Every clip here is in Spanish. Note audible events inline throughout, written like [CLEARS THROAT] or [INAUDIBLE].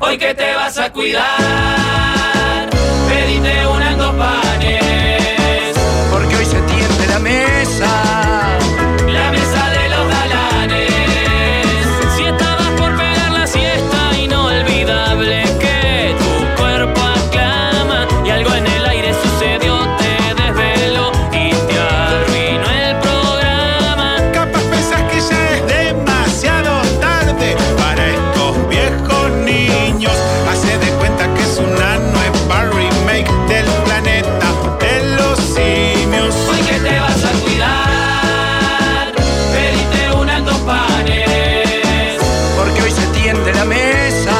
Hoy que te vas a cuidar, pedite unas dos panes. Porque hoy se tiende la mesa. La mesa de los galanes. Si estabas por pegar la siesta, inolvidable que tu cuerpo aclama. Y algo en el aire sucedió, te desveló y te arruinó el programa. Capaz pensás que ya es demasiado tarde para estos viejos niños. Hace de cuenta que es una nueva remake del planeta de los simios. Hoy que te vas a cuidar, pedite unas dos panes. Porque hoy se tiende la mesa.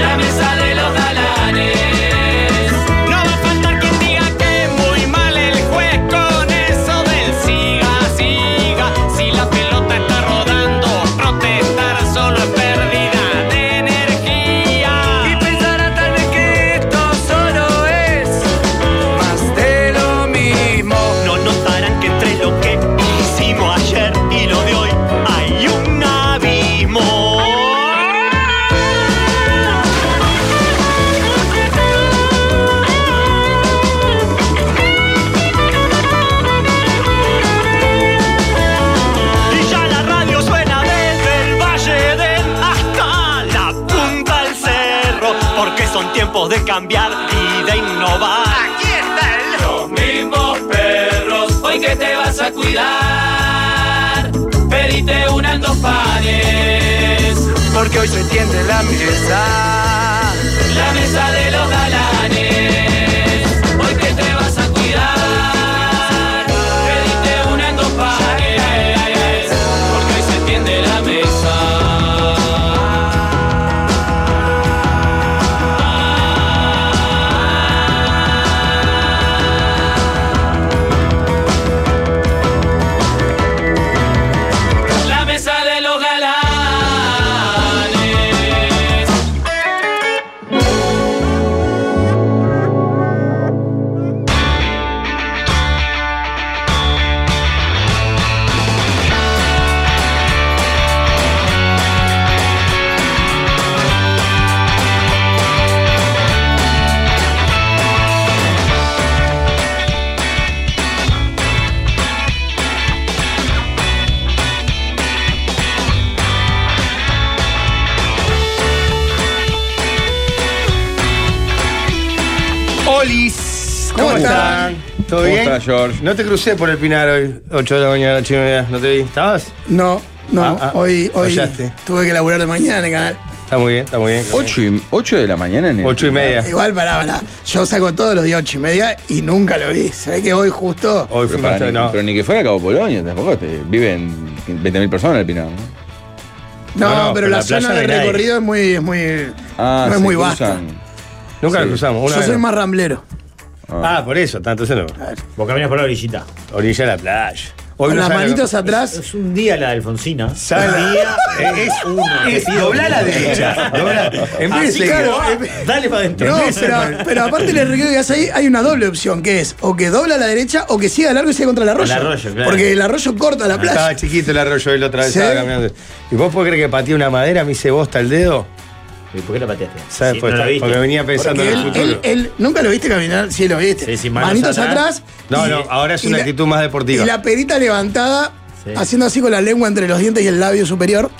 La mesa de los galanes. No va a faltar quien diga que muy mal el juez con eso del siga, siga. Si la pelota está rodando, protestar solo es pérdida de Y energía. pensará tal vez que esto solo es más de lo mismo. No notarán que entre lo que hicimos ayer y lo de hoy hay un abismo. Y ya la radio suena desde el Valle del hasta la punta del cerro, porque son tiempos de cambiar y de innovar. Los mismos perros, hoy que te vas a cuidar, pedite unas dos panes. Porque hoy se tiende la mesa. La mesa de los galanes, hoy que te vas a cuidar, pediste una eh, en dos pares, porque hoy se tiende la mesa. La mesa de los galanes. Olis, ¿cómo, están? ¿Todo ¿Cómo bien? estás, George? No te crucé por el Pinar hoy, 8 de la mañana, 8 y media, no te vi. ¿Estabas? No, no, Ah, ah, hoy, hoy fallaste. tuve que laburar de mañana en el [LAUGHS] canal. Está muy bien, está muy bien. Ocho y, ocho de la mañana en el- 8 y media. Igual, pará, pará. Yo saco todos los días ocho y media y nunca lo vi. ¿Sabés que hoy justo? Hoy fue Pero, para un ni, no. pero ni que fuera Cabo Polonio, tampoco. Te, viven 20.000 personas al Pinar. ¿no? No, no, no, pero pero la, la playa zona no de hay Ah, nadie. recorrido es muy, es muy, no es Ah, se muy vasta. cruzan. Nunca Sí. lo cruzamos. Una Yo vez soy no. más ramblero. Ah, por eso, tanto se no. Vos caminas por la orillita. Orilla de la playa. Hoy Con no las saben lo que- manitos atrás. Es un día la de Alfonsina. ¿Saben la Es, es, es doblar la derecha. Doblar. ah, En vez de Así, seguir- claro, en- Dale para adentro. No, pero, pero aparte le requiero que ahí hay una doble opción, que es o que dobla a la derecha o que siga largo y siga contra el arroyo. arroyo, claro. Porque el arroyo corta la Ah, Estaba playa. chiquito el arroyo y la otra vez Sí. estaba caminando. ¿Y vos podés creer que pateé una madera, me hice bosta el dedo? ¿Y por qué la pateaste? ¿Sabes? Sí, Pues, no la viste. porque venía pensando Porque en el él, futuro. él- él- nunca lo viste caminar, sí lo viste. Sí, sí, manos Manitos atrás. atrás. No, y- no, ahora es y una la- actitud más deportiva. Y la perita levantada, Sí. haciendo así con la lengua entre los dientes y el labio superior,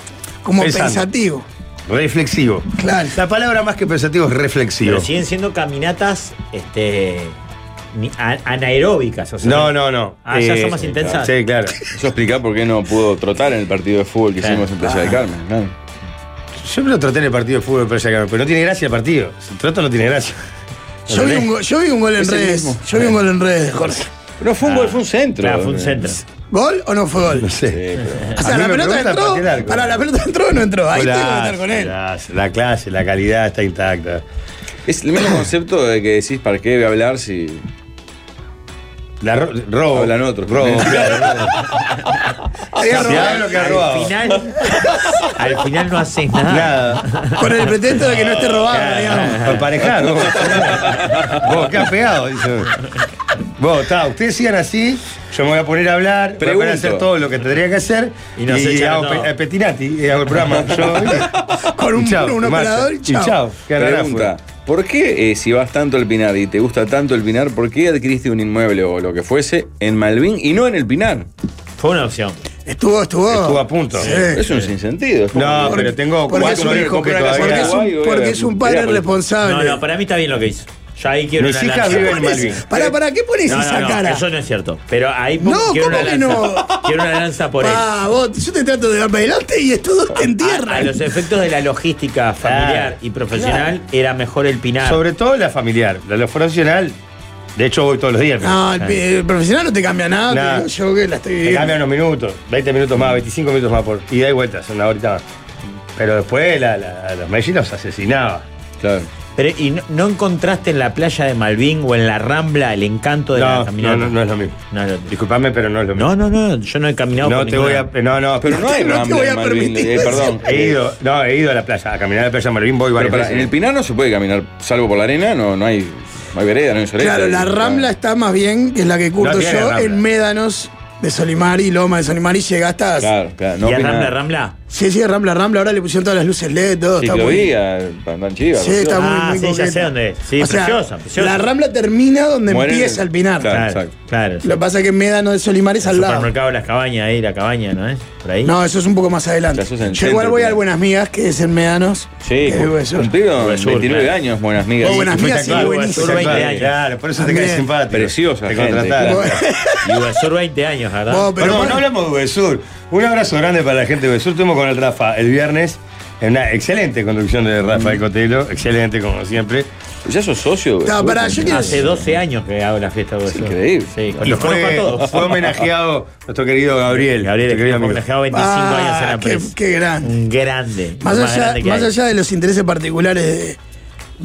como Pensando. pensativo. Reflexivo. Claro. La palabra más que pensativo es reflexivo. Pero siguen siendo caminatas este, ni- a- anaeróbicas. O sea, No, no, no. Eh, Ah, ya son más intensas. Sí, claro. Eso explica por qué no pudo trotar en el partido de fútbol que hicimos en Playa del Carmen. claro. Yo me lo traté en el partido de fútbol de Playa del Carmen, pero no tiene gracia el partido. Si trato no tiene gracia. [LAUGHS] Yo vi, un, go- yo vi un gol en Es el redes. mismo. Yo vi un gol en redes, Jorge. No fue un gol, fue un centro. Ah. Claro, fue un centro. ¿Gol o no fue gol? No sé. Sí, pero- O A sea, mí la me pelota preguntan entró. patear el arco. Para la pelota entró o no entró. Ahí tengo que Golazo, estar con él. golazo. La clase, la calidad está intacta. Es el mismo concepto de que decís para qué voy a hablar si La ro- robo. hablan otros. Robo. Oh, [LAUGHS] claro. Había Mirá robado lo que ha Al robado. final, al final no haces nada. [LAUGHS] Nada. Con el pretexto de que no esté robado, digamos. Para emparejar. Vos, Vos, qué has pegado. Dice. Vos, está, ustedes sigan así, yo me voy a poner a hablar, voy a poner a Pregunto. hacer todo lo que tendría que hacer Y nos echan a hago todos. pe- eh, Petinati, eh, hago el programa. yo- Con un- y chao, un marcha. operador y chao. quedará Pregunta, afuera. ¿por qué eh, si vas tanto al Pinar y te gusta tanto el Pinar, por qué adquiriste un inmueble o lo que fuese en Malvin y no en el Pinar? Fue una opción. Estuvo, estuvo. Estuvo a punto. Sí. Eh. Es un sinsentido. es como- No, pero tengo Porque es cuatro un hijos hijo, que porque todavía. es un, porque es un padre Mira, por- No, responsable. no, para mí está bien lo que hizo. Yo ahí quiero Mis una hijas lanza. viven en Pones- Malvin. Para, para, ¿qué pones No, esa no, no, cara? eso no es cierto. Pero ahí No, quiero ¿cómo una que lanza. no? Quiero una lanza por eso. Ah, vos, yo te trato de dar para adelante y estos dos A, te a entierran. los efectos de la logística familiar Claro. y profesional era mejor el Pinar. Sobre todo la familiar, la, la profesional. De hecho, voy todos los días. pero e- No, el, pe- el profesional no te cambia nada. Nada. te digo Yo que la estoy Te viviendo. cambian unos minutos, 20 minutos más, 25 minutos más por ida y vuelta, son una horita más. Pero después la, la, a los Messi los asesinaba. Claro. Pero, ¿Y no, no encontraste en la playa de Malvin o en la Rambla el encanto de la No, no, caminata? no, no es lo mismo. No, no. Disculpame, pero no es lo mismo. No, no, no, yo no he caminado No por te ninguna- voy a. No, no. Pero no hay No te Rambla voy en a Este Malvin. permitir eh, perdón. He ido, no, he ido a la playa, a caminar a la playa de Marvin, voy Pero varias para- en veces. el Pinar no se puede caminar, salvo por la arena, no, no hay, no hay vereda, no hay soleta. Claro, la rambla está más bien, que es la que curto No tiene yo, rambla. en Médanos de Solimar y Loma de Solimar y llega hasta. Claro, claro. No ¿Y a Pinar. Rambla, Rambla? Sí, sí, rambla, rambla. Ahora le pusieron todas las luces LED, todo. está muy- Ciclovía, andan chivas. Sí, está muy, Ah, muy sí, ya coqueta. sé dónde es. Sí, O sea, preciosa, preciosa. La rambla termina donde Muere- empieza el pinar. Claro. Claro, exacto. claro. Lo que pasa es que Médano de Solimar es al El lado. supermercado de las cabañas, ahí, la cabaña, ¿no es? Por ahí. No, eso es un poco más adelante. Eso es en el Yo igual centro, voy claro. a Buenas Migas, que es en Médanos. Sí, pues, que es Buenesur. cumplieron Buenesur, 29 claro. años, buenas migas. Oh, buenas Fuiste migas, sí, actual, buenísimo. fuiste actual, 20 años. Claro, por eso te También. caes simpático. Preciosa Te gente, contrataron. claro. Y Uvasur 20 años, ¿verdad? Vos, pero Perdón, bueno. no hablamos de Ubesur. Un abrazo grande para la gente de Ubesur. Estuvimos con el Rafa el viernes. En una excelente conducción de Rafael Cotelo. Excelente, como siempre. ¿Ya sos socio? No, pará, yo quiero- Hace 12 años que hago la fiesta de Uvasur. increíble. Sí, Y los conozco a fue, todos. fue homenajeado nuestro querido Gabriel. Gabriel, nuestro que querido fue amigo. homenajeado 25 años en Ah, la qué, prensa. qué gran. Un grande. Más, lo allá, grande que más hay. allá de los intereses particulares de,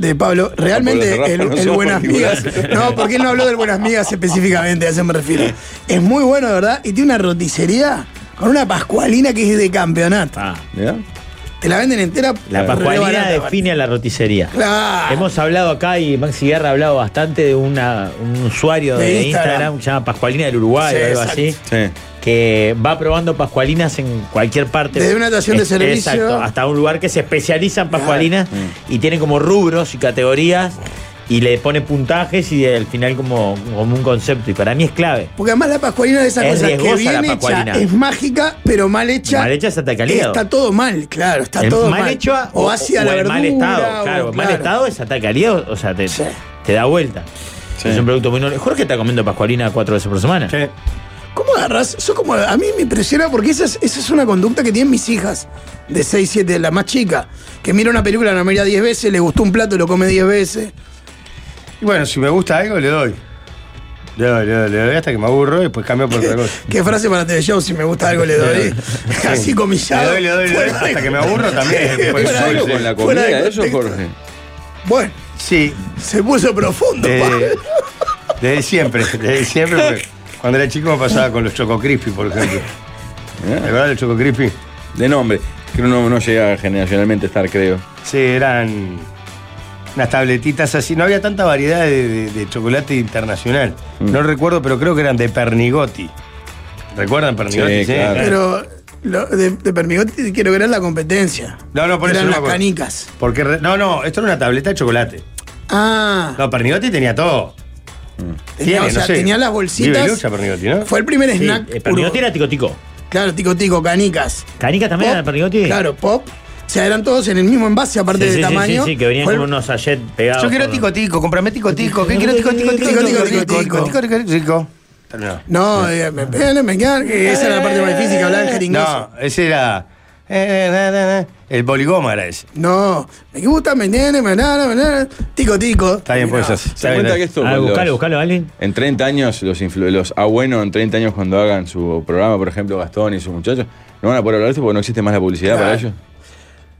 de Pablo, realmente Pablo Serrano, el, no el somos Buenas Migas. particulares. No, porque él no habló del Buenas Migas específicamente, a eso me refiero. Es muy bueno, de verdad, y tiene una roticería con una pascualina que es de campeonato. Ah, ¿Ya? Te la venden entera. la re pascualina barata. define a la roticería. Claro. Hemos hablado acá y Maxi Guerra ha hablado bastante de una, un usuario de, De Instagram, Instagram. que se llama Pascualina del Uruguay Sí, o algo exacto. así, Sí. que va probando pascualinas en cualquier parte. Desde una estación de Es- servicio. Exacto, hasta un lugar que se especializa en pascualinas y tiene como rubros y categorías y le pone puntajes y al final como, como un concepto. Y para mí es clave. Porque además la pascualina de esas Es cosas que riesgosa la bien hecha pascualina. es mágica, pero mal hecha. Mal hecha es hasta calidad. Está todo mal, claro, está El todo mal mal. hecho a- o hacia o la el verdura. mal estado. o- claro, el mal estado es ataque al hígado, o sea, te, Sí. te da vuelta. Sí. Es un producto muy noble. Jorge está comiendo pascualina cuatro veces por semana. Sí. ¿Cómo agarras? Eso como, a mí me impresiona porque esa es, esa es una conducta que tienen mis hijas de 6, 7, la más chica, que mira una película, la mira 10 veces, le gustó un plato, lo come 10 veces. Y bueno, si me gusta algo, le doy. Le doy, le doy, le doy hasta que me aburro y después cambio por otra cosa. [LAUGHS] Qué frase para TV Show, si me gusta algo le doy. [LAUGHS] Así Le comillado. doy, le doy, le doy. Fuera de- Hasta que me aburro también. Pues, ¿Es Fuera de- solo con la fuera de comida eso, contexto. Jorge? Bueno, Sí, se puso profundo. Pablo. desde, desde siempre. Desde siempre. porque cuando era chico me pasaba con los Choco Crispy, por ejemplo. ¿Te ¿Eh? acordás del Choco Crispy? De nombre. Creo no, no llega generacionalmente a estar, creo. Sí, eran unas tabletitas así. No había tanta variedad de, de- de chocolate internacional. No recuerdo, pero creo que eran de Pernigotti. ¿Recuerdan Pernigotti? Sí, claro. Pero lo de, de Permigotti quiero que era la competencia. No, no, por Eran eso no me las acuerdo. canicas. Porque re- no, no, esto era una tableta de chocolate. Ah, No, Pernigotti tenía todo. tenía, o Tiene, sea, no sé. tenía las bolsitas. Vive lucha Pernigotti, ¿no? Fue el primer Sí, eh, snack. uruguayo. Pernigotti era ticotico. Claro, tico tico, canicas. ¿Canica también Pop, era Pernigotti? Oh, Claro, pop. O sea, eran todos en el mismo envase, aparte Sí, de sí, sí, tamaño. sí, sí, que venían Fue el- con unos sachet pegados. Yo quiero con- tico tico, comprame tico tico. ¿Qué quiero tico tico tico tico tico tico tico tico tico tico? Terminó. No, eh, me pegan, me quedan. que Esa era la parte más difícil que hablaba en jeringoso. No, ese era. eh, eh, eh, eh, eh, El boligoma era ese. No. me gusta, me tiene, me nada, me nada. Tico tico. Está bien, pues Mirá. eso. ¿Se dan cuenta que esto? Ah, con los- buscalo, buscalo, alguien. En 30 años, los, influ- los abuelos, en 30 años, cuando hagan su programa, por ejemplo, Gastón y sus muchachos, no van a poder hablar de esto porque no existe más la publicidad para ellos.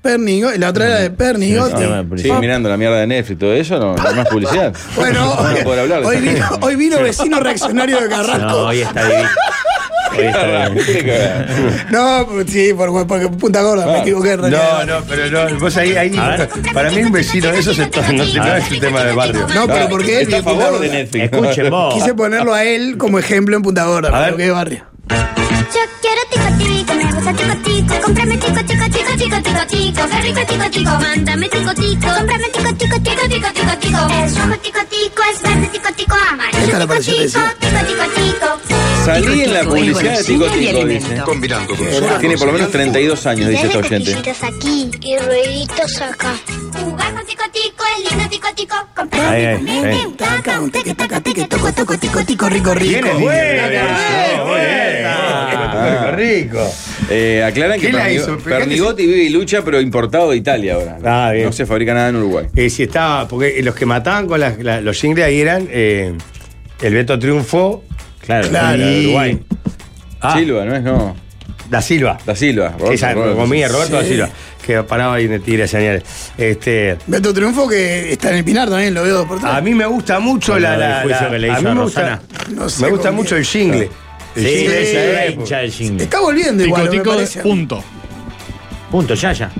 Pernigo, la otra era de Pernigotti. Ah, Sí, Pop. mirando la mierda de Netflix y todo eso, no, no hay más [LAUGHS] publicidad. ah, Bueno, no van a poder hablar de hoy esa vino, mierda. hoy vino vecino reaccionario de Carrasco. [LAUGHS] No, hoy está divino. Hoy está bien. No, sí, por, por punta gorda, me equivoqué. en No, realidad. no, pero no, vos ahí, ahí A ver. para mí un vecino, eso se está- no, Ah. no es un tema de barrio. No, pero ¿por qué? Está a Punta favor Gorda. de Netflix. Escuchen vos. Quise ponerlo a él como ejemplo en punta gorda, A pero ver. qué barrio. Yo quiero tico tico, me gusta tico tico. Cómprame tico tico tico tico tico tico. Qué rico tico tico, mándame tico tico. Cómprame tico tico tico tico tico tico. Es rojo tico tico, es verde tico tico, amarillo Esta la tico pareció tico, tico tico tico. Salí en la publicidad de Tico Tico, dice. Eh, Combinando con Tiene por lo menos 32 años, dice esta oyente. aquí y rueditos acá. Jugar con tico tico, es lindo tico tico. Ahí, ahí, Cómprame tico ahí. tico, taca, un teque, taca, teque, toco, toco, tico, tico, rico, rico. Bien, bien, Ah. eh, bien. Rico, rico. Eh, aclaran que ¿Qué la Pernigo- hizo? ¿Pero qué Pernigotti vive y lucha, pero importado de Italia ahora. Ah, bien. No se fabrica nada en Uruguay. Eh, si estaba, porque los que mataban con las- la- los jingles ahí eran eh, el Beto Triunfo, Claro, Claro. de Uruguay. Ah. Silva, ¿no es? No. Da Silva. Da Silva. Roberto- Esa Roberto. comía Roberto Da Sí. Silva, que paraba ahí en el Tigre Señales. Este, Beto Triunfo que está en el Pinar también, lo veo por a atrás. mí me gusta mucho Con la, lo del la- juicio la- que le hizo a mí a me gusta, Rosana. No sé me gusta con mucho quién. el jingle. El Sí, sí, jingle de esa era época. hincha del jingle. Está volviendo igual, me Tico parece. Tico, punto. Punto, ya, ya.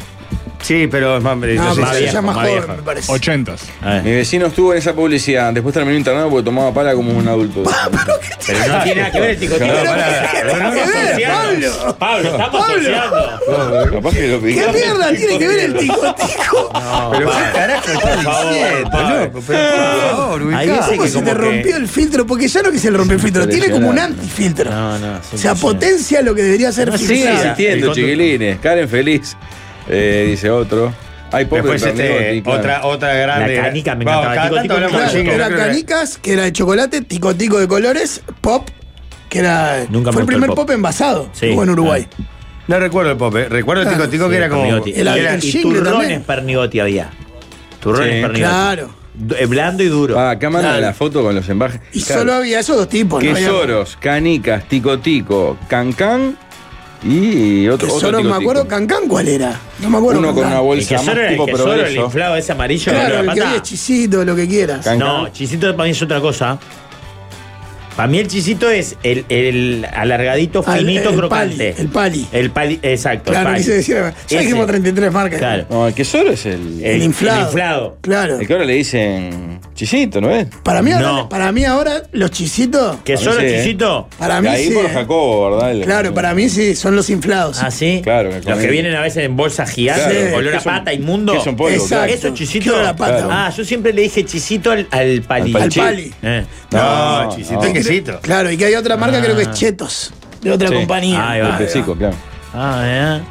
Sí, pero es más. No, entonces- pero ya viejo, es más más joven, viejo. me parece. [LAUGHS] 80. A [LAUGHS] Mi ver. vecino estuvo en esa publicidad. Después terminó internado porque tomaba pala como un [LAUGHS] adulto. Ah, Pero no tiene nada que ver el tico No, tico. pará, Pero no ¿Qué estamos ver, asociando. Pablo? Pablo, estamos Pablo. asociando. Capaz que lo ¿Qué picaron. mierda tiene que ver el Tico Tico? Pero qué carajo estás diciendo, Pablo. loco, pero por favor, Hay ubicá. veces ¿Cómo que se te como que- rompió el filtro? Porque ya no que se le rompió el filtro, tiene como un antifiltro. No, no. O sea, potencia lo que debería ser Sigue filtrado. existiendo, Tico Tico. chiquilines. Karen Feliz, eh, dice otro. Hay pobre Después este, Pernigotti, claro. otra, otra grande. La canica me Vamos, encantaba, cada tico, tanto tico, hablamos tico, de Claro, Chico, jingle, era creo que- canicas, que era de chocolate, tico tico de colores, pop, que era. Nunca me fue el gustó el primer pop. pop. envasado Sí, Ah. que hubo en Uruguay. No recuerdo el Pope, recuerdo el Tico Tico que era como. Pernigotti. el- era- el y jingle turrones también. Pernigotti había. Turrones Sí. Pernigotti. Claro. Du- eh, Blando y duro. Ah, acá mandan la foto con los embajes. Y Claro. solo había esos dos tipos, ¿no? Había- Quesoros, canicas, tico tico, cancán y otro. otro Quesoros, me tico-tico. acuerdo, Cancán, ¿cuál era? No me acuerdo. Uno con Cancán. una el bolsa que más solo era el tipo que solo el progreso. inflado ese amarillo Claro, con el la que pata. había hechicito, lo que quieras. Can- No, chisito para mí es otra cosa. Para mí el chisito es el, el alargadito, Ah, el- finito, el crocante. pali, el pali. El pali, exacto. el Claro, pali. quise decir. Ya dijimos Ese. 33 marcas. Claro. No, el quesoro es el. El inflado. El inflado. Claro. El que ahora le dicen chisito, ¿no es? Para mí, ahora, No. para mí ahora, los chisitos, Que Para solo mí el sí, ¿eh? chisito. para De mí ahí sí. por eh. Jacobo, ¿verdad? El- Claro, para mí sí, son los inflados. Ah, sí. Claro, que Los comí. que vienen a veces en bolsas gigantes, Claro, con olor que a son- pata inmundo. que son polvo, Exacto. claro. Eso es chisito. Quiero la pata. Claro. Ah, yo siempre le dije chisito al, al palillo. Al Chi- pali. Eh. No, No, chisito no. y quesito. Claro, y que hay otra marca, creo que es Chetos, de otra Sí. compañía. Ah. Ahí El va. pesico, claro. Ah, eh.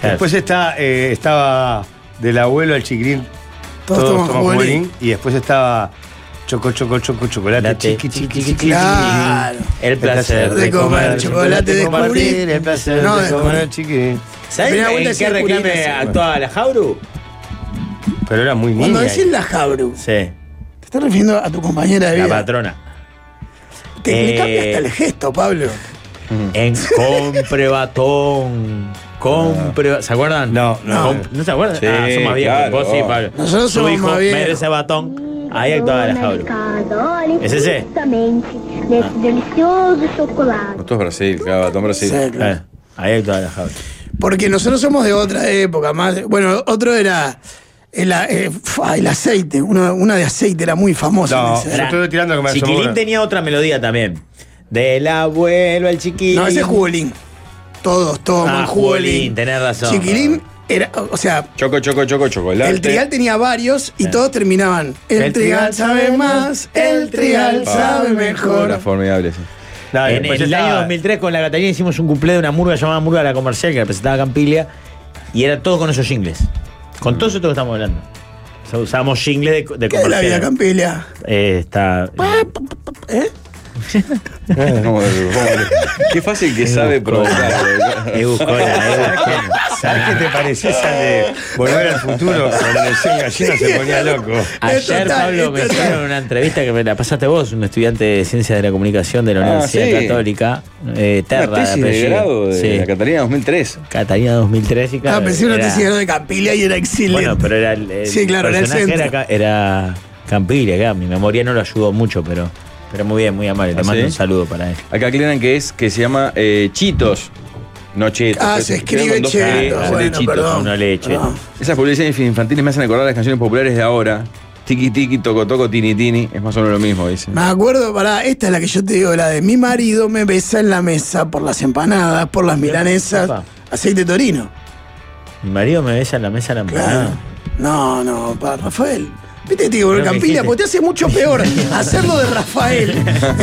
Claro. Después está, eh, estaba del abuelo al chiquirín, Todos, toman toman jugolín. juguerín, Y después estaba choco, choco, choco, chocolate, Chocolate. chiqui, chiqui, chiqui. Claro. el placer de comer chocolate, de descubrí. compartir, El placer No, de descubrí. comer chiquirín. ¿Sabes Primera vuelta en qué decía Curina, reclame sí. actuaba la Jauru? Pero era muy niña. Cuando decís la Jabru, Sí, te estás refiriendo a tu compañera de la vida. patrona. Te le Eh. cambia hasta el gesto, Pablo. En compre batón. Compre. ba- ¿Se acuerdan? No, Oh. no. Comp- ¿No se acuerdan? Sí, ah, somos viejos. claro. Vos sí, Pablo. Nosotros Su somos hijo más viejos. merece batón. Ahí actuaba la Jauru. ¿Es ese? Justamente, de delicioso chocolate. Esto es Brasil, claro, Batón Brasil. Sí, claro. Eh, Ahí actuaba la Jauru. Porque nosotros somos de otra época más. Bueno, otro era el, a- eh, fa, el aceite. Una, una de aceite era muy famosa. No, en esa Yo época. estuve tirando que me asomó Chiquilín una. tenía otra melodía también. Del abuelo al chiquilín. no ese es jugolín. Todos toman Ah, jugolín. jugolín, tenés razón. Chiquilín era, o sea, Choco, choco, choco, chocolate. El trigal tenía varios y todos terminaban. El, trigal sabe más, el trigal Pa. sabe mejor. Era formidable, [LAUGHS] sí. No, y en, después en el estaba- año 2003 con la Catalina hicimos un cumple de una murga llamada Murga de la Comercial que representaba Campilia y era todo con esos jingles. Con todo eso de lo que estamos hablando. O sea, usábamos jingles de, de ¿Qué es la comercial. vida campelia? Eh, está. ¿Eh? No, [LAUGHS] el- Qué fácil que sabe provocar. Eh, buscó la- eh, buscó la. ¿Sabes qué te pareció esa de volver al futuro? Cuando el Sean Gallina se ponía loco. Es Ayer, total, Pablo, me es total. hicieron una entrevista que me la pasaste vos, un estudiante de Ciencias de la Comunicación de la Ah, Universidad sí. Católica, eh, Terra, Una tesis de apellido. grado de Sí. la Catalina 2003. Catalina 2003 y claro, Ah, pensé una era- tesis de campelia y era excelente. Bueno, pero era el, el Sí, claro, era el personaje centro. era, ca- era Campiglia, acá. Mi memoria no lo ayudó mucho, pero Pero muy bien, muy amable. Te ¿Ah, mando sí? un saludo para él. Acá aclaran que es que se llama eh, Chitos, no Chetos. Ah, Es- se escriben escribe con dos cheto. Ts, es de Bueno, Chitos. perdón. Ah. No le eche. Perdón. Esas publicidades infantiles me hacen acordar las canciones populares de ahora. Tiki tiki, toco toco, tini tini. Es más o menos lo mismo, dice. Me acuerdo, pará, esta es la que yo te digo, la de mi marido me besa en la mesa por las empanadas, por las milanesas, papá. aceite torino. Mi marido me besa en la mesa de la Claro. empanada. No, no, pa- Rafael. Viste, te digo, el Ah. Creo que Campilla, dijiste. porque te hace mucho peor hacerlo de Rafael.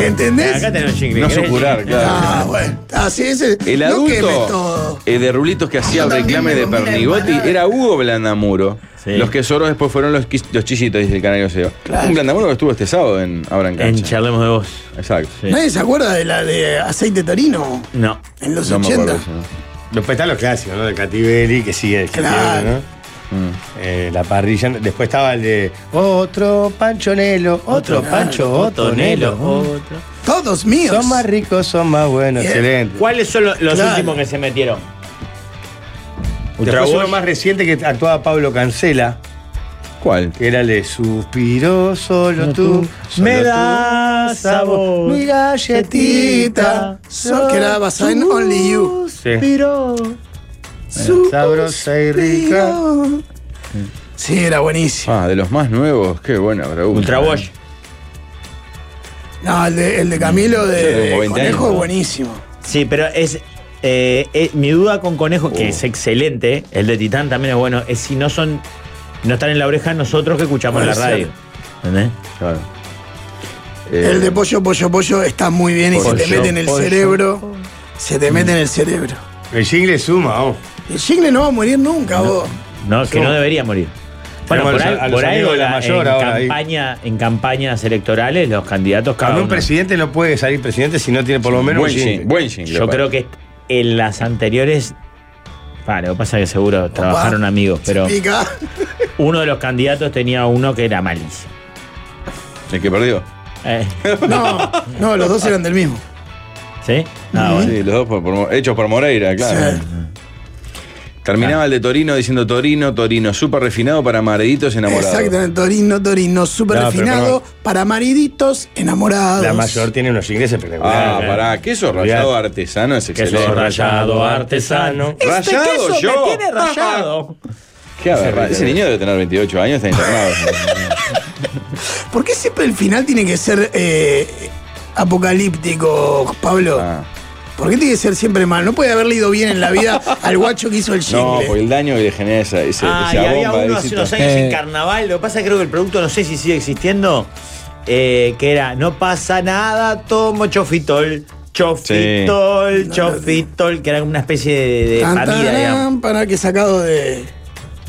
¿Entendés? Acá tenés un jingle. No ¿querés? supurar, claro. Ah, bueno. Así es. El No quemes todo. adulto eh, de rulitos que hacía el Yo también reclame me de comí la Pernigoti empanada. era Hugo Blandamuro. Sí. Los que soros después fueron los, quis- los chisitos, dice el canario Seba. Un Blandamuro que estuvo este sábado en Abra en En Cancha. charlemos de vos. Exacto. Sí. Nadie se acuerda de la de aceite torino No. en los No me 80. acuerdo eso, ¿no? Después están los clásicos, ¿no? De Catibelli, que sigue el Claro. Catibelli, ¿no? Mm. Eh, la parrilla. Después estaba el de otro panchonelo, otro pancho, otonelo. Otro. Todos míos. Son más ricos, son más buenos. Bien. Excelente. ¿Cuáles son lo- los Claro. últimos que se metieron? Después uno Ultraboy. más reciente que actuaba Pablo Cancela, ¿Cuál? que era el de suspiró solo tú. solo Me tú, da sabor. Mi galletita. Son- que era basada en Only You. Suspiró. Sabrosa y rica. Sí, era buenísimo. Ah, de los más nuevos. Qué buena pregunta. Ultraboy. No, el de, el de Camilo Sí, de como 20 años, Conejo es ¿no? buenísimo. Sí, pero es. eh, eh, mi duda con Conejo, que Uh. es excelente, el de Titán también es bueno, es si no son. No están en la oreja nosotros que escuchamos en la Puede ser. radio. ¿Entendés? Claro. Eh, El de pollo, pollo, pollo está muy bien y se te Pollo, mete en el pollo, cerebro. Se te mete en el cerebro. El jingle suma, oh. El jingle no va a morir nunca, vos. No, que no debería morir. Bueno, Tenemos por, a los- ahí, a los por ahí amigos de la la- mayor en, ahora ahí. campaña, en campañas electorales los candidatos cada Cuando un uno. presidente no puede salir presidente si no tiene por lo menos buen un jingle. jingle. Buen jingle, Yo pa. creo que en las anteriores. Vale, lo que pasa es que seguro trabajaron amigos, pero Pica. uno de los candidatos tenía uno que era malísimo. El que perdió. Eh, No, no, los dos eran del mismo. ¿Sí? Ah, bueno. Sí, los dos por- por- hechos por Moreira, claro. Sí. Terminaba el de Torino diciendo Torino, Torino, súper refinado para mariditos enamorados. Exactamente, Torino, Torino, súper No, pero refinado perdón. para mariditos enamorados. La mayor tiene unos jingles espectaculares. Ah, pará, queso Olvidate. rallado artesano es excelente. Queso rallado artesano. Este Rallado queso me yo. tiene rallado. Qué aberrante. Ese niño debe tener 28 años, [LAUGHS] está internado. ¿Por qué siempre el final tiene que ser eh, apocalíptico, Pablo? Ah. ¿Por qué tiene que ser siempre mal? No puede haber leído bien en la vida al guacho [LAUGHS] que hizo el No, jingle. porque el daño que le genera esa, ese, Ah, y esa había bomba Eh. de uno hace visita. unos años en carnaval. Lo que pasa es que creo que el producto, no sé si sigue existiendo, eh, que era no pasa nada, tomo chofitol. Chofitol, chofitol, que era una especie de, de Tan, familia, tan, digamos. para que sacado de,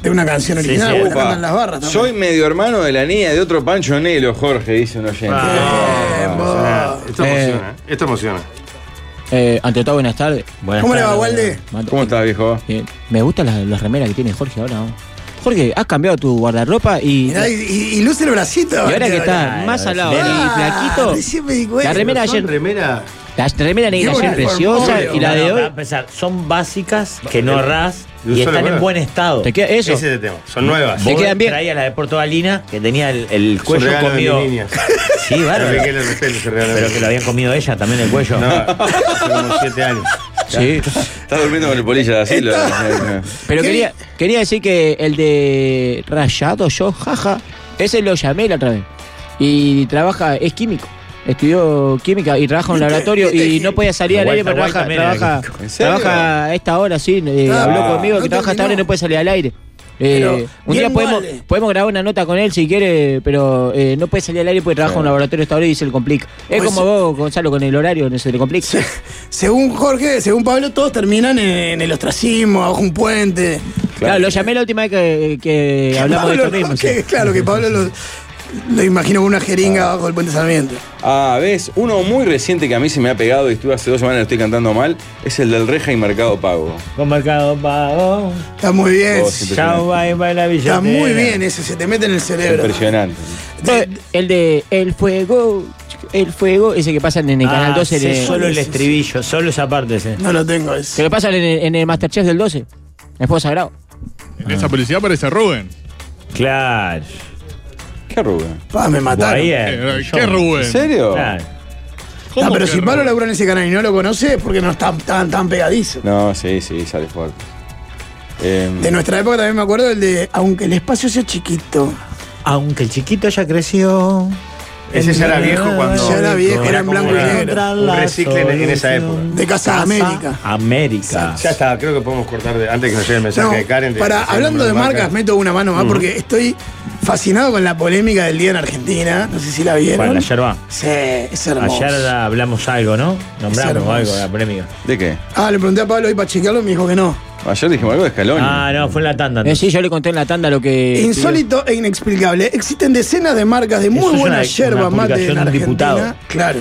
de una canción Sí, original, sí, porque la Upa. cantan Ah. las barras también. Soy medio hermano de la niña de otro Pancho Nelo, Jorge, dice un oyente. Ah. Bien, vos. Esto emociona, ¿eh? esto emociona. Eh, ante todo, buenas tardes. Buenas ¿Cómo le va, tardes. Walde? Mato. ¿Cómo estás, viejo? Eh, me gustan las, las remeras que tiene Jorge ahora. ¿no? Jorge, has cambiado tu guardarropa y, Mirá, y, y- y luce el bracito. y ahora que está Ay, más ahora al lado sí. y Ah, flaquito, recién me di cuenta. la remera Son ayer, remera. la remera negra Qué ayer bueno, preciosa Jorge. y la No, de no, para hoy. empezar, son básicas, que no errás de un y solo están en color. buen estado. Te queda eso. Ese es el tema. Son nuevas. Te Vos quedan bien. Traía la de Puerto Valina, que tenía el, el Son cuello regalo de comido. mi niña. Sí, bárbaro. Así que le respeto [LAUGHS] ese regalo de Pero mi que lo habían comido ella también el cuello. No, hace como siete años. Sí. Estás durmiendo con el polilla de asilo. [LAUGHS] Pero ¿Qué? quería, quería decir que el de Rayado, yo, jaja, ese lo llamé la otra vez. Y trabaja, es químico. Estudió química y trabaja en un ¿Viste? laboratorio ¿Viste? y no podía salir al Guay- aire, pero Guay trabaja, también era trabaja, químico. ¿En serio? trabaja a esta hora, sí. eh, Ah, habló conmigo no que trabaja a esta hora y terminó. no puede salir al aire. Eh, Pero, un día bien podemos, vale. podemos grabar una nota con él si quiere, pero eh, no puede salir al aire porque trabaja en un laboratorio a esta hora y se le complica. Es Pues como sí. vos, Gonzalo, con el horario, no se le complica. Según Jorge, según Pablo, todos terminan en, en el ostracismo, abajo un puente. Claro, lo llamé la última vez que, que Eh, hablamos de Pablo, esto mismo. ¿no? sí. [LAUGHS] Que- Claro, que Pablo lo, lo imagino con una jeringa abajo del puente Sarmiento. Ah, ves, uno muy reciente que a mí se me ha pegado y estuve hace dos semanas y lo estoy cantando mal, es el del Reja y Mercado Pago. [LAUGHS] Con mercado pago. Está muy bien. Oh, siempre Chao, bye, bye, la billetera. Está muy bien ese, se te mete en el cerebro. Impresionante. Eh, El de El Fuego, El Fuego, ese que pasan en el Ah, Canal 12. sé de- solo el estribillo, solo esa parte. sé. No lo tengo ese. que lo pasan en el, en el Masterchef del 12. El Fuego Sagrado. En esa publicidad aparece Rubén. Claro. ¿Qué arruga? Pa, Ah, me mataron. Guayer, Eh, ¿Qué Rubén? ¿En serio? Claro. ¿Cómo Ah, pero que si Rubén? Pablo labura en ese canal y no lo conoce es porque no es tan, tan, tan pegadizo. No, sí, sí, sale fuerte. Em, De nuestra época también me acuerdo el de Aunque el espacio sea chiquito. Aunque el chiquito ya creció. Ese ya era viejo cuando. Ya era viejo, era en como blanco y una- negro. un recicle en- en esa época. De Casa América. América. Ya está, creo que podemos cortar de- antes que nos llegue el mensaje No, de Karen. para, hablando de marcas, meto una mano más porque estoy fascinado con la polémica del día en Argentina. No sé si la vieron. Bueno, ayer va. Sí, es hermoso. Ayer hablamos algo, ¿no? Nombramos hermoso. algo, la polémica. ¿De qué? Ah, le pregunté a Pablo hoy para chequearlo y me dijo que no. Ayer dijimos algo de Scaloni. [LAUGHS] Ah, no, fue en la tanda. Eh, sí, yo le conté en la tanda lo que. Insólito e inexplicable. Existen decenas de marcas de Eh, Eso es muy una- buena yerba una mate publicación en de un Argentina. diputado. Claro.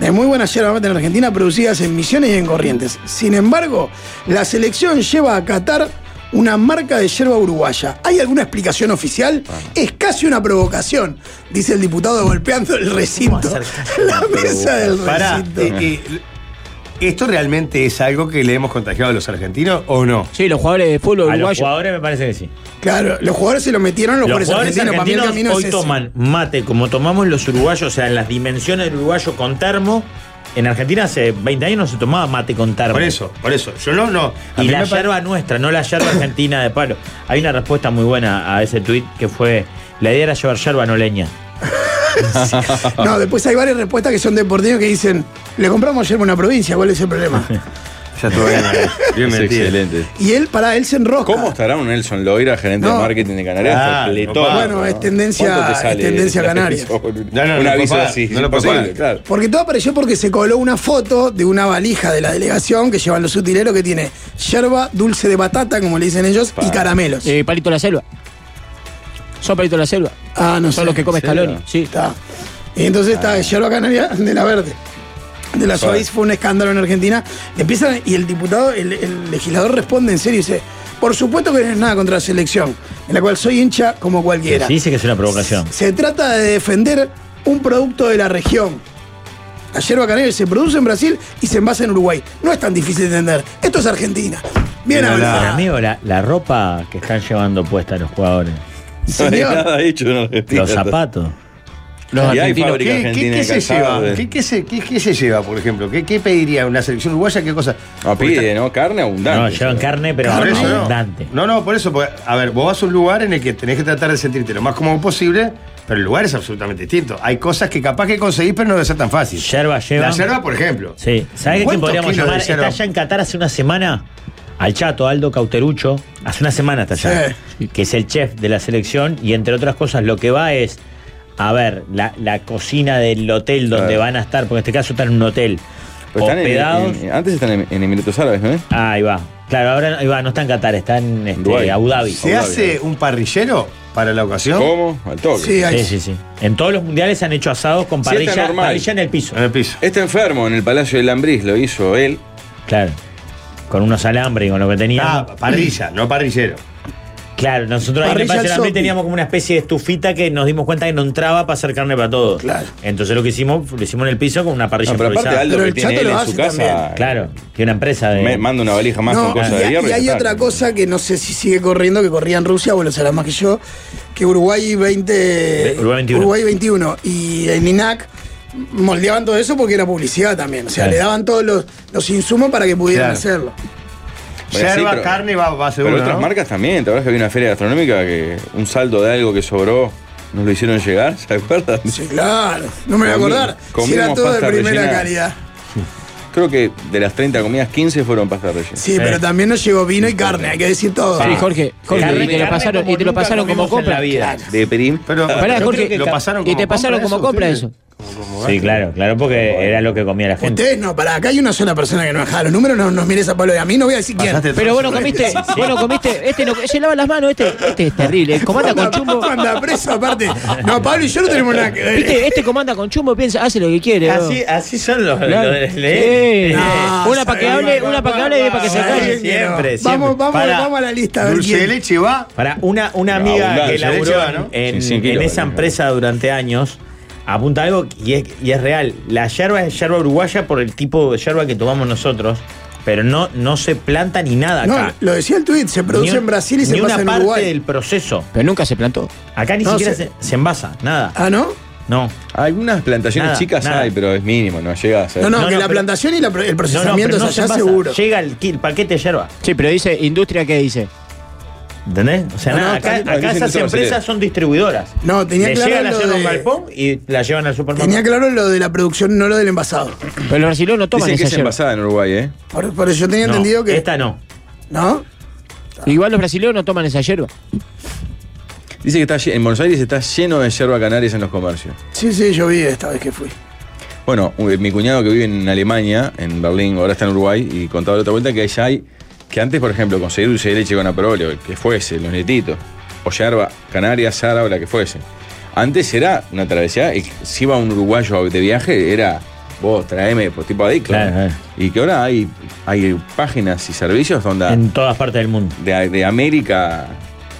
De muy buena yerba mate en Argentina producidas en Misiones y en Corrientes. Sin embargo, la selección lleva a Qatar una marca de yerba uruguaya. ¿Hay alguna explicación oficial? Es casi una provocación, dice el diputado golpeando el recinto. hacer casi [LAUGHS] La una eh, mesa del Para, recinto. eh, ¿esto realmente es algo que le hemos contagiado a los argentinos o no? Sí, los jugadores de fútbol A Ah, los uruguayos. jugadores me parece que sí. Claro, los jugadores se lo metieron, los, Los jugadores Para mí el argentinos camino es hoy ese. toman mate como tomamos los uruguayos, o sea, en las dimensiones del uruguayo con termo. En Argentina hace 20 años no se tomaba mate con termo. Por eso, por eso. Yo no, no. A Y mí la me pare- yerba nuestra, no la yerba argentina de palo. Hay una respuesta muy buena a ese tuit que fue: la idea era llevar yerba, no leña. No, después hay varias respuestas que son deportivos que dicen, le compramos yerba a una provincia, ¿cuál es el problema? Ya estuvo bien, bien es metido. excelente. Y él, para él se enrosca. ¿Cómo estará un Nelson Loira, gerente No. de marketing de Canarias? Ah, Completo. bueno, es tendencia- ¿Cuánto te sale es tendencia el canaria. aviso? Un, No, no, no lo aviso puedo así. pagar, no lo puedo imposible, pagar. claro. Porque todo apareció porque se coló una foto de una valija de la delegación que llevan los utileros que tiene yerba, dulce de batata, como le dicen ellos, y caramelos. Eh, palito de la selva. Son palito de la selva. ah, no sé. Son los que Ah. come ¿en serio? Scaloni. Sí. Está. Y entonces está yerba canaria de la verde. De la Suárez fue un escándalo en Argentina. Empiezan y el diputado, el, el legislador responde en serio y dice, por supuesto que no es nada contra la selección, en la cual soy hincha como Se cualquiera. dice que es una provocación. Se trata de defender un producto de la región. La yerba canaria se produce en Brasil y se envasa en Uruguay. No es tan difícil de entender. Esto es Argentina. Bien Mira, Para hablado. mí, o la, la ropa que están llevando puesta los jugadores, No hay Señor. nada hecho en Argentina. los zapatos. Los Y hay argentinos. fábrica ¿Qué, qué- argentina qué de se calzado, lleva? de- ¿Qué, qué se, qué- qué se lleva, por ejemplo? ¿Qué, qué pediría una selección uruguaya? ¿Qué cosa? No, Porque Ah, pide, ¿no? Carne abundante. No, llevan carne, pero Por eso no. abundante. No, no, por eso. porque, a ver, vos vas a un lugar en el que tenés que tratar de sentirte lo más cómodo posible, pero el lugar es absolutamente distinto. Hay cosas que capaz que conseguís, pero no debe ser tan fácil. Yerba La llevan. yerba, por ejemplo. Sí. ¿Sabés qué ¿Cuántos podríamos kilos de llamar? Está yerba? allá en Qatar hace una semana. Al chato Aldo Cauterucho, hace una semana está allá, que es el chef de la selección, y entre otras cosas lo que va es a ver la, la cocina del hotel donde Claro. van a estar, porque en este caso están en un hotel, Pero están en- hospedados. en- antes están en, en Emiratos Árabes, ¿no? es? Ah, ahí va. Claro, ahora ahí va, no está en Qatar, está en este, Dubái. Abu Dhabi. ¿Se hace un parrillero para la ocasión? ¿Cómo? Al toque. Sí, ahí- Sí, sí, sí. En todos los mundiales han hecho asados con Siesta parrilla, normal. parrilla en el piso. En el piso. Este enfermo en el Palacio de Lambris lo hizo él. Claro. Con unos alambres y con lo que tenía. Ah, parrilla, no parrillero. Claro, nosotros ahí en el Parrilla Palacio de al Lambrí zombie. teníamos como una especie de estufita que nos dimos cuenta que no entraba para hacer carne para todos. Claro. Entonces lo que hicimos, lo hicimos en el piso con una parrilla No, pero aparte improvisada. Aldo Pero que el tiene Chato él lo en su hace casa. también. Claro, tiene una empresa de. Me manda una valija más No, con cosas y, de hay- hierro. y hay ya está. otra cosa que no sé si sigue corriendo, que corría en Rusia, vos lo sabrás más que yo, que Uruguay 20. Ve- Uruguay 21. Uruguay 21. Y en INAC moldeaban todo eso porque era publicidad también. O sea, Claro. le daban todos los, los insumos para que pudieran Claro. hacerlo. Bueno, sí, Yerba, pero- carne, va, va Pero seguro. otras ¿no? marcas también, ¿te acuerdas que había una feria gastronómica que un saldo de algo que sobró nos lo hicieron llegar? [LAUGHS] ¿Se acuerdan? Sí, claro. No me voy a Comi- acordar. Si comimos era todo de pasta primera rellena. calidad. Creo que de las 30 comidas, 15 fueron pasta rellena. Sí, pero también nos llegó vino y carne, hay que decir todo. Ah. Sí, Jorge, Jorge, Carne- y te lo carne pasaron, y te lo nunca pasaron como comimos en compra. la vida. De prim. Pero, Pará, yo Jorge, creo que lo pasaron y te como pasaron compra como compra ustedes. eso. Sí, claro, claro, porque era lo que comía la gente. Ustedes no, para acá hay una sola persona que no dejaba los números, no nos mires a Pablo y a mí, no voy a decir Pasaste quién. Pero bueno, comiste, bueno, comiste, este no, se lava las manos, este, este es terrible, comanda [LAUGHS] con chumbo. Anda preso aparte. No, Pablo y yo no tenemos nada que ver. Viste, este comanda con chumbo, piensa, hace lo que quiere. Así, vos. así son los. Claro. los- Sí. eh. No, Una para que hable, una para que hable y otra para que se Está calle. bien, quiero. siempre, siempre. Vamos, vamos, Para. vamos a la lista. a ver Dulce de quién. leche va. Para una, una amiga que abundancia, laburó leche va, en- ¿no? en, Sí, cien en kilos, esa vale. empresa durante años apunta algo y es, y es real. La yerba es yerba uruguaya por el tipo de yerba que tomamos nosotros. Pero no, no se planta ni nada acá. No, lo decía el tuit, se produce Ni un- en Brasil y se ni una pasa en parte Uruguay. del proceso. Pero nunca se plantó. Acá ni No, siquiera se- se, se envasa, nada. Ah, ¿no? No. Algunas plantaciones Nada, chicas nada. hay, pero es mínimo, no llega a ser. No, no, No, que no, la pero- plantación y la pro- el No, no, procesamiento pero no es se allá envasa. seguro. Llega el, ki- el paquete de yerba. Sí, pero dice, ¿industria qué dice? ¿Entendés? O sea, No, nada, no, acá, está- acá dicen esas que son empresas brasileñas. son distribuidoras. No, tenía Le claro llega la lo yerba a un de- galpón y la llevan al supermercado. Tenía claro lo de la producción, no lo del envasado. Pero los brasileños no toman Dicen que esa es yerba. envasada en Uruguay, ¿eh? Por, por eso yo tenía No, entendido que. Esta no. ¿No? Igual los brasileños no toman esa yerba. Dice que está, lle- en Buenos Aires está lleno de yerba canarias en los comercios. Sí, sí, yo vi esta vez que fui. Bueno, u- mi cuñado que vive en Alemania, en Berlín, ahora está en Uruguay, y contaba la otra vuelta que allá hay, que antes, por ejemplo, conseguir dulce de leche con aprolio, el que fuese, los netitos, o yerba, canarias, árabe, la que fuese. Antes era una travesía, y si iba un uruguayo de viaje, era vos traeme por tipo adicto. Claro, claro. Y que ahora hay, hay páginas y servicios donde En todas partes del mundo. de, de América.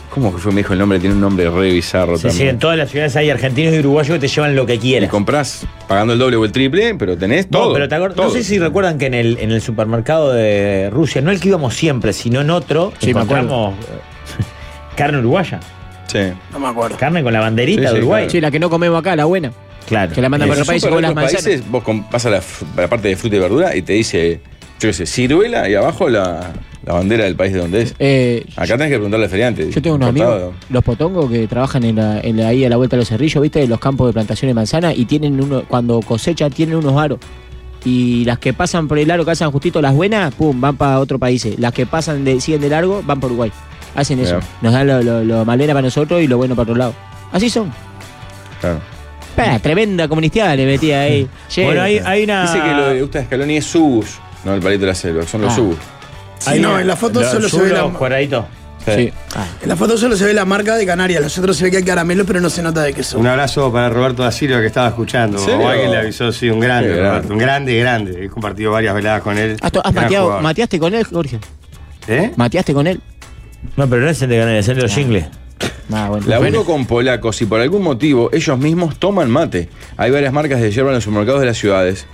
¿Cómo que fue? Me dijo el nombre, tiene un nombre re bizarro Sí, también. sí, en todas las ciudades hay argentinos y uruguayos que te llevan lo que Y quieras. compras pagando el doble o el triple, pero tenés No, todo. pero te acor- todo. no sé si recuerdan que en el, en el supermercado de Rusia, no el que íbamos siempre, sino en otro, Sí, me encontramos eh, [LAUGHS] carne uruguaya. Sí. No me acuerdo. Carne con la banderita Sí, sí, de Uruguay. Sí, la que no comemos acá, la buena. Claro. Que la mandan Y para si otro son país y para con las otros manzanas. países, vos com- vas a la, f- la parte de fruta y verdura y te dice, yo qué sé, ciruela y abajo la, la bandera del país de donde es. Eh, Acá tenés que preguntarle al feriante. Yo tengo unos Cortado. amigos, los potongos, que trabajan en la- en la- ahí a la vuelta de los cerrillos, ¿viste? Los campos de plantación de manzana y tienen uno, cuando cosechan, tienen unos aros. Y las que pasan por el aro, que hacen justito las buenas, pum, van para otro país. Las que pasan, de, siguen de largo, van por Uruguay. Hacen eso. Mirá. Nos dan lo, lo, lo malena para nosotros y lo bueno para otro lado. Así son. Claro. Pa, tremenda comunidad le metía ahí. [LAUGHS] Che, Bueno, hay, hay una. Dice que lo de Gusta Scaloni es subus, no el palito de la selva, son los Ah. subus. Sí, hay no, una- en la foto los solo se ve la- churros cuadraditos. sí. Ah, En la foto solo se ve la marca de Canarias, los otros se ve que hay caramelos, pero no se nota de qué son. Un abrazo para Roberto da Silva que estaba escuchando. ¿En serio? O alguien le avisó, sí, un grande, Qué grande. Roberto. Un grande, grande. He compartido varias veladas con él. ¿Has, to- has Gran mateado, jugador. ah, mateaste con él, Jorge? ¿Eh? ¿Mateaste con él? No, pero no es el de Canarias, es el de los jingles. Ah, bueno. Laburo Bueno. con polacos y por algún motivo ellos mismos toman mate. Hay varias marcas de yerba en los supermercados de las ciudades.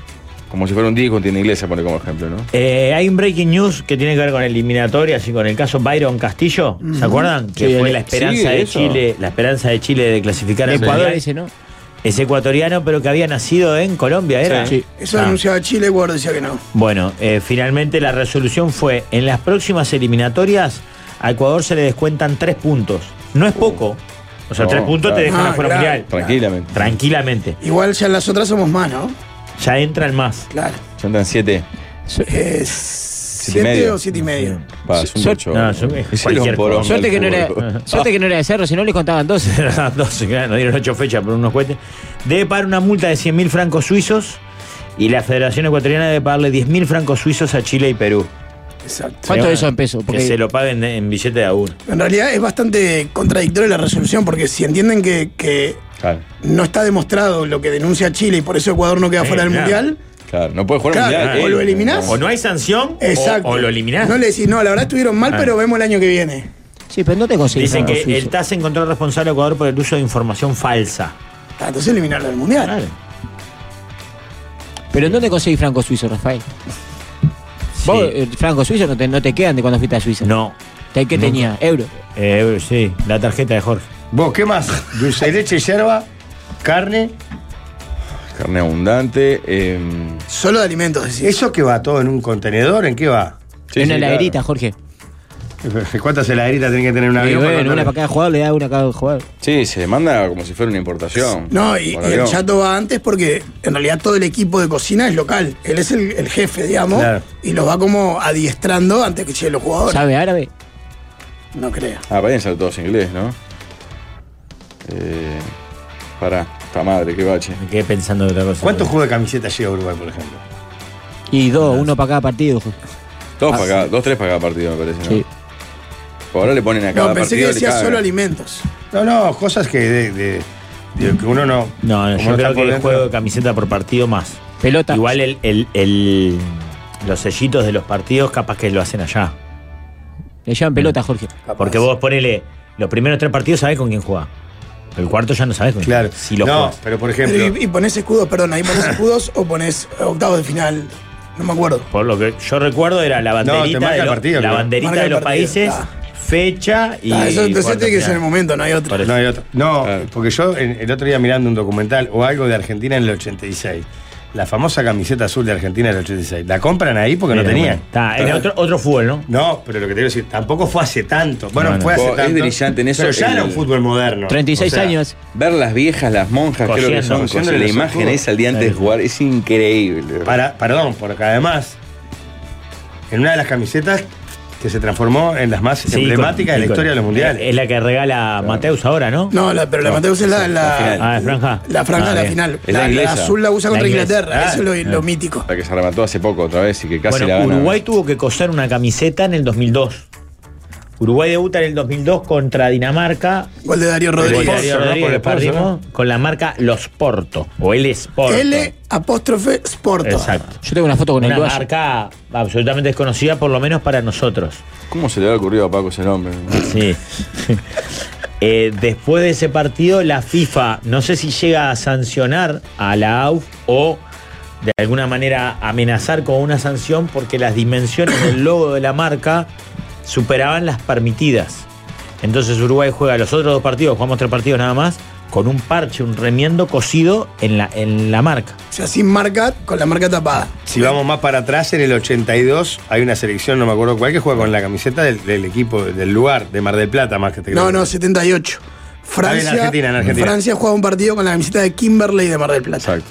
Como si fuera un disco, tiene iglesia, pone como ejemplo, ¿no? Eh, hay un breaking news que tiene que ver con eliminatorias y con el caso Byron Castillo. ¿Se acuerdan? Que Sí, fue el- la esperanza sigue de eso. Chile, la esperanza de Chile de clasificar al Ecuador Mundial. ese, ¿no? Es ecuatoriano, pero que había nacido en Colombia, ¿era? Sí. Eso Ah. anunciaba Chile, Guardo decía que no. Bueno, eh, finalmente la resolución fue, en las próximas eliminatorias a Ecuador se le descuentan tres puntos. No es poco. O sea, No, tres puntos te claro. dejan Ah, afuera claro. mundial. Tranquilamente. Tranquilamente. Igual ya en las otras somos más, ¿no? Ya entran más. [LAUGHS] Claro. Son tan siete. Eh, siete medio. o siete y medio. Pa, es un Yo- ocho. no, yo- Hicieron cualquier poronga cosa. Suerte al que, no era, fútbol. suerte que no era de cerro, si no les contaban 12. Eran 12, claro, nos dieron ocho fechas por unos cohetes. Debe pagar una multa de 100.000 francos suizos y la Federación Ecuatoriana debe pagarle 10.000 francos suizos a Chile y Perú. Exacto. ¿Cuánto Sí, de eso en pesos? Que se lo paguen en billete de a uno. En realidad es bastante contradictoria la resolución, porque si entienden que, que Claro, no está demostrado lo que denuncia Chile y por eso Ecuador no queda Sí, fuera del Eh, claro. mundial, claro. No puede jugar Claro, mundial. Eh, o él. lo eliminás. O no hay sanción o- exacto. o, lo eliminás. No le decís, no, la verdad estuvieron mal, Ah. pero vemos el año que viene. Sí, pero no te conseguís. Dicen algo que suizo. el TAS encontró responsable a Ecuador por el uso de información falsa. Ah, entonces eliminarlo del mundial. Pero ¿en dónde conseguís franco suizo, Rafael? Sí. Vos, eh, franco suizo no te, no te quedan de cuando fuiste a Suiza. No. ¿Te- ¿Qué Nunca. tenía? Euro. Eh, sí, la tarjeta de Jorge. Vos, ¿qué más? Dulce de leche, yerba, carne. Carne abundante. eh, Solo de alimentos, decís. ¿Eso qué va? ¿Todo en un contenedor? ¿En qué va? sí, en sí, una claro. laderita, Jorge. ¿Cuántas heladeritas tiene que tener un Y avión? para bueno, una mandarle? para cada jugador le da una a cada jugador. Sí, se manda como si fuera una importación. No, y, Por y el avión. chato va antes porque en realidad todo el equipo de cocina es local. Él es el, el jefe, digamos, Claro. y los va como adiestrando antes que lleguen los jugadores. ¿Sabe árabe? No creo. Ah, vayan ser todos inglés, ¿no? Eh, pará, esta madre, qué bache. Me quedé pensando en otra cosa. ¿Cuántos juegos de camiseta lleva Uruguay, por ejemplo? Y dos, uno para cada partido. Jorge. Dos Ah, para cada- dos, tres para cada partido, me parece, ¿no? Sí. Por ahora le ponen a cada No, pensé que partido, le decía cagan. solo alimentos. No, no, cosas que de, de- de que uno no. No, no, como yo está creo por que el dentro. juego de camiseta por partido más. Pelota. Igual el, el- el- los sellitos de los partidos capaz que lo hacen allá. Le llaman pelota, Jorge. Porque vos ponele los primeros tres partidos sabés con quién juega. El cuarto ya no sabés con Claro. quién. Si lo no, jugás. pero por Pero ejemplo. y, y ponés escudos, perdón, ahí ponés escudos o ponés octavos de final. No me acuerdo. Por lo que yo recuerdo era la te banderita, marca de, el los- partido, la claro. banderita Marca de el los partido, países, está. fecha y. Ah, eso entonces cuarto tiene que ser final. el momento, no hay otro. Por eso. No, hay otro. No, Ah. porque yo en- el otro día mirando un documental o algo de Argentina en el 86, la famosa camiseta azul de Argentina del 86, la compran ahí porque no Mira, tenían. bueno. Está, era otro, otro fútbol, ¿no? No, pero lo que te quiero decir, tampoco fue hace tanto. Bueno, Bueno. fue hace Oh, Es tanto. brillante en eso Pero ya el- era un fútbol moderno. 36 O sea, años. Ver las viejas, las monjas, creo que Cosiendo, son, cosiendo cosiendo, la los imagen ojos. esa el día antes de jugar, es increíble. Para, perdón, porque además, en una de las camisetas que se transformó en las más Sí, emblemáticas con- de la y con- historia de los mundiales. Es la que regala Mateus ahora, ¿no? No, la- pero la Mateus es la, la, Ah, es franja. la franja Ah, de la bien. final. Es la inglesa. azul la usa La contra inglesa. Inglaterra. Ah, Eso es lo, lo mítico. La que se remató hace poco otra vez y que casi la Bueno, gana. Uruguay tuvo que coser una camiseta en el 2002. Uruguay debuta en el 2002 contra Dinamarca. Gol de Darío Con Rodríguez. Darío ¿no? Rodríguez Por el Porto, perdimos con la marca Los Porto o el Sporto. L apóstrofe Sporto. Exacto. Yo tengo una foto con el Una Guaya. marca absolutamente desconocida, por lo menos para nosotros. ¿Cómo se le había ocurrido a Paco ese nombre? Sí. [LAUGHS] Eh, después de ese partido, la FIFA no sé si llega a sancionar a la AUF o de alguna manera amenazar con una sanción porque las dimensiones del logo de la marca superaban las permitidas. Entonces Uruguay juega los otros dos partidos, jugamos tres partidos nada más, con un parche, un remiendo cosido en la, en la marca. O sea, sin marca, con la marca tapada. Si vamos más para atrás, en el 82 hay una selección, no me acuerdo cuál, que juega con la camiseta del, del equipo, del lugar, de Mar del Plata más que te No, creo. no, 78. Francia, Ah, en Argentina, en Argentina. Francia juega un partido con la camiseta de Kimberley de Mar del Plata. Exacto.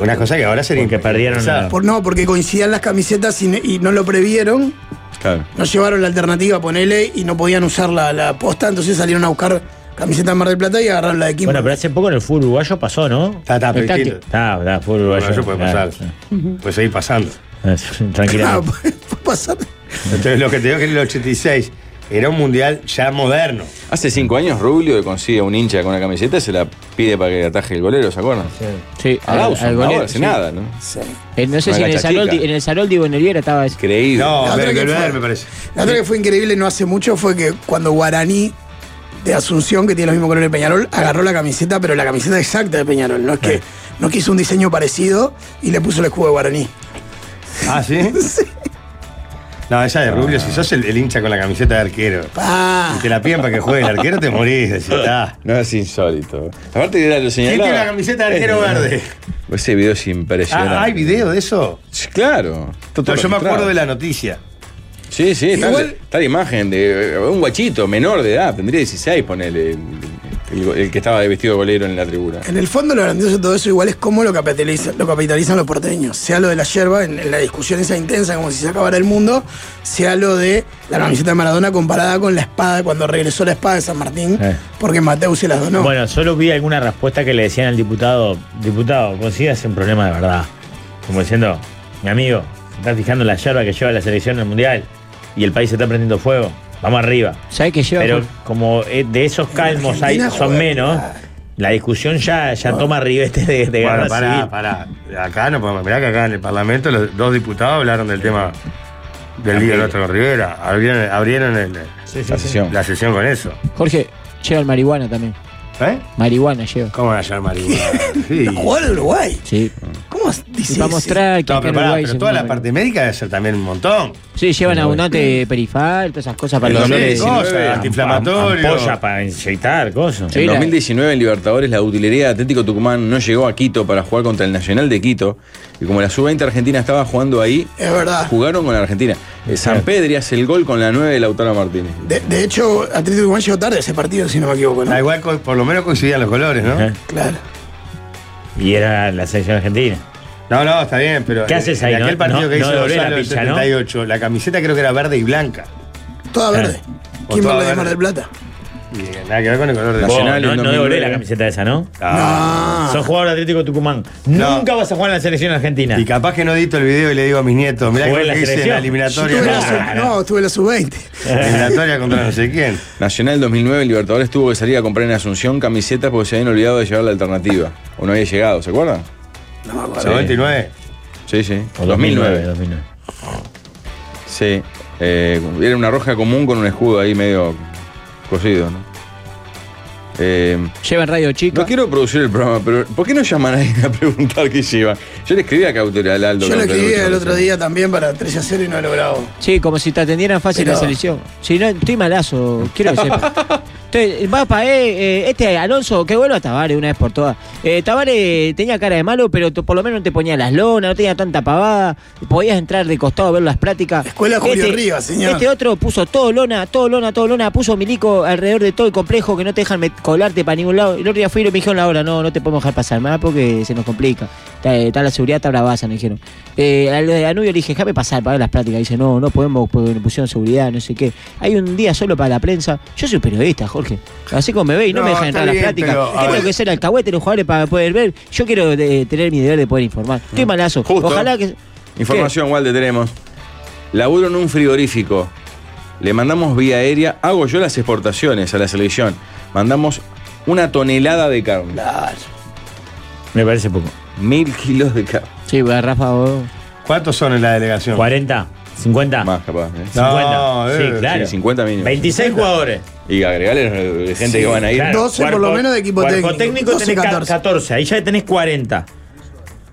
Una cosa que ahora sería. Porque perdieron impensable. la- Por, no, porque coincidían las camisetas y, ne- y no lo previeron. Claro. No llevaron la alternativa, ponele, y no podían usar la, la posta, entonces salieron a buscar camiseta de Mar del Plata y agarraron la de Bueno, Kimberley. pero hace poco en el fútbol uruguayo pasó, ¿no? Está, está, pero El táctil. distinto. Está, está, fútbol uruguayo. Bueno, eso puede claro. pasar. Puede seguir pasando. [LAUGHS] [LAUGHS] Ah, Tranquilamente. fue pasar. Entonces, lo que te digo es que en el 86 era un mundial ya moderno. Hace cinco años Rubio que consigue a un hincha con una camiseta y se la pide para que ataje el golero, ¿se acuerdan? Sí, A al- Dawson, al golero, ahora, sin sí. nada, ¿no? Sí. Eh, no sé Una si en el, gacha Saroldi, chica. en el Saroldi o en el Viera estaba ese. Increíble. No, La otra pero que que fue- ver, me parece. La otra que fue increíble no hace mucho fue que cuando Guaraní de Asunción, que tiene los mismos colores de Peñarol, agarró la camiseta, pero la camiseta exacta de Peñarol. No es que, no es que hizo un diseño parecido y le puso el escudo de Guaraní. [LAUGHS] Ah, ¿sí? No, esa de Rubio, si sos el, el hincha con la camiseta de arquero Ah, y te la piden para que juegue el arquero, te morís. decís, ah. No es insólito. Aparte que era lo ¿Quién señalaba. tiene la camiseta de arquero verde? Ese video es impresionante. Ah, ¿Hay video de eso? Sí, Claro. Está todo No, yo me registrado. acuerdo de la noticia. Sí, sí, está, Igual- está la imagen de eh, un guachito menor de edad, tendría 16, ponele, el, el- el que estaba de vestido de golero en la tribuna. en el fondo lo grandioso de todo eso igual es cómo lo capitalizan, lo capitalizan los porteños. Sea lo de la yerba, en, en la discusión esa intensa como si se acabara el mundo, sea lo de la camiseta de Maradona comparada con la espada, cuando regresó la espada de San Martín, Eh. porque Mateu se las donó. Bueno, solo vi alguna respuesta que le decían al diputado, diputado, consigas un problema de verdad. Como diciendo, mi amigo, ¿se está fijando la yerba que lleva la selección al mundial y el país se está prendiendo fuego. Vamos arriba. ¿Sabés que lleva? Pero como eh, de esos calmos hay, Argentina, son joder, menos, la discusión ya, ya toma ribete de, de Bueno, guerra pará, civil. pará. Acá no podemos. Mirá que acá en el Parlamento los dos diputados hablaron del tema del líder nuestro Rivera. Abrieron, abrieron el- La sesión. la sesión con eso. Jorge, lleva el marihuana también. ¿Eh? Marihuana lleva. ¿Cómo van a llamar igual? [LAUGHS] Sí. Jugador de Uruguay. Sí. ¿Cómo dice Y para eso? mostrar que No, acá en pero pará, Uruguay pero se toda la fuma parte médica debe ser también un montón. marihuana. Sí, llevan abundante perifal, todas esas cosas para El los dolor dolores. de cosas, antiinflamatorio. Ampolla para inyectar, cosas. Sí. en la- 2019 en Libertadores la utilería de Atlético Tucumán no llegó a Quito para jugar contra el Nacional de Quito y como la sub-20 argentina estaba jugando ahí, Es verdad. jugaron con la Argentina. Eh, San Pedri hace el gol con la 9 de Lautaro Martínez. De, de hecho, Atlético Tucumán llegó tarde a ese partido, si no me equivoco, ¿no? Da igual, co- por lo menos coincidían los colores, ¿no? Ajá. Claro. ¿Eh? Y era la selección argentina. No, no, está bien, pero. ¿Qué eh, haces en ahí? aquel No- partido no- que no hizo doblé la Gonzalo en el pincha, ¿no? 78, la camiseta creo que era verde y blanca. Toda Claro. verde. O ¿Quién toda va de verde. Mar del Plata? Y eh, nada que ver con el color de Vos. Vos, Nacional no, en no devolvés 2009. la camiseta esa, ¿no? Ah. Sos jugador de Atlético Tucumán. No. Nunca vas a jugar en la selección argentina. Y capaz que no edito el video y le digo a mis nietos, mirá Juega que la lo que hice en selección. la Yo eliminatoria. tuve la contra- sub- no, tuve la sub-20. eliminatoria contra no sé quién. Nacional 2009 Libertadores tuvo que salir a comprar en Asunción camisetas porque se habían olvidado de llevar la alternativa o no había llegado, ¿se acuerdan? Sí. 99. Sí, sí. O 2009. 2009. Sí. eh, era una roja común con un escudo ahí medio cosido, ¿no? Eh, Llevan radio chica. no quiero producir el programa, pero ¿por qué no llaman a alguien a preguntar qué lleva? Yo le escribí a Cautura, al Aldo. Yo lo Cauterucho, escribí el recién. otro día también para 3 a 0 y no he logrado. Sí, como si te atendieran fácil Pero- la selección. Si no, estoy malazo, quiero que sepa. Entonces, va para eh, eh, este Alonso, que vuelva a Tabaré una vez por todas. Eh, Tabaré tenía cara de malo, pero t- por lo menos no te ponía las lonas, no tenía tanta pavada, podías entrar de costado a ver las prácticas. Escuela Julio Rivas, señor. Este otro puso todo lona, todo lona, todo lona, puso milico alrededor de todo el complejo que no te dejan met- colarte para ningún lado. El otro día fui y lo me dijeron la hora, no, no te podemos dejar pasar más porque se nos complica. Está, está la seguridad, está bravaza, me dijeron. Eh, a los de Danubio le dije, déjame pasar para ver las prácticas. Dice, no, no podemos porque nos pusieron seguridad, no sé qué. Hay un día solo para la prensa. Yo soy periodista, Jorge. Así como me ve y no, No, me dejan está entrar a las bien, prácticas. pero, a ¿Qué ver. tengo que ser alcahuete los jugadores para poder ver? Yo quiero eh, tener mi deber de poder informar. Mm. Estoy malazo. Justo. Ojalá que. Información, Walde, tenemos. Laburo en un frigorífico. Le mandamos vía aérea. Hago yo las exportaciones a la selección. Mandamos una tonelada de carne. Me parece poco. Mil kilos de carne. Sí, va, Rafa, vos. ¿Cuántos son en la delegación? 40, 50, Más capaz. ¿eh? No, 50. sí, eh, claro. Sí, 50 mínimo. 26 jugadores. Y agregarle eh, gente que van a ir. Claro, 12 por lo menos de equipo técnico. cuerpo técnico 12, tenés ca- 14. 14. Ahí ya tenés 40.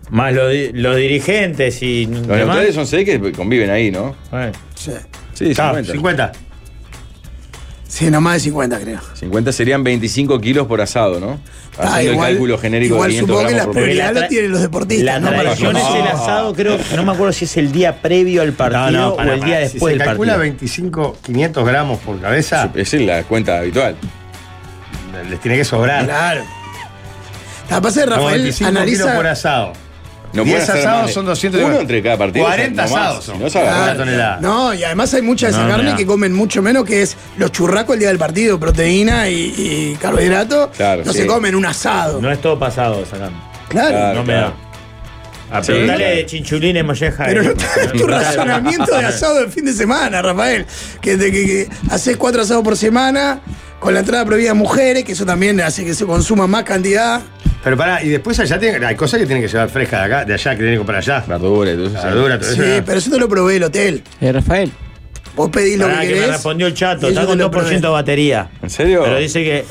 Más los, di- los dirigentes y. Los neutrales son seis que conviven ahí, ¿no? Bueno, Sí. Sí, Ah, 50. 50. Sí, no más de 50, creo. 50 serían 25 kilos por asado, ¿no? Haciendo Ah, el cálculo genérico igual de 500 supongo que gramos las por prioridades- prioridades Porque la las tra- tienen los la deportistas, ¿no? Para tradición es nosotros. el asado, creo. No me acuerdo si es el día previo al partido Ah, No, no, o el día Si después se del calcula partido. 25, 500 gramos por cabeza, Esa es la cuenta habitual. les tiene que sobrar. Claro. La pasa es que Como Rafael 25 kilos por analiza. asado. No 10 pueden hacer asados más de- son 200 Uno entre cada partido. 40 o sea, no más, asados son. si no se agarra. Una tonelada. Ah, No, y además hay mucha de esa No, carne mirá. que comen mucho menos, que es los churracos el día del partido, proteína y, y carbohidrato. Claro, no sí. se comen un asado. No es todo pasado, sacando. claro. Claro, No me claro. da. A Sí, preguntarle claro. de Chinchulín en Molleja. Pero eh, no está tu razonamiento de asado del fin de semana, Rafael. Que, de- que, que haces cuatro asados por semana, con la entrada prohibida a mujeres, que eso también hace que se consuma más cantidad. Pero pará, y después allá tienen- hay cosas que tienen que llevar frescas de acá, de allá, que tienen que comprar allá. Verdura, entonces. Verdura, todo Sí, eso. pero eso te lo probé el hotel. Eh, Rafael. Vos pedís lo Pará, que que me querés. respondió el y chato. eso Está te con lo 2% de probé. batería. ¿En serio? Pero dice que.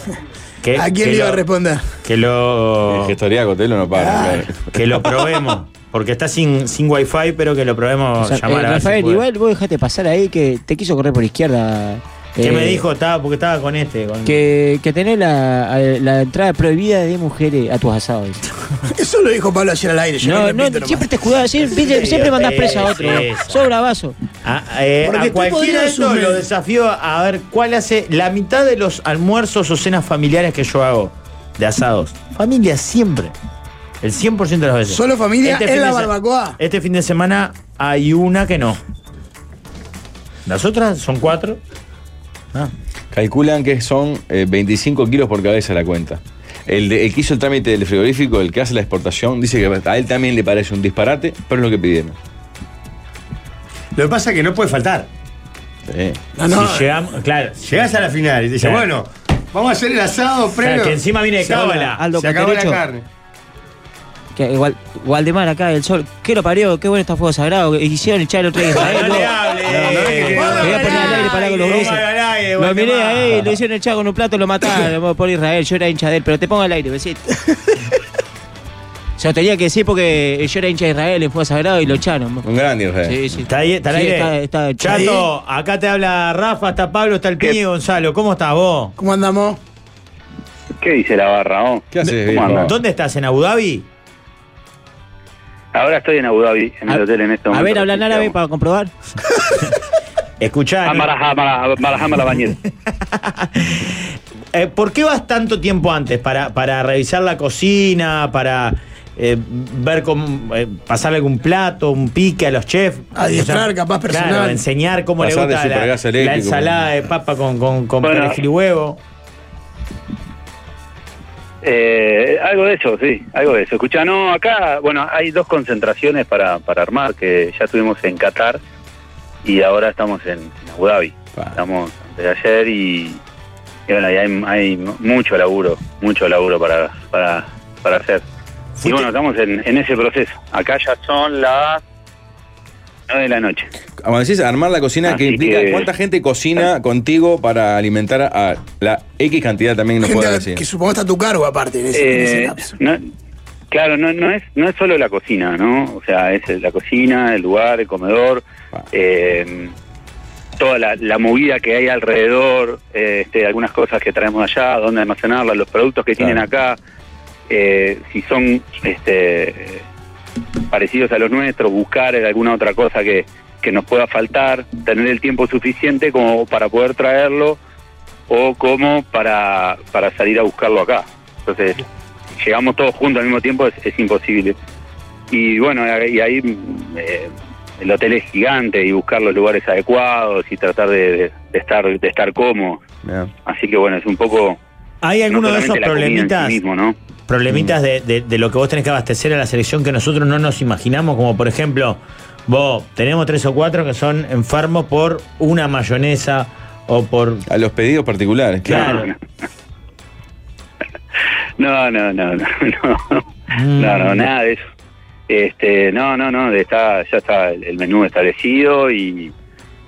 que- ¿A que quién le iba lo- a responder? [LAUGHS] Que lo. El Eh, gestoría Cotelo no paga. claro. Que lo probemos. Porque está sin, sin wifi, pero que lo O probemos sea, llamar eh, a ver si Rafael, puede. igual vos dejate pasar ahí que te quiso correr por izquierda. Que eh, me dijo, estaba, porque estaba con este. con- Que, que tenés la, eh, la entrada prohibida de mujeres a tus asados. [LAUGHS] dice. Eso lo dijo Pablo ayer al aire. Yo No, no, no, le miento siempre nomás. te escudás, siempre, [LAUGHS] Sí, siempre mandás sí, presa a otro. sí, sí. Sos bravazo. A, eh, Porque a tú cualquiera podías de estos asumir. lo desafío a ver cuál hace la mitad de los almuerzos o cenas familiares que yo hago de asados. Familia siempre. El 100% de las veces. Solo familia en fin la de se- barbacoa. Este fin de semana hay una que no. Las otras son cuatro. Ah. Calculan que son eh, 25 kilos por cabeza la cuenta. El, de- el que hizo el trámite del frigorífico, el que hace la exportación, dice que a él también le parece un disparate, pero es lo que pidieron. Lo que pasa es que no puede faltar. Sí. Ah, No, no, Si llegamos, claro. Llegás a la final y te dicen, Claro. bueno, vamos a hacer el asado, pero. que encima viene de se acabó cábala. la- Aldo Se acabó la Caterucho. carne. Que igual, Waldemar acá, el sol. ¿Qué lo parió? Qué bueno está Fuego Sagrado. que Hicieron echar el [LAUGHS] otro día. Israel, No le ¿no? hable. Me voy a Eh, poner al aire para con los Ponga besos. al aire, Lo Waldemar. miré ahí, lo hicieron echar con un plato, lo [LAUGHS] mataron por Israel. Yo era hincha de él, pero te pongo al aire, besito. [LAUGHS] Se lo tenía que decir porque yo era hincha de Israel en Fuego Sagrado y lo echaron. mo. Un gran Israel. Sí, sí. Eh, ¿Está ahí? ¿Está al Sí, aire? está- está- Chato, acá te habla Rafa, está Pablo, está el Pini Gonzalo. ¿Cómo estás vos? ¿Cómo andamos? ¿Qué dice la barra, no? ¿Qué haces, ¿Cómo viejo? andas? ¿Dónde estás? ¿En Abu Dhabi? Ahora estoy en Abu Dhabi, en el hotel en este A momento. ver, habla en árabe para comprobar. Escuchá, Amara, amara, amara, amara, bañera. eh, ¿por qué vas tanto tiempo antes? ¿Para, para revisar la cocina? ¿Para eh, ver cómo eh, pasarle algún plato, un pique a los chefs? Adiestrar, claro, capaz, personal. enseñar cómo Pasar de le gusta la, supergas la eléctrico. ensalada de papa con, con, con Bueno. perejil y huevo. Eh, algo de eso, sí, algo de eso. Escucha, no, acá, bueno, hay dos concentraciones para, para armar, que ya estuvimos en Qatar y ahora estamos en, en Abu Dhabi. Pa. Estamos de ayer y, y bueno, y hay, hay mucho laburo, mucho laburo para, para, para hacer. Y bueno, estamos en, en ese proceso. Acá ya son las 9 de la noche. Cuando decís armar la cocina, ¿qué Así implica? que- ¿Cuánta gente cocina contigo para alimentar a la X cantidad también nos Gente puedo a- decir? que supongo está a tu cargo aparte en ese, en ese Eh, lapso. no- claro, no, no, es, no es solo la cocina, ¿no? O sea, es eh, la cocina, el lugar, el comedor, eh, toda la, la movida que hay alrededor, eh, este, algunas cosas que traemos allá, dónde almacenarlas, los productos que tienen acá, eh, si son este, parecidos a los nuestros, buscar en alguna otra cosa que, que nos pueda faltar, tener el tiempo suficiente como para poder traerlo o como para, para salir a buscarlo acá. Entonces, llegamos todos juntos al mismo tiempo es, es imposible. Y bueno, y ahí mm, eh, el hotel es gigante y buscar los lugares adecuados y tratar de, de- de estar de estar cómodo. Así que bueno, es un poco... ¿Hay no alguno de esos solamente la comida en sí problemitas? mismo, ¿no? problemitas de, de- de lo que vos tenés que abastecer a la selección que nosotros no nos imaginamos, como por ejemplo, vos tenemos tres o cuatro que son enfermos por una mayonesa o por. A los pedidos particulares, claro. No, no, no, [LAUGHS] no, no, Mm. no, no, nada de eso. Este, no, no, no, está, ya está el el menú establecido y,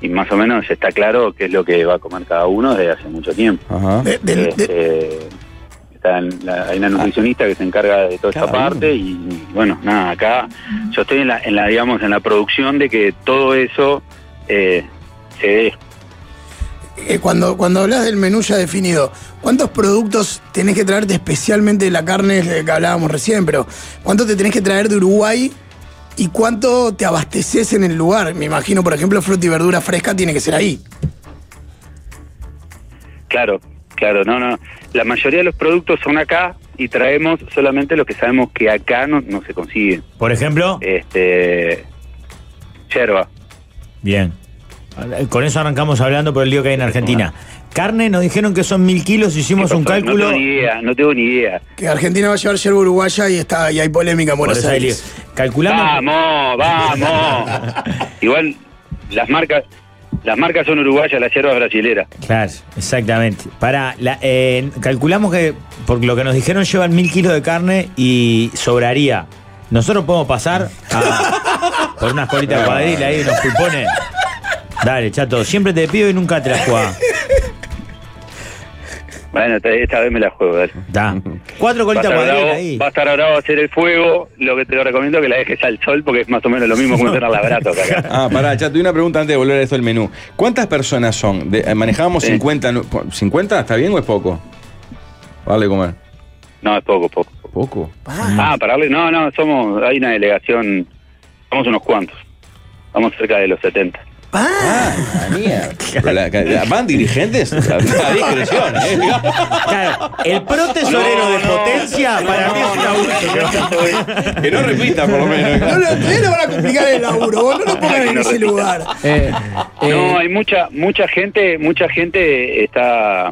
y más o menos ya está claro qué es lo que va a comer cada uno desde hace mucho tiempo. De- del- de- Este, está en la- hay una nutricionista que se encarga de toda esta parte y bueno, nada, acá yo estoy en la, en la digamos, en la producción de que todo eso eh, se dé. eh, cuando, cuando hablas del menú ya definido, ¿cuántos productos tenés que traerte especialmente de la carne es la que hablábamos recién? Pero ¿cuánto te tenés que traer de Uruguay y cuánto te abasteces en el lugar? Me imagino, por ejemplo, fruta y verdura fresca tiene que ser ahí. Claro, claro, no, no. La mayoría de los productos son acá y traemos solamente los que sabemos que acá no, no se consiguen. Por ejemplo, Este, yerba. bien. Con eso arrancamos hablando por el lío que hay en Argentina. Carne nos dijeron que son mil kilos, hicimos un No cálculo. tengo ni idea, no tengo ni idea. Que Argentina va a llevar yerba uruguaya y está y hay polémica en Por Buenos eso hay lío. Aires. Calculamos. Vamos, [LAUGHS] vamos. Igual las marcas, las marcas son uruguayas, la yerba es brasilera. Claro, exactamente. Para la- eh, calculamos que por lo que nos dijeron llevan mil kilos de carne y sobraría. Nosotros podemos pasar [LAUGHS] a- por unas colitas de cuadril ahí unos pulpones. Dale, chato, siempre te pido y nunca te la jugás. Bueno, esta- esta vez me la juego, dale. Da. Cuatro Va a, colitas de estar cuadril bravo, ahí. va a estar bravo hacer el fuego. Lo que te lo recomiendo es que la dejes al sol porque es más o menos lo mismo que meter las bratas acá. Ah, pará, chato, y una pregunta antes de volver a esto del menú. ¿Cuántas personas son? De- eh, manejábamos 50. nu- cu- ¿50 está bien o es poco? Vale comer. No, es poco, poco. ¿Poco? Ah, para darle. No, no, somos. Hay una delegación. Somos unos cuantos. Estamos cerca de los 70. Ah, [LAUGHS] mierda. Pero la- la- ¿Van dirigentes? A a discreción, ¿eh? [LAUGHS] Claro, el pro tesorero de potencia para mí es una última. Que no repita, por lo No, menos. lo- todavía le van a complicar el laburo, vos no lo pongan en ese lugar. Eh, Ah, No, eh, hay mucha mucha gente, mucha gente está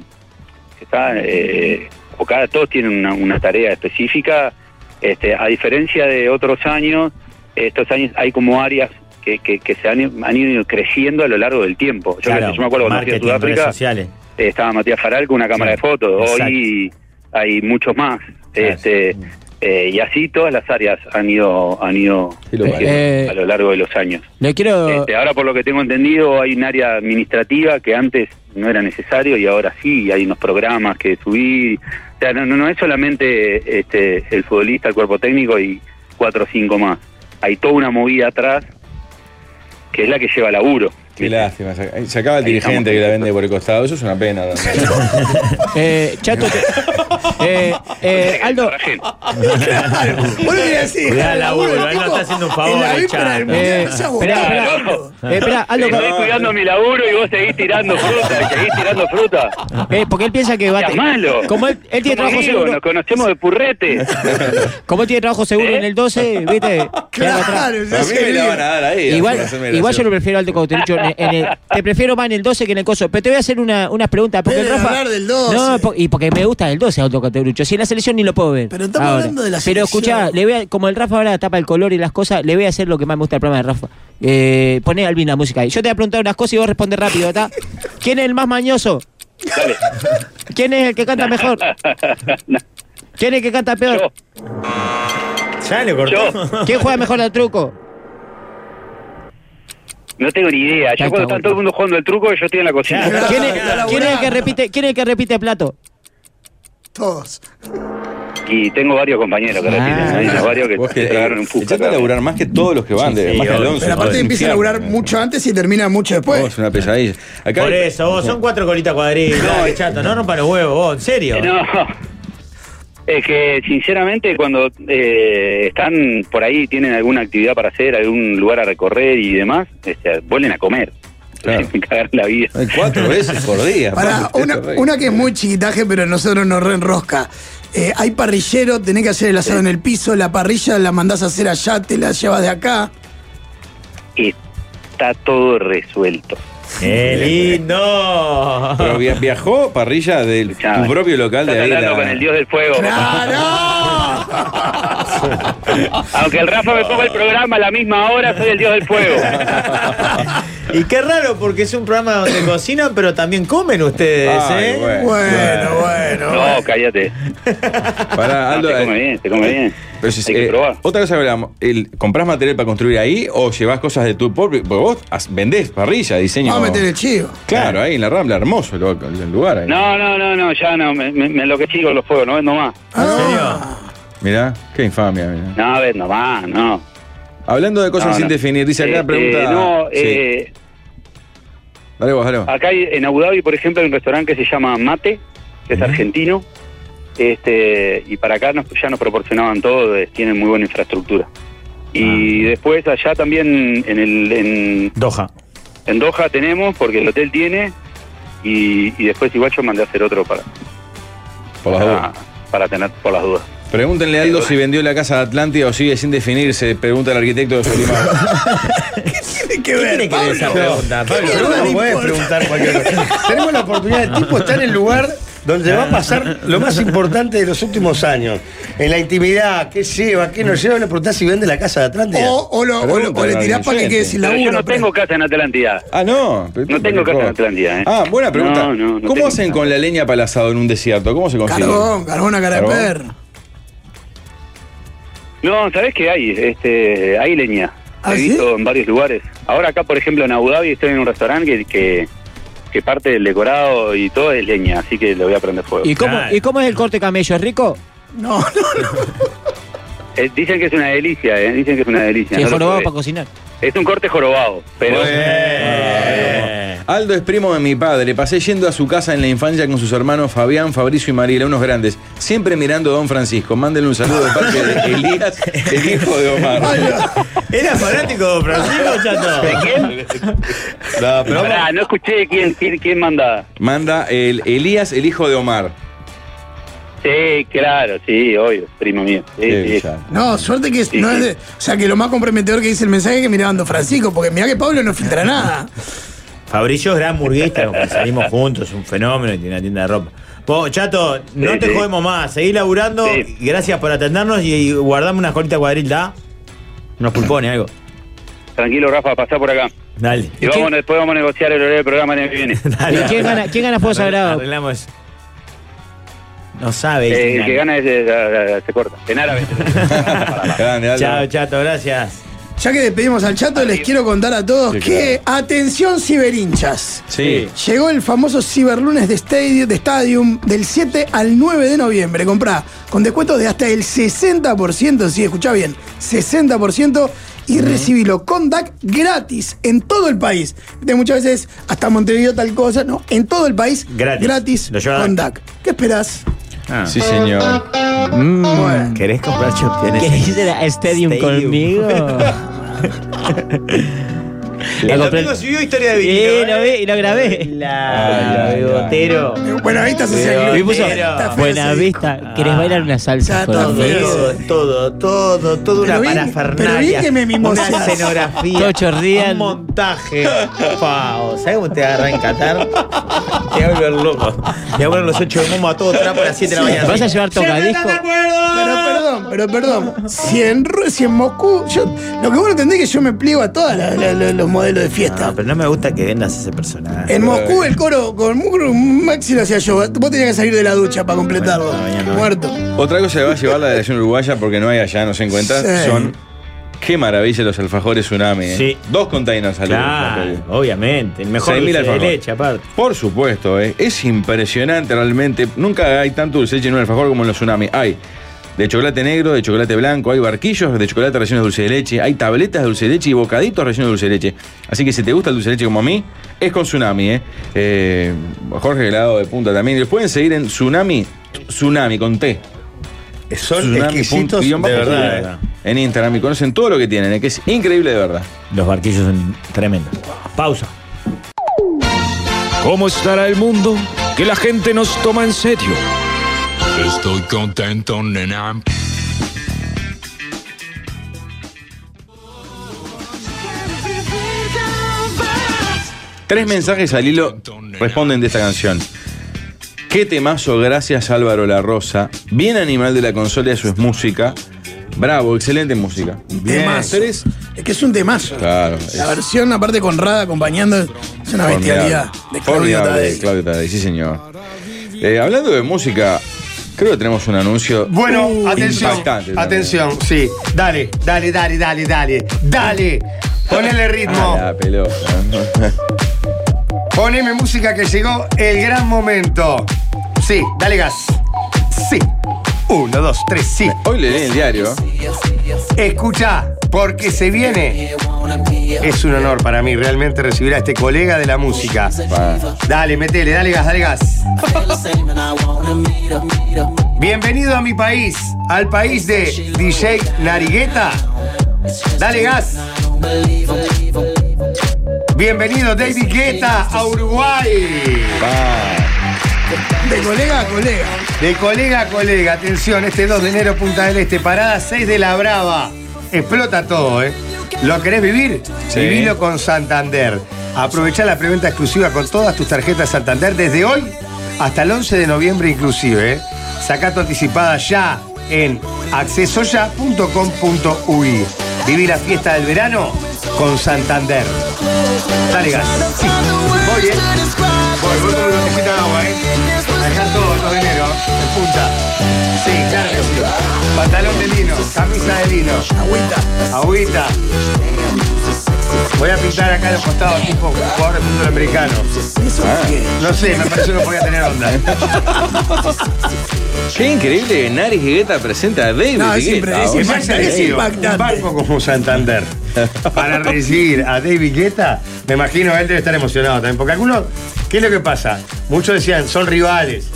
está eh, enfocada, todos tienen una, una tarea específica. Este, a diferencia de otros años, estos años hay como áreas que, que- que se han, han ido creciendo a lo largo del tiempo. Yo, Claro, yo me acuerdo cuando fui a marketing, redes Sudáfrica, sociales. eh, estaba Matías Faral con una cámara de fotos. Hoy hay muchos más. Este, eh, y así todas las áreas han ido han ido Sí, lo creciendo vale. a lo largo de los años. le quiero. Este, ahora, por lo que tengo entendido, hay un área administrativa que antes no era necesario y ahora sí, hay unos programas que subir. O sea, no, no- no es solamente este, el futbolista, el cuerpo técnico y cuatro o cinco más. Hay toda una movida atrás que es la que lleva laburo. Eh, Qué lástima. se- Se acaba el dirigente que la vende por el costado. Eso es una pena. [LAUGHS] ¿no? ah. eh, chato. [LAUGHS] te- eh, eh, Aldo, Vos le querías decir, Cuidá el laburo, el él no tipo, está haciendo un favor, en la el víspera del chato. mundial, Eh, seas vos, esperá, esperá. Claro. eh, espera, Aldo, Estoy cuidando mi laburo y vos seguís tirando fruta, seguís tirando fruta. eh, porque él piensa que va a. Seas malo. Como él, él tiene Como trabajo digo, seguro. nos conocemos de [LAUGHS] purrete. Como él tiene trabajo seguro ¿Eh? en el 12, [LAUGHS] ¿viste? Claro, A ya mí sé me la bien. van a dar ahí. Igual, para hacerme igual yo gracioso. lo prefiero al Cauterucho en, en el, Te prefiero más en el 12 que en el coso. Pero te voy a hacer una, unas preguntas. Porque el Debe Rafa, hablar del 12. No, po- y porque me gusta el 12 Aldo Cauterucho. Si en la selección ni lo puedo ver. Pero estamos hablando de la Pero selección. escuchá, le voy a- como el Rafa ahora tapa el color y las cosas, le voy a hacer lo que más me gusta del programa de Rafa. Eh, poné Alvin la música ahí. Yo te voy a preguntar unas cosas y vos respondes rápido, ¿está? ¿Quién es el más mañoso? Dale. ¿Quién es el que canta mejor? ¿Quién es el que canta peor? Yo, Ya le cortó. yo. ¿Quién juega mejor al truco? No tengo ni idea. Yo cuando está todo el mundo jugando el truco, yo estoy en la cocina. ¿Quién es, quién es el que repite, quién es el que repite plato? Todos. Y tengo varios compañeros que Ah. repiten. Hay unos varios que Vos que, se tragaron un eh, fusca. echate a laburar más que todos los que van, de, más que Alonso. Pero aparte empieza a laburar mucho antes y termina mucho Vos, después. es una pesadilla. Acá Por hay- eso, vos, son cuatro colitas cuadritas, dale, chato, no rompa los huevos, vos, en serio. Eh, [LAUGHS] No. Es que sinceramente cuando eh, están por ahí, tienen alguna actividad para hacer, algún lugar a recorrer y demás, este, vuelven a comer. Claro. [LAUGHS] Me cagar la vida. Hay cuatro veces por día. Para aparte, una, esto es una que es muy chiquitaje, pero nosotros nos reenrosca. Eh, hay parrillero, tenés que hacer el asado en el piso, la parrilla la mandás a hacer allá, te la llevas de acá. Está todo resuelto. ¡Qué lindo! [LAUGHS] Pero via- viajó parrilla del Escuchame. tu propio local de Estás ahí. hablando la- con el dios del fuego. [LAUGHS] ¡Claro! [LAUGHS] Aunque el Rafa me ponga el programa a la misma hora, soy el dios del fuego. Y qué raro, porque es un programa donde cocinan, pero también comen ustedes, Ay, ¿eh? bueno. Bueno, bueno. No, cállate. Pará, No, Aldo, se come eh, bien, se come bien. pero si- Hay que eh, probar. otra vez hablamos, el, ¿comprás material para construir ahí o llevas cosas de tu propio? Porque vos has- vendés parrilla, diseño. Vamos a meter el chivo. Claro, ahí en la Rambla, hermoso el, el lugar. Ahí. No, no, no, no, ya no, me, me, me enloquecí con los fuegos, no vendo más. Ah, Mirá, qué infamia. mirá. No vendo más, no. Hablando de cosas No, sin no. definir, dice acá Este, pregunta. no, Sí. eh, dale vos, dale vos. acá hay- en Abu Dhabi, por ejemplo, hay un restaurante que se llama Mate, que es argentino. Este, y para acá nos, ya nos proporcionaban todo, eh, tienen muy buena infraestructura. Ah, Y después allá también en el en, Doha. en Doha tenemos, porque el hotel tiene, y, y después igual yo mandé a hacer otro para, Por las para, dudas. para tener por las dudas. Pregúntenle a Aldo si vendió la casa de Atlántida o sigue sin definirse, pregunta el arquitecto de [LAUGHS] Solimar. tiene que ver, Pablo? pregunta, Pablo? mierda No le podés importa? preguntar cualquier cosa. [LAUGHS] Tenemos la oportunidad, el tipo está en el lugar donde va a pasar lo más importante de los últimos años. En la intimidad, qué lleva, qué no lleva, le preguntás si vende la casa de Atlántida. O, o lo- o lo- o le tirás para que quede sin Pero laburo. yo no pero- tengo casa en Atlántida. Ah, no. pero- No tengo casa en Atlántida, ¿eh? Ah, buena pregunta. No, no, no ¿Cómo tengo hacen nada. con la leña para el asado en un desierto? ¿Cómo se consigue? Carbón, carbón a cara de Carbón. perro. No, ¿sabés qué hay? Este, hay leña. ¿Ah, He sí? visto en varios lugares. Ahora acá, por ejemplo, en Abu Dhabi estoy en un restaurante que, que, que parte del decorado y todo es leña, así que le voy a prender fuego. ¿Y cómo, Claro. ¿Y cómo es el corte camello? ¿Es rico? No, no, no. Eh, dicen que es una delicia, ¿eh? Dicen que es una delicia. Si No es lo jorobado probé. para cocinar. Es un corte jorobado, pero... Eh. Aldo es primo de mi padre. Pasé yendo a su casa en la infancia con sus hermanos Fabián, Fabricio y Mariela, unos grandes. Siempre mirando a Don Francisco. Mándenle un saludo de parte de Elías, el hijo de [LAUGHS] Omar. ¿Era fanático de Don Francisco, chato? ¿Quién? No, pero vamos- Pará, no escuché quién, quién, quién manda. Manda el Elías, el hijo de Omar. Sí, claro, sí, obvio, primo mío. Sí, sí. [LAUGHS] Eh, ya. No, suerte que es- no es de. O sea, que lo más comprometedor que dice el mensaje es que mirá a Don Francisco, porque mirá que Pablo no [LAUGHS] filtra nada. Fabricio es gran burguista, con que salimos juntos, es un fenómeno y tiene una tienda de ropa. Vos, chato, no Sí, te sí. jodemos más, seguí laburando, Sí. gracias por atendernos y, y guardame unas colitas cuadrildas. Unos pulpones, algo. Tranquilo, Rafa, pasá por acá. Dale. Y vamos, después vamos a negociar el horario del programa el año que viene. [LAUGHS] ¿Y Dale. quién gana, quién gana fuego sagrado? Arreglamos. No sabes. Eh, el que gana es, eh, la- la- la- se corta. En árabe. [LAUGHS] Grande, Aldo. Chao, chato, gracias. Ya que despedimos al chato, les quiero contar a todos Sí, que. Atención, ciberhinchas. Sí. Llegó el famoso Ciberlunes de Stadium, de Stadium del 7 al 9 de noviembre. Comprá con descuentos de hasta el 60%, sí, escuchá bien, 60% y recibilo con DAC gratis en todo el país. De muchas veces hasta Montevideo tal cosa, no, en todo el país Gratis. Lo lleva con DAC. DAC. ¿Qué esperás? Ah. Sí, señor. Mm. Bueno, ¿Querés comprar ¿Qué chopiones? dice la Stadium, Stadium. conmigo? El compré- domingo subió historia de Sí, vinilo. ¿eh? lo vi y lo grabé. La Ay, ay, ay. bigotero. bueno ahí está Pero- Me Cecilia. puso, Pero- Está feo buena ese disco. vista. ¿Querés bailar una Ya salsa está conmigo? feo. Todo, todo, todo, toda una Pero bien- parafernalia. pero bien que me una mimoseas. escenografía. Todo chorrean. Un montaje. Pau, ¿sabes cómo te agarra en Qatar? Te va a volver loco. Te va a volver los ocho de momo a todo trapo a las 7 de la mañana. ¿Vas a llevar tocadisco? Pero perdón, pero perdón. Si en, Ru- si en Moscú. Yo, lo que vos no entendés es que yo me pliego a todos los modelos de fiesta. No, pero no me gusta que vendas ese personaje. En Moscú el coro con Mugro, Maxi lo hacía yo. Vos tenías que salir de la ducha para completarlo. Bueno, está bien, no. Muerto. Otra cosa que va a llevar la delegación uruguaya porque no hay allá, no se encuentran, Sí. son Qué maravilla los alfajores tsunami. ¿eh? Sí. Dos containers salieron. Claro, obviamente. El mejor 6.000 dulce de alfajores. leche, aparte. Por supuesto, ¿eh? es impresionante realmente. Nunca hay tanto dulce de leche en un alfajor como en los tsunami. Hay de chocolate negro, de chocolate blanco, hay barquillos de chocolate relleno de dulce de leche, hay tabletas de dulce de leche y bocaditos relleno de dulce de leche. Así que si te gusta el dulce de leche como a mí, es con tsunami. ¿eh? Eh, Jorge Gelado de Punta también. Y los pueden seguir en tsunami, tsunami con T. Son Tsunami punto- exquisitos guión bajo de verdad. eh. tsunami. En Instagram y conocen todo lo que tienen, ¿eh? que es increíble de verdad. Los barquillos son tremendos. Pausa. ¿Cómo estará el mundo? Que la gente nos toma en serio. Estoy contento, nena. Tres mensajes al hilo responden de esta canción. Qué temazo, gracias Álvaro La Rosa. Bien animal de la consola, eso es música. Bravo, excelente música. Temazo. Tres. Es que es un temazo. Claro. La versión, aparte con Rada acompañando, es una bestialidad. De Claudio Formidable, Tadei. de Claudio Tadei, sí señor. Eh, hablando de música, creo que tenemos un anuncio Bueno, atención. impactante. también. Atención, sí. Dale, dale, dale, dale, dale. Dale. Ponele ritmo. Ah, la pelota. Poneme música que llegó el gran momento. Sí, dale gas. Sí. Uno, dos, tres, sí. Hoy leí el diario. ¿eh? Escucha, porque se viene. Es un honor para mí realmente recibir a este colega de la música. Dale, metele, dale gas, dale gas. Bienvenido a mi país, al país de DJ Narigueta. Dale gas. Bienvenido David Guetta a Uruguay. De colega a colega. De colega a colega, atención, este 2 de enero, Punta del Este, parada 6 de la Brava. Explota todo, ¿eh? ¿Lo querés vivir? Sí. Vivilo con Santander. Aprovecha la preventa exclusiva con todas tus tarjetas Santander desde hoy hasta el 11 de noviembre inclusive. ¿eh? Sacá tu anticipada ya en accesoya.com.uy. Viví la fiesta del verano con Santander. Dale gas. Sí. Voy, ¿eh? Voy, voy con una botellita de agua, ¿eh? Acá todo, todo dinero, en punta. Sí, claro que sí. Pantalón de lino, camisa de lino. Agüita. Agüita. Voy a pintar acá los costados, tipo jugador de fútbol americano. Ah. No sé, me parece que no podía tener onda. [LAUGHS] Qué increíble que Nari Higueta presenta a David No, es Guetta. Ah, impre- es ¿no? impre- parecido, impactante. Un barco como Santander. Para recibir a David Guetta, me imagino él debe estar emocionado también. Porque algunos, ¿qué es lo que pasa? Muchos decían, son rivales.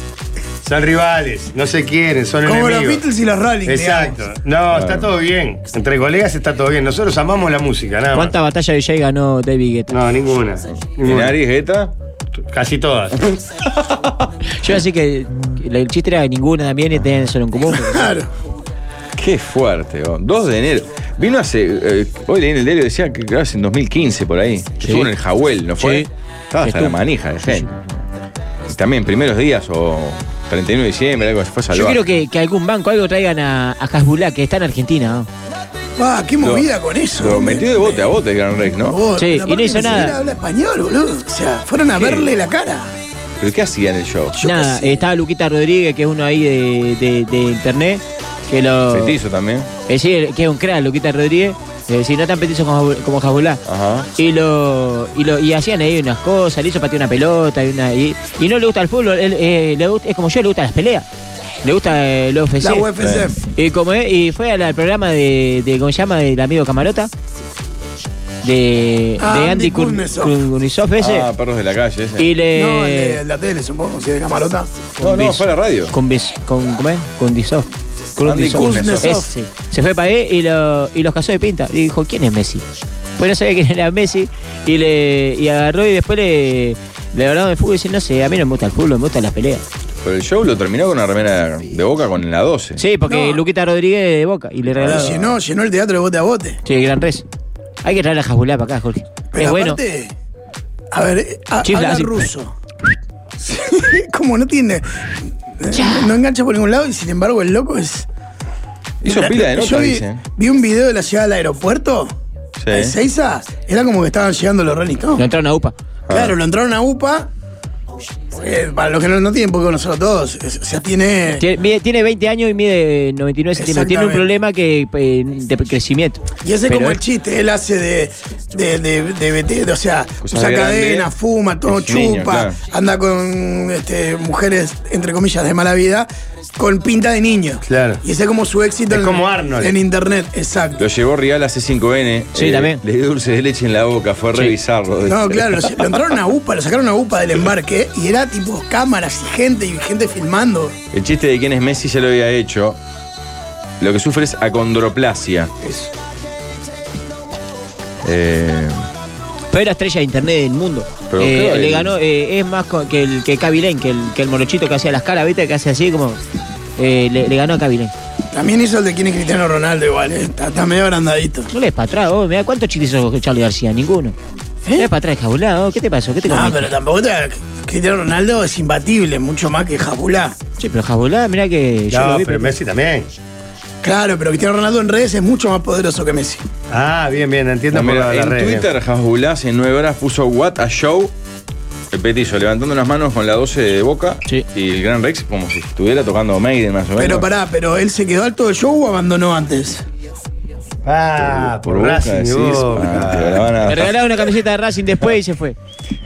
Son rivales, no se quieren, son Como los enemigos. Beatles y los Rolling. Exacto. digamos. No, está todo bien. Entre colegas está todo bien. Nosotros amamos la música, nada más. ¿Cuántas batallas de Jay ganó David Guetta? No, ninguna. ¿Y Ninguna. Nari Higueta? Casi todas. Yo así que el chiste era que ninguna también y tenían eso en común. Claro. Qué fuerte, oh. 2 de enero. Vino hace. eh, hoy leí en el diario decía que creo hace en 2015 por ahí. Que Sí. Estuvo en el Jawel, ¿no fue? Sí. Estaba hasta la Estuvo. manija de gente. Y también primeros días o 31 de diciembre, algo así, fue Yo salvado. quiero que, que algún banco, algo traigan a, a Hasbulá, que está en Argentina. ¿no? Ah, qué movida con eso. Lo hombre. metió de bote a bote el Gran Rex, ¿no? Oh, Sí, pero y no aparte hizo ni nada. siquiera habla español, boludo. O sea, fueron a verle la cara. ¿Pero qué hacía en el show? Yo qué Nada, eh, sé. estaba Luquita Rodríguez, que es uno ahí de, de- de internet, que lo... Petizo también. Es decir, que es un crack, Luquita Rodríguez. Es decir, no tan petizo como, Jabu- como Jabulá. Ajá. Y lo, y lo y hacían ahí unas cosas, le hizo patear una pelota y, una, y, y no le gusta el fútbol, él, eh, le gusta- es como yo, le gustan las peleas, le gusta el UFC. La UFC. Y, como es- y fue al, al programa de, de, ¿cómo se llama? Del amigo Camarota, de, Ah, Andy de Andy Kurnisov Kuznetsov. ese. Ah, perros de la calle ese. Oh, y le... No, el de la tele, supongo, si de camarota. no, no, fue a la radio. Con, bis- con, ¿cómo es? Con Disov. Andy Kuznetsov. Ese. Se fue para ahí y, lo- y los casó de pinta. Y dijo, ¿quién es Messi? Pues no sabía quién era Messi. Y le y agarró y después le, le hablaron de fútbol y dice, no sé, a mí no me gusta el fútbol, me gustan las peleas. Pero el show lo terminó con una remera de boca con la 12. Sí, porque No. Luquita Rodríguez de Boca. Y le regalaron. Llenó, llenó el teatro de bote a bote. Sí, gran res. Hay que traer a Jabulá para acá, Jorge. Pero es Eh, bueno. aparte, a ver, eh, ha- Chifla, habla así. ruso. Como no tiene. eh, No engancha por ningún lado y sin embargo el loco es. Hizo pila de Yo notas, vi, dicen. vi un video de la llegada al aeropuerto. Sí. De Seiza. Era como que estaban llegando los Rolling Stones. No entraron a UPA. Claro, lo entraron a UPA Porque para los que no, no tienen por qué conocerlo todos, es- o sea, tiene. Tiene, mide- tiene 20 años y mide 99 centímetros. Tiene un Eh. Exactamente. problema que, eh, de crecimiento. Y ese es Pero como el es- chiste, él hace de, de, de, de BT, de- o sea, Cosas usa de grande, cadena, fuma, todo es chupa, un niño, claro. anda con este, mujeres, entre comillas, de mala vida, con pinta de niño. Claro. Y ese es como su éxito Es en, como Arnold. en internet, exacto. Lo llevó Rial a C5N. Sí, también. Eh, Le dio dulce de leche en la boca, fue a revisarlo. No, claro, lo, lo entraron a UPA, lo sacaron a UPA del embarque y era tipo cámaras y gente y gente filmando. El chiste de quién es Messi ya lo había hecho. Lo que sufre es acondroplasia. Eh, Pero era estrella de internet del mundo. Pero Eh, claro, le el- ganó, eh, es más co- que el que Cabilén, que el, que el morochito que hacía las caras, ¿viste? Que hace así como. eh, le, le ganó a Cabilén. También hizo el de quién es Cristiano Ronaldo igual, eh, está, está medio agrandadito. No le es para atrás, vos. Mirá, ¿cuántos chiquis sos Charlie García? Ninguno. No le es para atrás, jabulado. ¿Qué te pasó? ¿Qué te ¿Eh? No, comiste? pero tampoco te, Cristiano Ronaldo es imbatible, mucho más que Jabulá. Sí, pero Jabulá, mirá que yo lo vi, pero- Messi también. Claro, pero Cristiano Ronaldo en redes es mucho más poderoso que Messi. Ah, bien, bien, entiendo por mira, la, la en red. Twitter, Hasbulá hace nueve horas puso What a Show. El petizo, levantando las manos con la 12 de boca. Y el Gran Rex como si estuviera tocando Maiden más o menos. Pero pará, pero él se quedó al todo el show o abandonó antes. Ah, por boca decís, ah, te la van a- Le regalaron una camiseta de Racing después y se [LAUGHS] fue.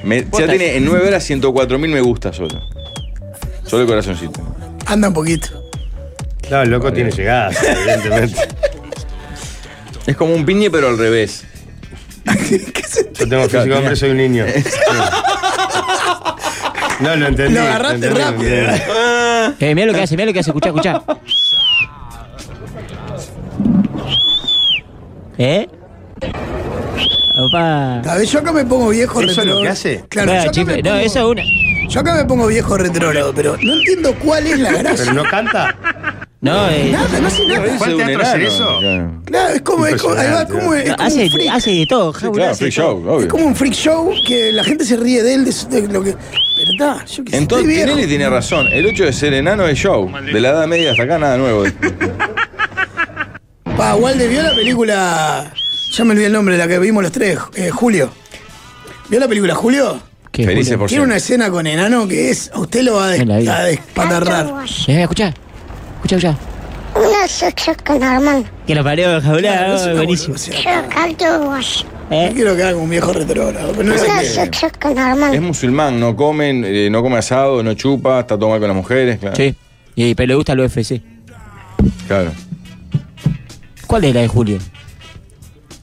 Me- ya Posta. tiene en 9 horas 104 mil me gusta solo. Solo el corazoncito. Anda un poquito. No, el loco tiene llegada, evidentemente. Es como un piñe, pero al revés. Yo tengo físico de hombre, soy un niño. No, lo entendí. Lo agarraste rápido. Eh, mirá lo que hace, mirá lo que hace, [LAUGHS] escuchá, escuchá. ¿Eh? Opa. A ver, yo acá me pongo viejo ¿Eso es lo retrógrado. que hace? Claro, Claro, yo acá chipe, me no, pongo- esa es una. Yo acá me pongo viejo retrógrado, pero no entiendo cuál es [LAUGHS] la gracia. ¿Pero no canta? No, eh. Nada, no hace nada. ¿Cuál teatro hacer eso? Claro, es como, es como- ahí va, como- es como hace, un freak. hace de todo, Sí, Jaula, claro, hace freak de todo. show, obvio. Es como un freak show que la gente se ríe de él, de, su- de lo que. Pero está, yo que sé, Entonces, estoy viejo. Tinelli tiene razón. El 8 de ser enano es show. De la edad media hasta acá, nada [LAUGHS] nuevo. Pa, Walde, ¿vio la película? Ya me olvidé el nombre, la que vimos los tres, eh, Julio. ¿Vio la película Julio? Felices por Tiene siempre. una escena con enano que es. A usted lo va a, des- En la vida. a despatarrar. Eh, escuchá. Escuchá, escuchá. Una socha con Armand. Que lo parió, Claro, Jaula, es una buenísimo. ¿Eh? Yo caldo vos. No quiero que haga un viejo retrógrado, pero Pues no sé Una qué. socha con Es Armand. musulmán, no comen, eh, no come asado, no chupa, está todo mal con las mujeres, claro. Sí. Y, pero le gusta el UFC. Claro. ¿Cuál es la de Julio?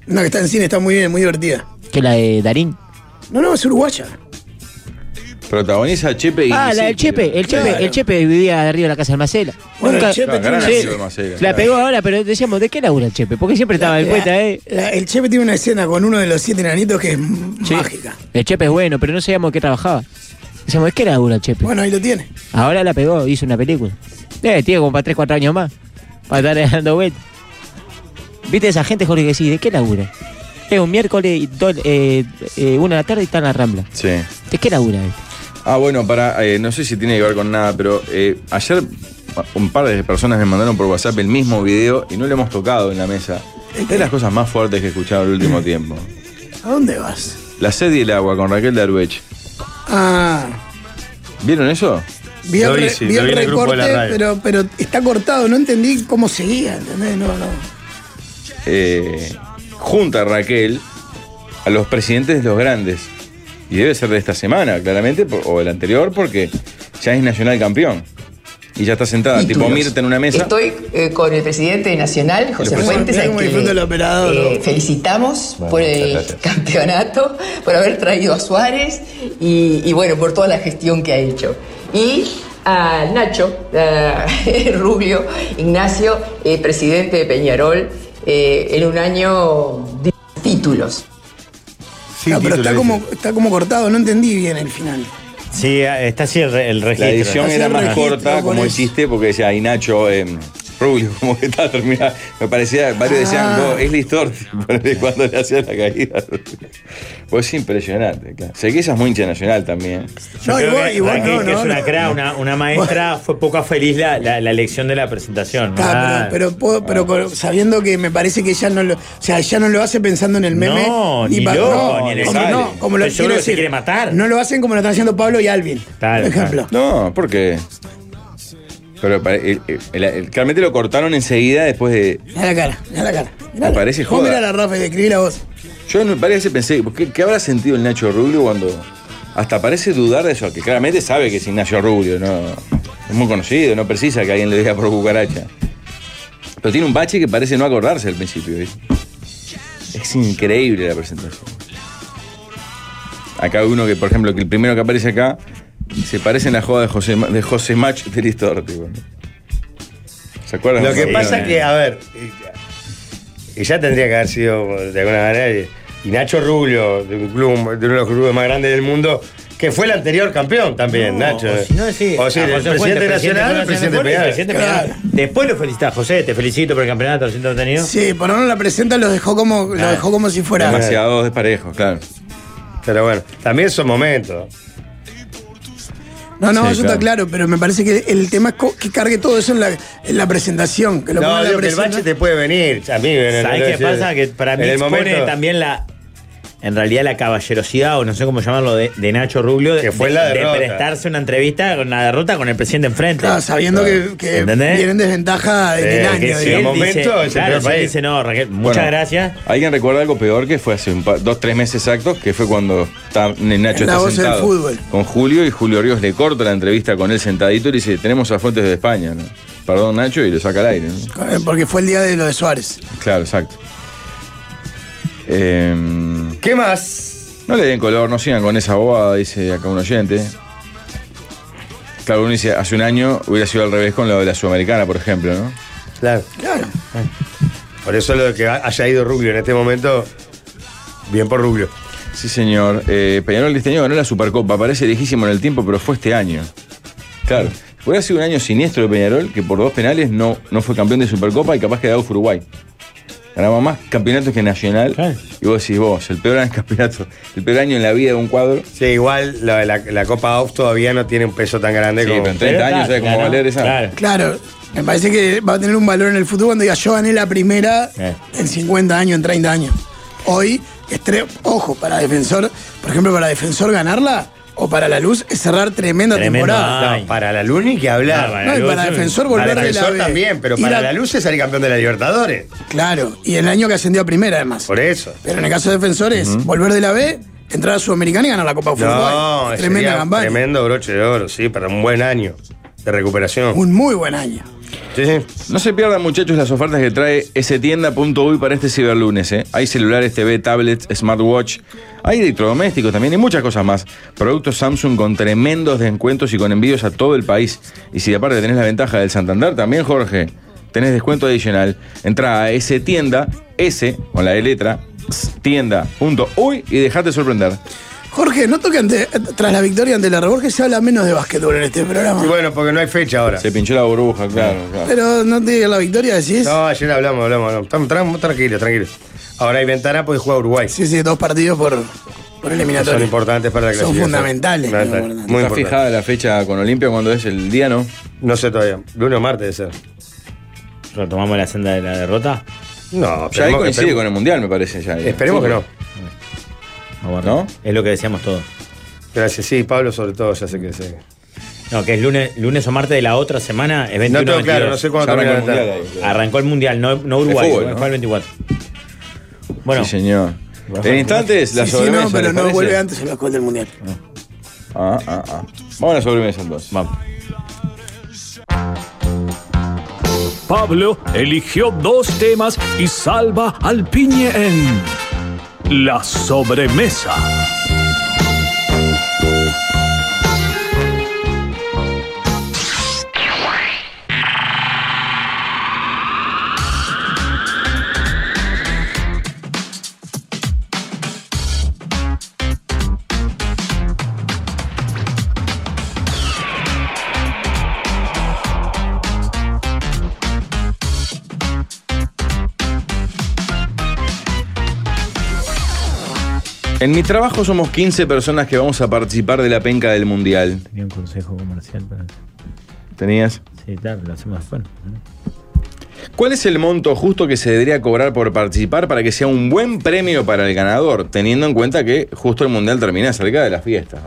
Una que está en cine, está muy bien, muy divertida. ¿Que la de Darín? No, no, es uruguaya. Protagoniza a Chepe y. Ah, la del Chepe. El Chepe, el Chepe vivía de arriba de la casa de Marcela. Bueno, el Chepe tiene una- Gran Marcela, La claro. pegó ahora, pero decíamos, ¿de qué labura el Chepe? Porque siempre estaba en La- cuenta, ¿eh? la- el Chepe tiene una escena con uno de los siete enanitos que es m- mágica. El Chepe es bueno, pero no sabíamos de qué trabajaba. Decíamos, ¿de qué labura el Chepe? Bueno, ahí lo tiene. Ahora la pegó, hizo una película. Eh, tiene como para 3, 4 años más. Para estar [LAUGHS] dando vueltas. ¿Viste esa gente, Jorge, que sí? ¿De qué labura? Es un miércoles, y do- eh, eh, una de la tarde y está en la Rambla. Sí. ¿De qué labura? eh? Ah, bueno, para, eh, no sé si tiene que ver con nada, pero eh, ayer un par de personas me mandaron por WhatsApp el mismo video y no lo hemos tocado en la mesa. Es de las cosas más fuertes que he escuchado en el último tiempo. ¿A dónde vas? La sed y el agua con Raquel Darwech. Ah, ¿Vieron eso? vi el, re- vi el recorte, pero, pero está cortado, no entendí cómo seguía, ¿entendés? No, no. eh, junta a Raquel a los presidentes de los grandes. Y debe ser de esta semana, claramente, por- o el anterior, porque ya es nacional campeón. Y ya está sentada, tipo Mirta en una mesa. Estoy eh, con el presidente de nacional, José presento. Fuentes, Mirá al cómo que disfruta el operador, eh, ¿no? felicitamos Bueno, por muchas el gracias. campeonato, por haber traído a Suárez y, y, bueno, por toda la gestión que ha hecho. Y a Nacho, a Rubio, Ignacio, eh, presidente de Peñarol, eh, en un año de títulos. No, pero título, está dice. como, está como cortado, no entendí bien el final. Sí, está así el, re- el registro. La edición Así era el más registro, corta, por como el eso. chiste, porque decía, y Nacho, eh, rubio, [LAUGHS] como que estaba terminado. Me parecía, varios decían, no, es [LAUGHS] Listorti, ponele, cuando le hacía la caída. Pues es impresionante, claro. Sé que ella es muy internacional también. Yo creo igual- que igual Raquel, no, que es no, una no. cra, una, una maestra, fue poco feliz la, la, la elección de la presentación. ¿no? Está, Ah. pero, pero puedo- pero con- sabiendo que me parece que ya no lo, o sea, ya no lo hace pensando en el meme. No, ni pa- loco, ni en el como, sale. no, como lo Estoy seguro quiero que se decir, quiere matar. No lo hacen como lo están haciendo Pablo y Alvin. Claro, por ejemplo. No, ¿por qué? Pero pare- el- el- el- el- claramente lo cortaron enseguida después de. Mirá la cara, mirá la cara. Me parece Vos mirá joda. la Rafa y describí la voz. Yo en varias veces pensé, ¿qué, qué habrá sentido el Nacho Rubio cuando hasta parece dudar de eso? Que claramente sabe que es Ignacio Rubio, ¿no? Es muy conocido, no precisa que alguien le diga por cucaracha. Pero tiene un bache que parece no acordarse al principio, ¿viste? Es increíble la presentación. Acá hay uno que, por ejemplo, que el primero que aparece acá se parece en la joda de José, Ma- de José Mach de Listorti. bueno. ¿Se acuerdan? Lo que Sí, pasa bueno. que, a ver, ella tendría que haber sido de alguna manera. Y Nacho Rubio, de, un club, de uno de los clubes más grandes del mundo, que fue el anterior campeón también, Nacho. eh. o si no, sí. O sí, Ah, José el presidente Fuentes, nacional, el presidente Fuentes, Peñarol. presidente Peñarol. Después lo felicitas, José, te felicito por el campeonato siento tenido. Sí, por no la presenta los dejó como, Ah. lo dejó como si fuera. Demasiado desparejo, claro. Pero bueno, también son momentos. No, no, Sí, eso claro. está claro, pero me parece que el tema es co- que cargue todo eso en la, en la presentación. Que lo ponga no, en la digo que el presenta- bache te puede venir. A mí, en el- ¿Sabes qué en el- pasa? Que para mí en el expone momento- también la. En realidad la caballerosidad, o no sé cómo llamarlo, de, de Nacho Rubio, Que fue de, la de derrota. prestarse una entrevista con la derrota con el presidente enfrente. Claro, sabiendo que, que ¿Entendés? vienen desventaja en el Eh, año. que si digamos. el momento es el Claro, peor si él país. dice no, Raquel, muchas gracias. ¿Alguien recuerda algo peor que fue hace un par- dos, tres meses exactos? Que fue cuando está- Nacho La está voz del sentado fútbol. con Julio y Julio Ríos le corta la entrevista con él sentadito y le dice, tenemos a Fuentes de España, ¿no? Perdón, Nacho, y lo saca al aire. ¿no? Eh, Porque fue el día de lo de Suárez. Claro, exacto. Em, ¿Qué más? No le den color, no sigan con esa bobada, dice acá un oyente. Claro, uno dice, hace un año hubiera sido al revés con lo de la Sudamericana, por ejemplo, ¿no? Claro. Por eso lo de que haya ido Rubio en este momento, bien por Rubio. Sí, señor. Eh, Peñarol este año ganó la Supercopa. Parece lejísimo en el tiempo, pero fue este año. Claro. Hubiera sido un año siniestro de Peñarol, que por dos penales no, no fue campeón de Supercopa y capaz quedaba Uruguay. Ganaba más campeonatos que Nacional. Y vos decís, vos, el peor año [LAUGHS] campeonato, el peor año en la vida de un cuadro. Sí, igual la, la- la Copa AUF todavía no tiene un peso tan grande Sí, ¿eh? como. pero en 30 Pero años, ¿sabes cómo claro, va a valer esa? claro. Claro, me parece que va a tener un valor en el futuro cuando diga yo gané la primera Eh. en 50 años, en 30 años. Hoy, es tre- ojo, para defensor, por ejemplo, para defensor ganarla o para la luz es cerrar tremenda temporada. No, para la Luna ni que hablar. No, para No, y la Luz para es un- Defensor volver Para de la Defensor B. también, pero Ir para a- la Luz es salir campeón de la Libertadores. Claro, y el año que ascendió a primera además. Por eso. Pero en el caso de defensor es volver de la B, entrar a Sudamericana y ganar la Copa de No, Uruguay. sería Tremenda campaña. Tremendo broche de oro, sí, para un buen año de recuperación. Un muy buen año. No se pierdan, muchachos, las ofertas que trae stienda.uy para este ciberlunes. ¿eh? Hay celulares, TV, tablets, smartwatch, hay electrodomésticos también y muchas cosas más. Productos Samsung con tremendos descuentos y con envíos a todo el país. Y si aparte tenés la ventaja del Santander, también, Jorge, tenés descuento adicional. Entra a stienda, S, con la E letra, tienda.uy y dejate sorprender. Jorge, noto que ante- tras la victoria ante la Reborges se habla menos de básquetbol en este programa. Y bueno, porque no hay fecha ahora. Se pinchó la burbuja, claro. claro. Pero no te diga la victoria, decís. No, ayer hablamos, hablamos, hablamos. Estamos tran- tranquilos, tranquilos. Ahora hay ventana, pues juega Uruguay. Sí, sí, dos partidos por, por eliminatoria. Son importantes para la Son clasificación. fundamentales, Muy pero importante. Muy ¿Está importante. fijada la fecha con Olimpia cuando es el día, no? No sé todavía. Lunes o martes debe ser. ¿Retomamos la senda de la derrota? No, Ya ahí coincide con el Mundial, me parece. Ya, Esperemos que no. ¿No? Es lo que decíamos todos. Gracias, sí, Pablo sobre todo, ya sé que sé. No, que es lunes, lunes o martes de la otra semana, es 21 No tengo claro, no sé cuándo Ya termina arrancó el la Mundial Arrancó, el Mundial, no, no Uruguay, De fútbol, fue ¿no? el 24. Bueno. Sí, señor. En instantes, la Sí, sí, sobremesa. no, pero ¿les no parece? vuelve antes en la escuela del mundial. Ah, ah, ah. Vamos a la sobremesa entonces. Vamos. Pablo eligió dos temas y salva al piñe en La sobremesa. En mi trabajo somos 15 personas que vamos a participar de la penca del mundial. Tenía un consejo comercial para. ¿Tenías? Sí, claro, lo hacemos después. ¿no? ¿Cuál es el monto justo que se debería cobrar por participar para que sea un buen premio para el ganador, teniendo en cuenta que justo el mundial termina cerca de las fiestas?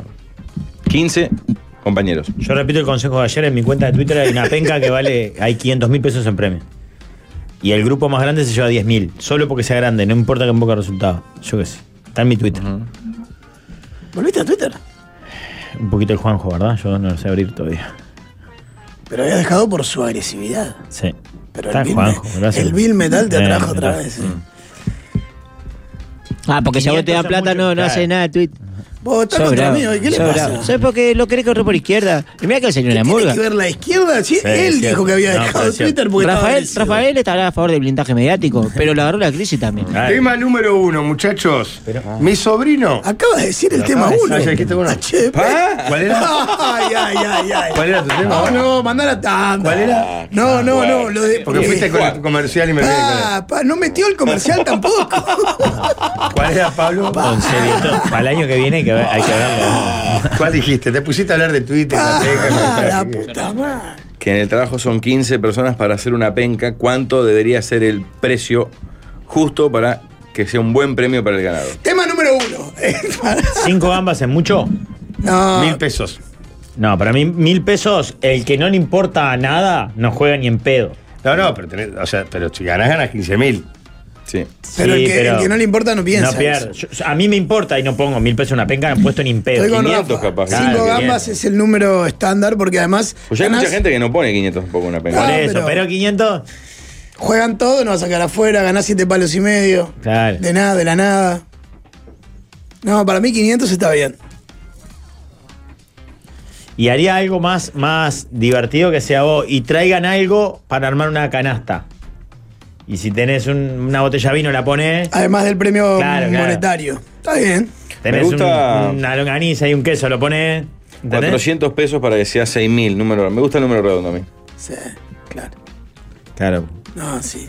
15 compañeros. Yo repito el consejo de ayer en mi cuenta de Twitter hay una penca que vale, hay 500 mil pesos en premio. Y el grupo más grande se lleva 10 mil, solo porque sea grande, no importa que poco resultado. Yo qué sé. Está en mi Twitter. ¿Volviste a Twitter? Un poquito el Juanjo, ¿verdad? Yo no lo sé abrir todavía. Pero había dejado por su agresividad. Sí. Pero Está el Bill, Juanjo, gracias. el Bill Metal te Eh, atrajo otra gracias. vez. Ah, porque si a vos 500 te da es mucho. plata, no, no Claro. hace nada de tweet. Vos estás Sos contra bravo, mí hoy, ¿qué le sos pasa? bravo. ¿Sabés por qué lo querés correr por izquierda? Y Mirá que el señor ¿Tiene Hamburga. que ver la izquierda? Sí, él dijo que había dejado Twitter porque estaba Rafael, agresivo. Rafael estará a favor del blindaje mediático, pero lo agarró la crisis también. Tema número uno, muchachos. Ah. Mi sobrino. Acabas de decir el tema uno. Ah, ya dijiste uno. ¿Eh? ¿Pa? ¿Cuál era? Ay, ay, ay, ay. ¿Cuál era tu tema? No, no, mandala tanda. ¿Cuál era? Ah, No, no, no. Lo de, Porque fuiste con el comercial y me olvidé cuál Ah, pa, no metió el [LAUGHS] comercial tampoco. era. ¿Cuál era, Pablo? Para el año que viene hay que, ver- hay que Ah. verlo. ¿Cuál dijiste? Te pusiste a hablar de Twitter, la teca, la puta madre. Que en el trabajo son 15 personas para hacer una penca, ¿cuánto debería ser el precio justo para que sea un buen premio para el ganador? Tema número uno. [LAUGHS] ¿Cinco gambas es mucho? No. Mil pesos. No, para mí, mil pesos, el que no le importa nada, no juega ni en pedo. No, no, pero, tenés- o sea, pero si ganás, ganas 15 mil. Sí. Pero, el que, el que no le importa no piensa. No pierde. Yo- a mí me importa y no pongo mil pesos en una penca, no he puesto ni en pedo. Estoy con 500 capaz. Cinco gambas es el número estándar porque además Pues ya hay ganás- mucha gente que no pone 500 tampoco en una penca. Por Ah, eso, pero- pero 500. juegan todo, no vas a sacar afuera, ganás siete palos y medio. Claro. De nada, de la nada. No, para mí 500 está bien. Y haría algo más, más divertido que sea vos. Y traigan algo para armar una canasta. Y si tenés un- una botella de vino, la pones. Además del premio Claro, claro. monetario. Está bien. Tenés Me gusta- un- una longaniza y un queso, lo pones. ¿entendés? 400 pesos para que sea 6.000, número Me gusta el número redondo a mí. Sí. Claro. No, sí.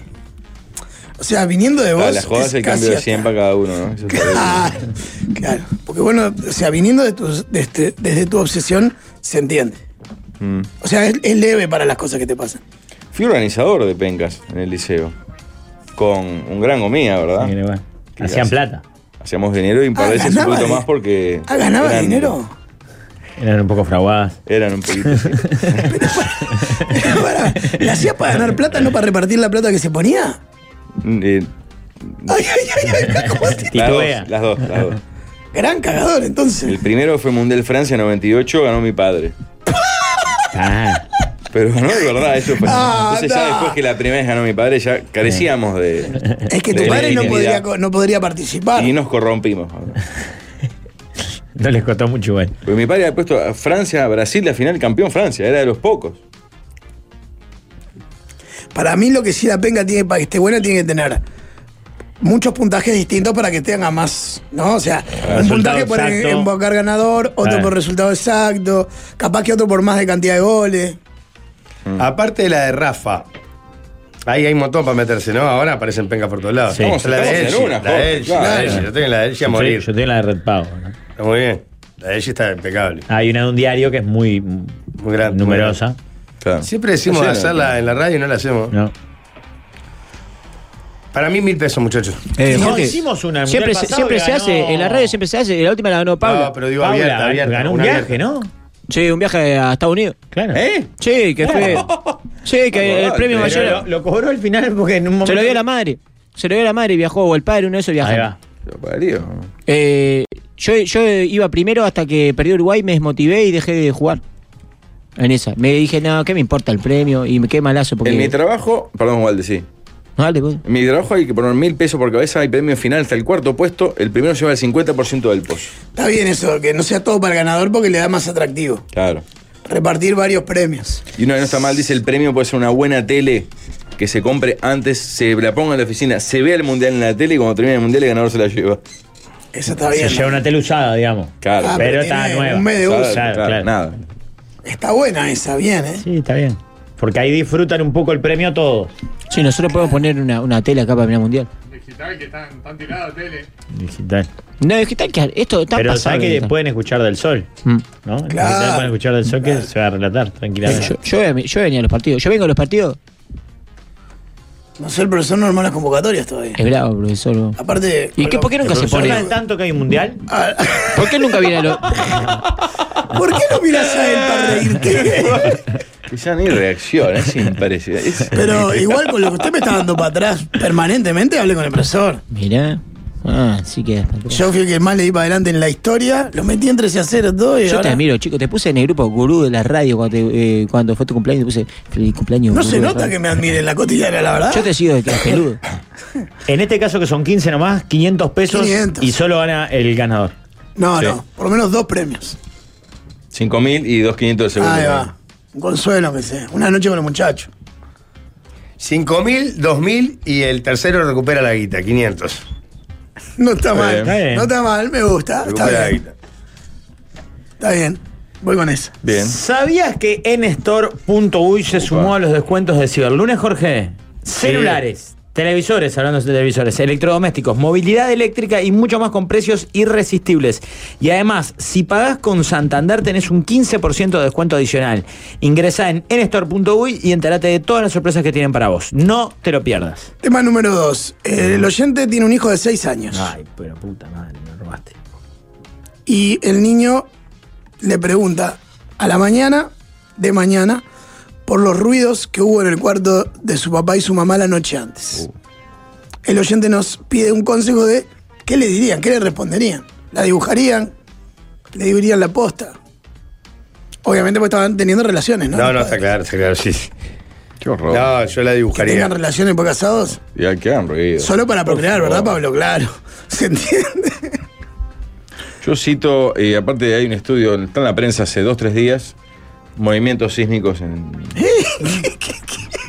O sea, viniendo de Ah, vos. la joda es el casi cambio de hasta- 100 para cada uno, ¿no? Eso está bien. Claro, claro. Porque bueno, o sea, viniendo de tus- desde, desde tu obsesión, se entiende. Mm. O sea, es, es leve para las cosas que te pasan. Fui organizador de pencas en el liceo. Con un gran gomía, ¿verdad? Que Hacían hace- plata. Hacíamos dinero y un par Ah, de veces un ganaba poquito di- más porque. Ah, ganaba eran- dinero. [LAUGHS] Eran un poco fraguadas. Eran un poquito. sí. [LAUGHS] ¿La hacía para ganar plata, no para repartir la plata que se ponía? Eh, Ay, ay, ay, ay, ¿cómo te- las, dos, Titubea. las dos, las dos. Gran cagador, entonces. El primero fue Mundial Francia 98, ganó mi padre. Ah, Pero ganó de verdad, eso fue. Ah, Entonces, ya no. después que la primera vez ganó mi padre, ya carecíamos de. Es que tu de padre no dignidad. podría, co- no podría participar. Y nos corrompimos. No les costó mucho igual. Porque mi padre había puesto a Francia, Brasil, la final campeón Francia, era de los pocos. Para mí, lo que sí la penca tiene, para que esté buena, tiene que tener muchos puntajes distintos para que tenga más, ¿no? O sea, un Resultado puntaje por en- exacto. invocar ganador, otro Ah. por resultado exacto, capaz que otro por más de cantidad de goles. Mm. Aparte de la de Rafa. Ahí hay un montón para meterse, ¿no? Ahora aparecen pencas por todos lados. Sí. Vamos, la estamos de en Elche, la una, de Jorge, Elche, claro. la de Elche. Yo tengo la de Elche a Yo morir. tengo- Yo tengo la de Red Pago. ¿no? Ah, Está muy bien. La de Elche está impecable. Hay una de un diario que es muy, muy grande, numerosa. Siempre decimos de Ayer, hacerla en la radio y no la hacemos. No. Para mí, mil pesos, muchachos. Eh, No, Jorge, hicimos una. el Siempre, mundial se, pasado siempre se ganó- hace, en la radio siempre se hace, la última la ganó Pablo. No, pero digo Paula, abierta, abierta. ganó un una viaje, abierta. ¿no? Sí, un viaje a Estados Unidos. Claro. ¿Eh? Sí, que fue. Sí, que el premio Pero mayor. lo, lo cobró al final porque en un momento. Se lo dio a la madre. Se lo dio a la madre, viajó, o el padre, uno de esos viajó. Ahí va. Lo parió. Eh, yo, yo iba primero hasta que perdió Uruguay, me desmotivé y dejé de jugar. En esa. Me dije, no, ¿qué me importa el premio? Y me quedé malazo porque. En mi trabajo, perdón, Valde, sí. Dale, pues. vos. En mi trabajo hay que poner mil pesos por cabeza, hay premio final hasta el cuarto puesto, el primero lleva el 50% del pozo. Está bien eso, que no sea todo para el ganador porque le da más atractivo. Claro. Repartir varios premios. Y uno que no está mal dice, el premio puede ser una buena tele que se compre antes, se la ponga en la oficina, se vea el mundial en la tele y cuando termine el mundial el ganador se la lleva. Eso está Se bien. lleva una tele usada, digamos. Claro. Ah, pero pero está tiene nueva. un mes de Claro, uso. Claro, claro. Nada. Está buena esa, bien, ¿eh? Sí, está bien. Porque ahí disfrutan un poco el premio todos. Sí, nosotros podemos poner una, una tela acá para mirar mundial. digital que están, están tirados a tele. Digital. No, digital que esto está Pero pasado. sabe que digital. pueden escuchar del sol. ¿No? En Claro. digital Pueden escuchar del sol que se va a relatar tranquilamente. yo, yo venía- yo venía a los partidos. Yo vengo a los partidos. No sé, el profesor no armó las convocatorias todavía. Es bravo, profesor. vos. Aparte. Eh. ¿Y qué, por qué nunca se pone? tanto que hay un mundial? ¿Por qué nunca viene a los.? [LAUGHS] ¿Por qué no mirás a él para [LAUGHS] reírte? Quizá ni reacciona, [LAUGHS] es impresionante. Es- [LAUGHS] Pero igual con lo que usted me está dando para atrás permanentemente, hablé con el profesor. Mirá. Ah, sí que. Yo fui el que más le di para adelante en la historia, lo metí en 13 a 0 todo y Yo te ahora- admiro, chico. Te puse en el grupo gurú de la radio cuando, te- eh, cuando fue tu cumpleaños. Te puse feliz cumpleaños. No gurú se de nota radio". que me admire en la cotidiana, la verdad. Yo te sigo de que eras [LAUGHS] peludo. En este caso que son 15 nomás, 500 pesos 500. y solo gana el ganador. No, Sí. no, por lo menos dos premios. 5.000 y 2.500 de segundo. Ahí va. Un consuelo, que sé. Una noche con los muchachos. [LAUGHS] 5.000, 2.000 y el tercero recupera la guita, 500. No está Está mal, bien. Está bien. no está mal, me gusta. Está Recupera la bien, guita. está bien. Voy con esa. Bien. ¿Sabías que nstore.uy se sumó a los descuentos de Ciberlunes, Jorge? Celulares, televisores, hablando de televisores, electrodomésticos, movilidad eléctrica y mucho más con precios irresistibles. Y además, si pagás con Santander tenés un 15% de descuento adicional. Ingresá en nstore.uy y entérate de todas las sorpresas que tienen para vos. No te lo pierdas. Tema número dos. El oyente tiene un hijo de 6 años. Ay, pero puta madre, me robaste. Y el niño le pregunta a la mañana de mañana por los ruidos que hubo en el cuarto de su papá y su mamá la noche Uh. antes. El oyente nos pide un consejo de qué le dirían, qué le responderían. ¿La dibujarían? ¿Le dibujarían la posta? Obviamente pues estaban teniendo relaciones, ¿no? Oh. No, no, está claro, está claro, sí. Qué horror. No, yo la Que tengan dibujaría. relaciones por casados. Y al que han reído. Solo para procrear, ¿verdad, Pablo? Claro. [LAUGHS] ¿Se entiende? Yo cito, eh, aparte hay un estudio, está en la prensa hace dos, tres días, movimientos sísmicos en... ¿Eh? [LAUGHS]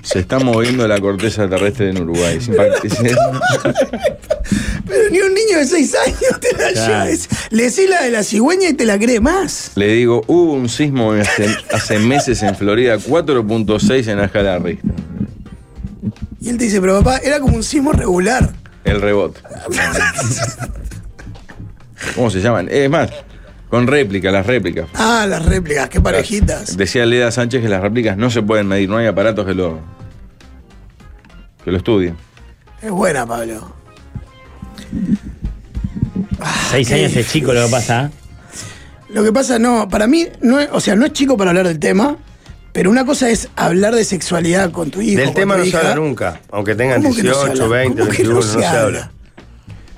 Se está moviendo la corteza terrestre en Uruguay. Es impact- es- Pero ni un niño de 6 años te la Claro. lleves. Le decís la de la cigüeña y te la cree más. [LAUGHS] Le digo, hubo un sismo hace, hace meses en Florida, 4.6 en la escala Richter. Y él te dice, pero papá, era como un sismo regular. El rebote. ¿Cómo se llaman? Es más, con réplica, las réplicas. ah, las réplicas, qué parejitas. Decía Leda Sánchez que las réplicas no se pueden medir, no hay aparatos que lo, que lo estudien. Es buena, Pablo. Ah, Seis años es chico lo que pasa. ¿eh? Lo que pasa, no, para mí, no es, o sea, no es chico para hablar del tema, pero una cosa es hablar de sexualidad con tu hijo. Del con tema tu no se hija. habla nunca, aunque tengan ¿Cómo que no se 18, habla? 20, ¿Cómo que 21, no no se se habla? habla.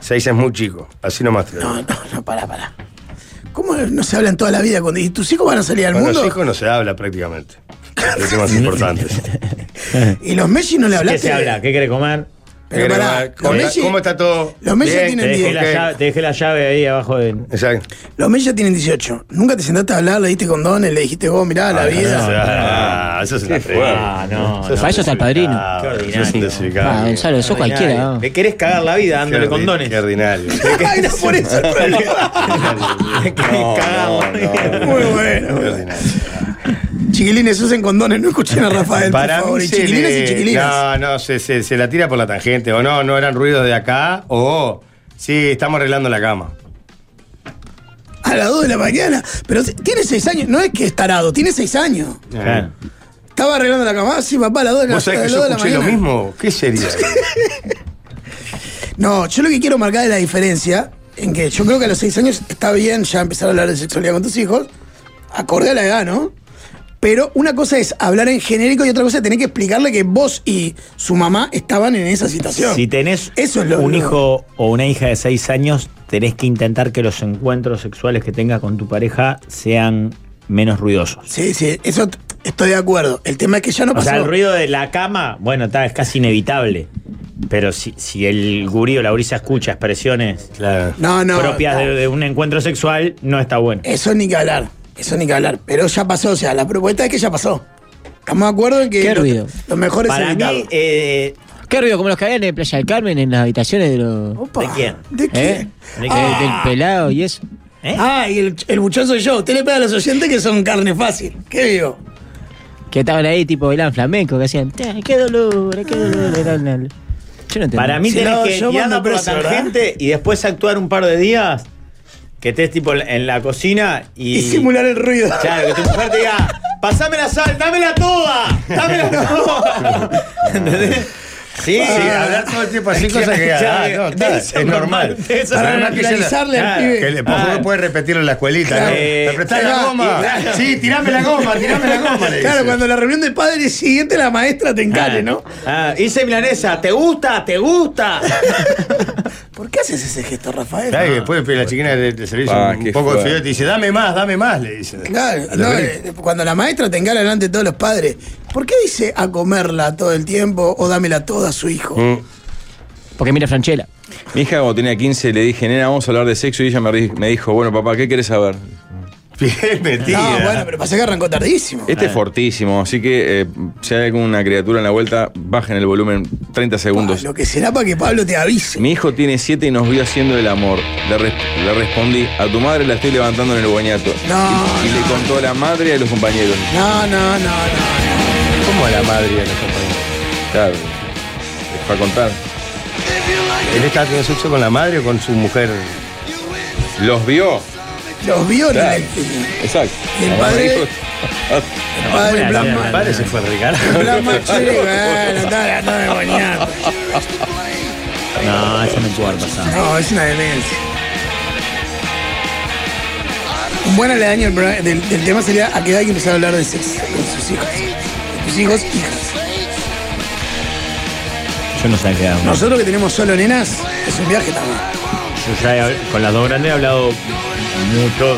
Seis es muy chico, así nomás te lo digo. No, para, para. ¿Cómo no se habla en toda la vida? Cuando, ¿Y tus hijos van a salir al Con mundo? los hijos no se habla prácticamente. De [LAUGHS] temas importantes. ¿Y los Messi no le ¿Qué hablaste? se habla? ¿Qué quiere comer? Pero pará, los ¿Cómo, Messi- ¿Cómo está todo? los Messi Bien, tienen te dejé diez. la Ok. llave. Te dejé la llave ahí abajo de... Exacto. Los Messi ya tienen 18. Nunca te sentaste a hablar, le diste condones, le dijiste vos, mirá, la vida. Ah, eso es una Ah, no, no. Para eso está el padrino. Qué ordinario. Eso es un desubicado. Ah, Gonzalo, sos Ordinario. cualquiera, ¿no? Le querés cagar la vida dándole Qué ordi- condones. [LAUGHS] Qué ordinario. [LAUGHS] Ay, no, por [LAUGHS] eso el problema. Muy bueno. muy bueno. Chiquilines, usen condones, no escuchen a Rafael, Para por favor. mí Y se chiquilines le- y chiquilinas. No, no, se, se- se la tira por la tangente. O no, no eran ruidos de acá. O oh, sí, estamos arreglando la cama. A las 2 de la mañana. Pero si- tiene 6 años, no es que es tarado, tiene 6 años. Estaba arreglando la cama, Ah, sí, papá, a las 2 de la, ¿Vos sabés a que las yo dos de la escuché mañana. lo mismo? ¿Qué [LAUGHS] sería? No, yo lo que quiero marcar es la diferencia en que yo creo que a los 6 años está bien ya empezar a hablar de sexualidad con tus hijos, acorde a la edad, ¿no? Pero una cosa es hablar en genérico y otra cosa es tener que explicarle que vos y su mamá estaban en esa situación. Si tenés Eso es lo- un lo- hijo o una hija de 6 años, tenés que intentar que los encuentros sexuales que tenga con tu pareja sean menos ruidosos. Sí, sí, eso t- estoy de acuerdo. El tema es que ya no o pasó. sea, el ruido de la cama, bueno, está, es casi inevitable. Pero si, si el gurí o la gurisa escucha expresiones No, no, propias no. De, de un encuentro sexual, no está bueno. Eso ni que hablar, eso ni que hablar. Pero ya pasó, o sea, la propuesta es que ya pasó. Estamos de acuerdo en que ¿Qué lo, ruido? lo mejor es evitarlo. eh, Qué ruido, como los que habían en Playa del Carmen en las habitaciones de los. ¿De quién? ¿De ¿Eh? quién? De- del pelado y eso. ¿eh? ¿Eh? Ah, y el, el buchón soy yo. Usted le pega a los oyentes que son carne fácil. ¿Qué digo? Que estaban ahí tipo bailaban flamenco, que hacían, "Te, qué dolor, qué dolor. eran el- Para mí Si tenés no, que yo guiarla mando por la preso, ¿verdad? tangente y después actuar un par de días que estés tipo en la cocina y. Y simular el ruido. [LAUGHS] Claro, que tu mujer te diga, pasame la sal, dámela toda, dámela toda. ¿Entendés? Sí, Ah, Ah, sí, hablar todo el tiempo así, cosas que. ah, no, está, es normal. Para Además que se la- naturalizarle al Claro, pibe. que le- por Ah. favor, puedes repetirlo en la escuelita. Claro. ¿no? ¿Me prestás la Claro, goma? y claro. Sí, tirame la goma, tirame la goma. le Claro, dice. cuando la reunión de padres siguiente la maestra te encale, ¿no? Ah, hice milanesa, ¿te gusta? ¿Te gusta? ¿Por qué haces ese gesto, Rafael? Ah, Claro, y después la chiquina de, de servicio Ah, un qué poco de fuerte. fideo y te dice, dame más, dame más, le dice. Claro, A la no, vez. eh, cuando la maestra te encala delante de todos los padres, ¿por qué dice a comerla todo el tiempo o dámela toda a su hijo? Mm, Porque mira Franchella. Mi hija cuando tenía 15 le dije, nena, vamos a hablar de sexo y ella me, ri- me dijo, bueno, papá, ¿qué quieres saber? Bien No, eh. bueno, pero pasa que arrancó tardísimo. Este es fortísimo, así que eh, si hay alguna criatura en la vuelta, bajen el volumen 30 segundos. Ah, Lo que será para que Pablo te avise. Mi hijo tiene 7 y nos vio haciendo el amor. Le, res- le respondí, a tu madre la estoy levantando en el boñato. y le contó a la madre y a los compañeros. No, no, no, no. ¿Cómo a la madre y a los compañeros? Claro, es para contar. ¿Él estaba teniendo sexo con la madre o con su mujer? Los vio. Los vio en Claro. el- Exacto. El La mamá padre- dijo- [LAUGHS] padre en plan El padre se fue a regalar. plan más chévere, bueno, está- está de boñato. No, eso no puede haber pasado. No, es una demencia. Un buen aledaño del, programa- del- del tema sería a qué edad hay que empezar a hablar de sexo con sus hijos. Tus hijos, hijas. Yo no sabía qué era, ¿no? Nosotros que tenemos solo nenas, es un viaje también. Yo ya he habl- con las dos grandes he hablado mucho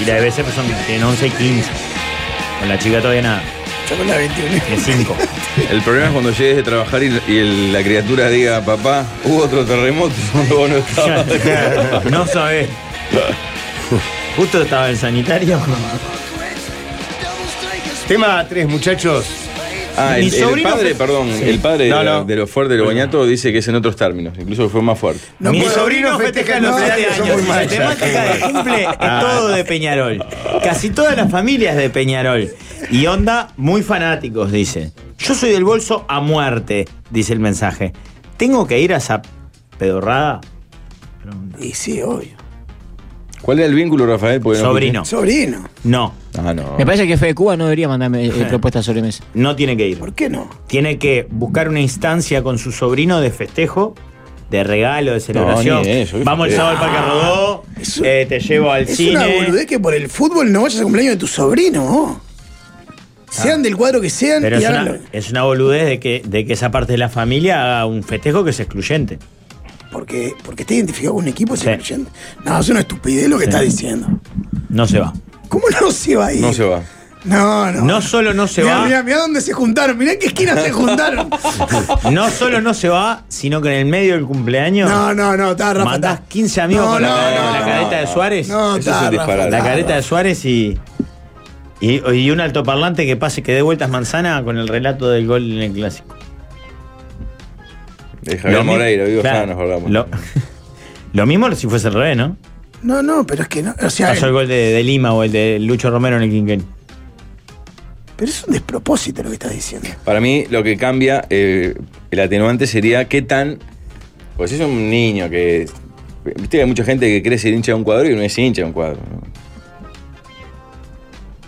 y las de veces pues son tienen 11 y 15. Con la chica todavía nada. Yo con la 21. Tiene 5. El problema es cuando llegues de trabajar y, y el- la criatura diga, papá, hubo otro terremoto [LAUGHS] cuando vos no [LAUGHS] estabas. no sabés. Justo estaba en sanitario. Tema 3, muchachos. Ah, Mi el, el sobrino padre, fue- perdón, Sí. el padre de No, la- no. de lo fuerte del boñato dice que es en otros términos, incluso que fue más fuerte. Mi puedo. sobrino festeja los No, 7 son años. muy y La machas. temática de cumple Ah. es todo de Peñarol. Casi todas las familias de Peñarol. Y onda, muy fanáticos, dice. Yo soy del bolso a muerte, dice el mensaje. ¿Tengo que ir a esa pedorrada? Y sí, obvio. ¿Cuál era el vínculo, Rafael? Porque no Sobrino. escuché. Sobrino. No, Ah, no. Me parece que Fede Cuba no debería mandarme eh, propuestas sobre mesa. no tiene que ir. ¿Por qué no? Tiene que buscar una instancia con su sobrino de festejo, de regalo, de celebración. ni eso, qué Vamos el feo. sábado al Parque Rodó, Eso- eh, te llevo al es una cine. boludez que por el fútbol no vayas al cumpleaños de tu sobrino. vos. Sean del cuadro que sean Ah. Pero y es una, háganlo. es una boludez de que, de que esa parte de la familia haga un festejo que es excluyente. Porque, porque está identificado con un equipo, es Sí. incluyente. No, es una estupidez lo que Sí. está diciendo. No se va. ¿Cómo no se va a ir? No se va. No, no. No solo no se mirá, va, Mirá, mirá dónde se juntaron, mirá qué esquina [LAUGHS] se juntaron. no solo no se va, sino que en el medio del cumpleaños No, no, no, está Rafa. mandás está. 15 amigos No, con la, no, con la no, careta de Suárez. No, Eso es está un disparate. La Ah, careta de Suárez y, y, y un altoparlante que pase, que dé vueltas manzana con el relato del gol en el clásico. De Javier Lo mi- Moreira, vivo, claro, ya nos acordamos. Lo, [LAUGHS] lo mismo si fuese al revés, ¿no? No, no, pero es que no. O sea, Pasó el gol de, de Lima o el de Lucho Romero en el quinquenio. pero es un despropósito lo que estás diciendo. Para mí, lo que cambia, eh, el atenuante sería qué tan. Pues es un niño que. Viste que hay mucha gente que cree ser hincha de un cuadro y no es hincha de un cuadro.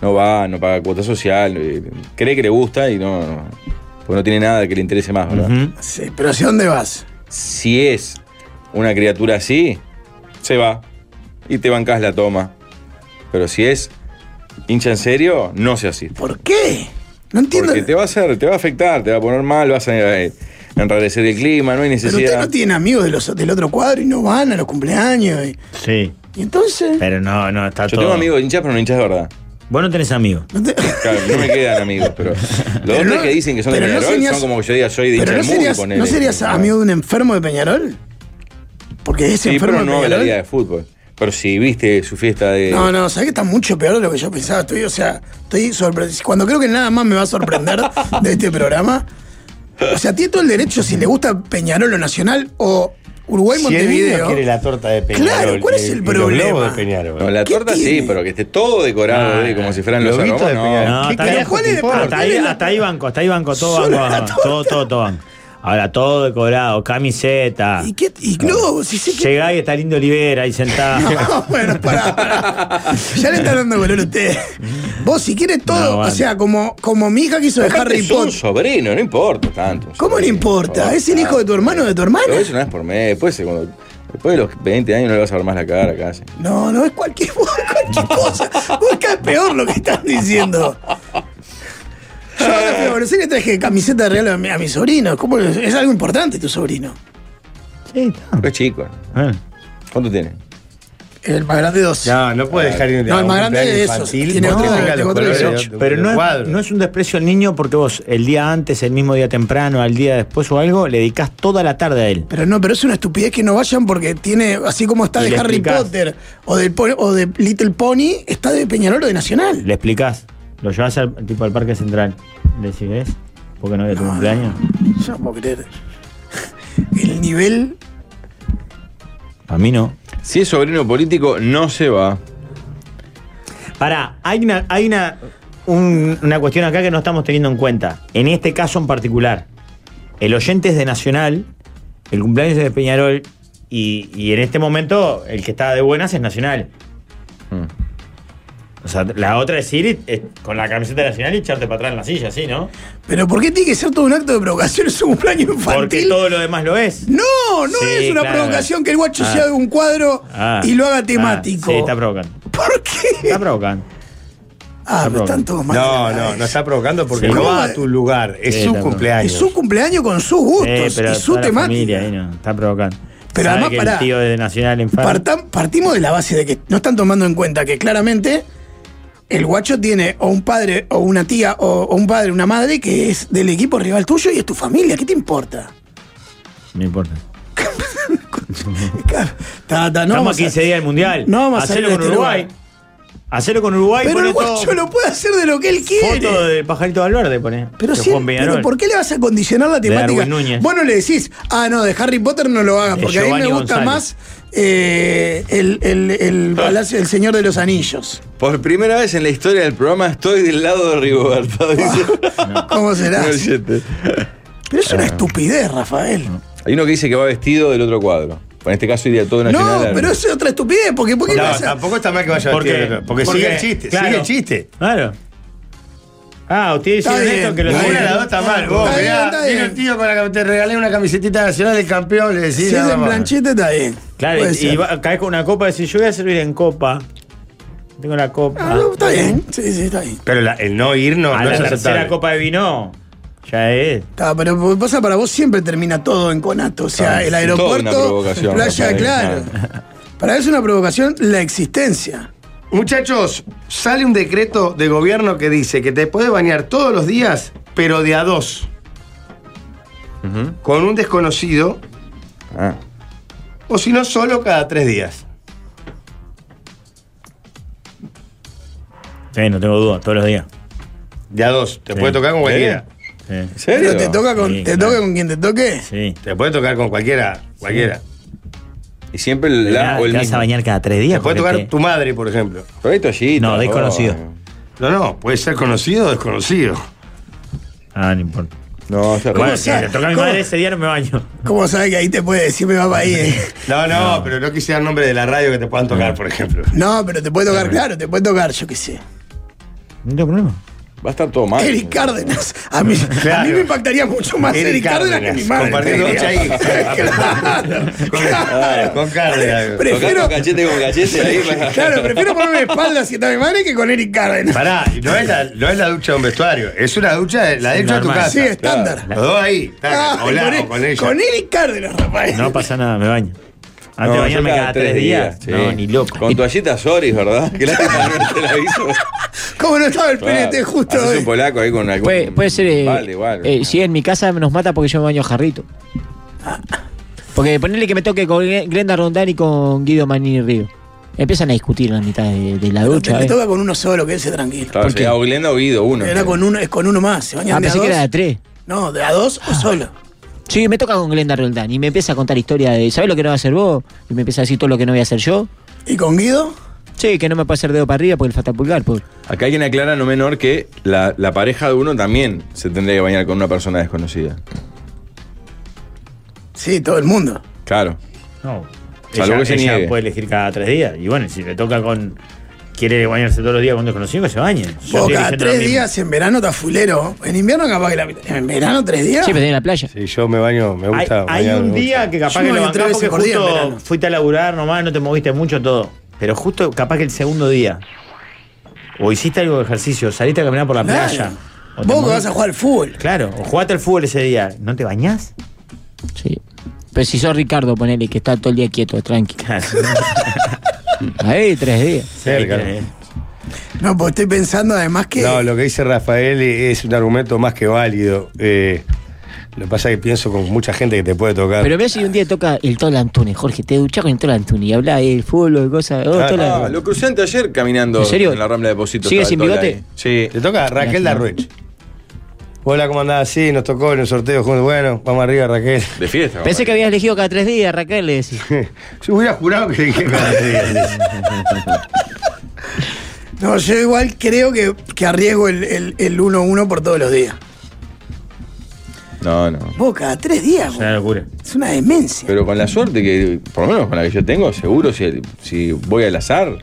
No, No va, no paga cuota social, eh, cree que le gusta y no. no pues no tiene nada que le interese más, ¿verdad? Ujú. Sí, pero ¿hacia dónde vas? si es una criatura así, se va y te bancas la toma. Pero si es hincha en serio, no se asiste. ¿Por qué? No entiendo. Porque te va a hacer, te va a afectar, te va a poner mal, vas a eh, enrarecer el clima, no hay Pero usted necesidad. no tiene amigos de los, del otro cuadro y no van a los cumpleaños. Y, Sí, y entonces. pero no, no, está Yo todo. tengo amigos hinchas, pero no hinchas de verdad. Vos no tenés amigos. no te- Claro, no me quedan amigos, [LAUGHS] pero los otros no- que dicen que son de pero no Peñarol serías- son como que yo diga, soy de hincha [LAUGHS] pero no del Muni, serías, ponele. ¿no serías amigo de un enfermo de Peñarol? Porque ese Sí, enfermo pero no de Peñarol. hablaría de fútbol. Pero si viste su fiesta de. No, no, sabes que está mucho peor de lo que yo pensaba. Estoy, o sea, estoy sorprendido. Cuando creo que nada más me va a sorprender de este programa. O sea, tiene todo el derecho si le gusta Peñarol o Nacional o Uruguay Si el niño Montevideo. quiere la torta de Peñarol. Claro, ¿cuál es y- el y problema? Los globos de Peñarol. No, la ¿Qué torta sí, tiene? pero que esté todo decorado, Ah, eh, como si fueran los Lobito aromos, de no. Peñarol. No, ¿Qué está bien. carajo ¿Cuál te es la importa? Hasta ahí, hasta ahí banco, hasta ahí banco, todo Solo banco, la banco, todo, torta. todo, todo banco. Ahora todo decorado, camiseta. ¿Y qué? Y no, si sé que- [LAUGHS] Llegá y está lindo Olivera ahí sentado. Ya le está dando valor a usted. Vos, si quiere todo, No, o vale. sea, como, como mi hija quiso de Aparte Harry es un Potter. sobrino, no importa tanto. ¿Cómo le importa? ¿Es el hijo de tu hermano o de tu hermana? Pero eso no es por mí. Después, de cuando- después de los 20 años no le vas a ver más la cara casi. No, no, es cualquier, [LAUGHS] cualquier cosa. Busca es peor lo que están diciendo. Yo ahora fui a Buenos Aires y traje camiseta de regalo a mi, a mi sobrino. ¿Cómo es? es algo importante tu sobrino. Es chico. Ah. ¿Cuánto tiene? El más grande de dos. No, Ah, no puede dejar ir No, el más grande de esos. Tiene otro, tengo otro dieciocho. Pero no es, no es un desprecio al niño porque vos el día antes, el mismo día temprano, al día después o algo, le dedicás toda la tarde a él. Pero no, pero es una estupidez que no vayan porque tiene, así como está Y de le Harry explicás. Potter o, del, po- o de Little Pony, está de Peñarol o de Nacional. Le explicás, lo llevas al tipo al parque central. Le decís, ¿ves? Porque no había tu cumpleaños. Yo no puedo creer. El nivel. A mí no. Si es sobrino político, no se va. Pará, hay una, hay una, un- una cuestión acá que no estamos teniendo en cuenta. En este caso en particular, el oyente es de Nacional, el cumpleaños es de Peñarol, y, y en este momento el que está de buenas es Nacional. O sea, la otra es ir y- es con la camiseta de nacional y echarte para atrás en la silla, ¿sí, no? Pero ¿por qué tiene que ser todo un acto de provocación en su cumpleaños infantil? Porque todo lo demás lo es. No, no Sí, es una claro. provocación que el guacho Ah. se haga un cuadro Ah, y lo haga ah, temático. sí, está provocando. ¿Por qué? Está provocando. Ah, pero están todos mal. No, no, no está provocando porque Sí. no ¿Cómo va va? a tu lugar. Es Sí, su está cumpleaños. Es su cumpleaños con sus Eh, gustos pero y su toda la temática. familia ahí no, está provocando. Pero Sabe además, que pará. el tío de Nacional en fan. Partam- partimos de la base de que no están tomando en cuenta que claramente el guacho tiene o un padre o una tía o, o un padre una madre que es del equipo rival tuyo y es tu familia. ¿Qué [LAUGHS] te importa? No importa. Ta, ta, no Estamos vamos a a- 15 días del Mundial. no vamos a salir Hacelo de con este Uruguay. lugar. Hacelo con Uruguay. Pero poné el guacho todo- lo puede hacer de lo que él quiere. Foto de pajarito Valverde, pone. Pero, si- pero ¿por qué le vas a condicionar la De temática? Darwin Núñez. Vos no le decís, ah, no, de Harry Potter no lo hagas, De porque a mí me Giovanni gusta González. más eh, el, el- el Palacio del Señor de los Anillos. Por primera vez en la historia del programa estoy del lado de Rigoberto. [LAUGHS] [LAUGHS] dice. ¿Cómo será? Un oyente. Pero Ah. es una estupidez, Rafael. Hay uno que dice que va vestido del otro cuadro. En este caso iría todo nacional. No, al- pero eso es otra estupidez, porque ¿por qué No, le vas a- Tampoco está mal que vaya ¿Por vestido qué? de otro, Porque Porque- sigue el chiste, claro. sigue el chiste. Claro. Ah, usted dice Está bien, esto que lo ninguna tiene. de las dos está mal. Vos, Está bien, mirá, está viene un tío con la que te regalé una camisetita nacional del campeón, le decís. Si es nada en más. planchete, está bien. Claro, Puede y, ser. y va- caes con una copa y decís, yo voy a servir en copa. Tengo la copa. Ah, Está bien, sí, sí, está bien. Pero la- el no ir no, a no la es tercera aceptable. copa de vino, ya es. Está, pero lo que pasa para vos siempre termina todo en conato. O Claro, sea, todo el una aeropuerto, provocación, playa, Rafael, claro. Ah. Para eso es una provocación la existencia. Muchachos, sale un decreto de gobierno que dice que te puedes bañar todos los días, pero de a dos. Con un desconocido. Ah, O si no, solo cada tres días. Sí, no tengo duda, todos los días. De a dos, te puede tocar con cualquiera. ¿En Pero te toca con, te toca con quien te toque. Sí. Te puede tocar con cualquiera, cualquiera. Y siempre el la o el te vas mismo. a bañar cada tres días. Te puede porque tocar tu madre, por ejemplo. Pero esto allí. No, desconocido. No, no, puede ser conocido o desconocido. Ah, no importa. No, se Bueno, si le toca a mi madre ese día no me baño. ¿Cómo sabes que ahí te puede decir mi papá ahí? eh? No, no, pero no quisiera el nombre de la radio que te puedan tocar, por ejemplo. No, pero te puede tocar, claro, te puede tocar, yo qué sé. No tengo problema. Va a estar todo mal. Eric Cárdenas. A mí, a mí me impactaría mucho más Eric Eric, Cárdenas, que mi madre. Compartiendo Te [LAUGHS] diría. claro. Claro, con Cárdenas. [LAUGHS] Prefiero- Prefiero. cachete con cachete ahí. para- Claro, prefiero ponerme de espalda si está mi madre que con Eric Cárdenas. Pará, y no es, la, no es la ducha de un vestuario, es una ducha, de- la ducha de tu Normal. casa. Sí, estándar. Los dos ahí, taca, Ah, o la- con, o con ella. Eric Cárdenas, Rafael. No pasa nada, me baño. Antes No, de yo bañarme cada, tres días. sí. No, ni loco. Con toallitas Soris, ¿verdad? [LAUGHS] Que lástima que no te la aviso. ¿Cómo no estaba el PNT justo Haces hoy? un polaco ahí con algún. Puede, puede ser. eh, Vale, vale. eh, si en mi casa nos mata porque yo me baño jarrito. Porque ponerle que me toque con Gre- Glenda Rondán y con Guido Manini Río. Empiezan a discutir en la mitad de, de la Te ducha. te eh. toca con uno solo, que quédese tranquilo. Claro, ¿Por qué? sea, o Glenda o Guido, uno. Era con uno, es con uno más. Se bañan Ah, de a pensé que dos. era de tres. No, de a dos o solo. Sí, me toca con Glenda Roldán y me empieza a contar historia de, ¿sabes lo que no va a hacer vos? Y me empieza a decir todo lo que no voy a hacer yo. ¿Y con Guido? Sí, que no me puede hacer dedo para arriba porque le falta el pulgar. pobre. Acá alguien aclara no menor que la, la pareja de uno también se tendría que bañar con una persona desconocida. Sí, todo el mundo. Claro. No. Salvo ella, que se ella niegue. puede elegir cada tres días. Y bueno, si le toca con. Quiere bañarse todos los días con desconocidos, que se bañe. Yo Vos estoy cada eligiendo lo tres mismo. días en verano está fulero. En invierno capaz que la... En verano tres días. Sí, pero en la playa. Sí, yo me baño, me gusta. Hay bañarme, un me día gusta. que capaz que lo bancás porque justo fuiste a laburar nomás, no te moviste mucho, todo. Pero justo capaz que el segundo día. O hiciste algo de ejercicio, saliste a caminar por la Claro. playa. o te Vos que moviste- vas a jugar al fútbol. Claro, o jugaste al fútbol ese día. ¿No te bañás? Sí. Pero si sos Ricardo, ponele que está todo el día quieto, tranqui. [LAUGHS] Ahí, tres días. Cerca. No, pues estoy pensando además que. No, lo que dice Rafael es un argumento más que válido. Eh, lo que pasa es que pienso con mucha gente que te puede tocar. Pero mirá si un día toca el Tola Antunes, Jorge, te duchás con el Tola Antunes y hablás del fútbol, de cosas. Oh, Tola. Ah, lo crucé ante ayer caminando ¿En serio? en la rambla de Positos. ¿Sigue sin bigote? Sí. Te toca Raquel Darruech. Hola, ¿cómo andás? Sí, nos tocó en el sorteo juntos. Bueno, vamos arriba, Raquel. De fiesta. Pensé que habías elegido cada tres días, Raquel, le decís. Yo hubiera jurado que dije [LAUGHS] cada tres días. No, yo igual creo que, que arriesgo el el- el 1-1 por todos los días. No, no. Vos cada tres días, una locura. Es una demencia. Pero con la suerte que, por lo menos con la que yo tengo, seguro si, si voy al azar.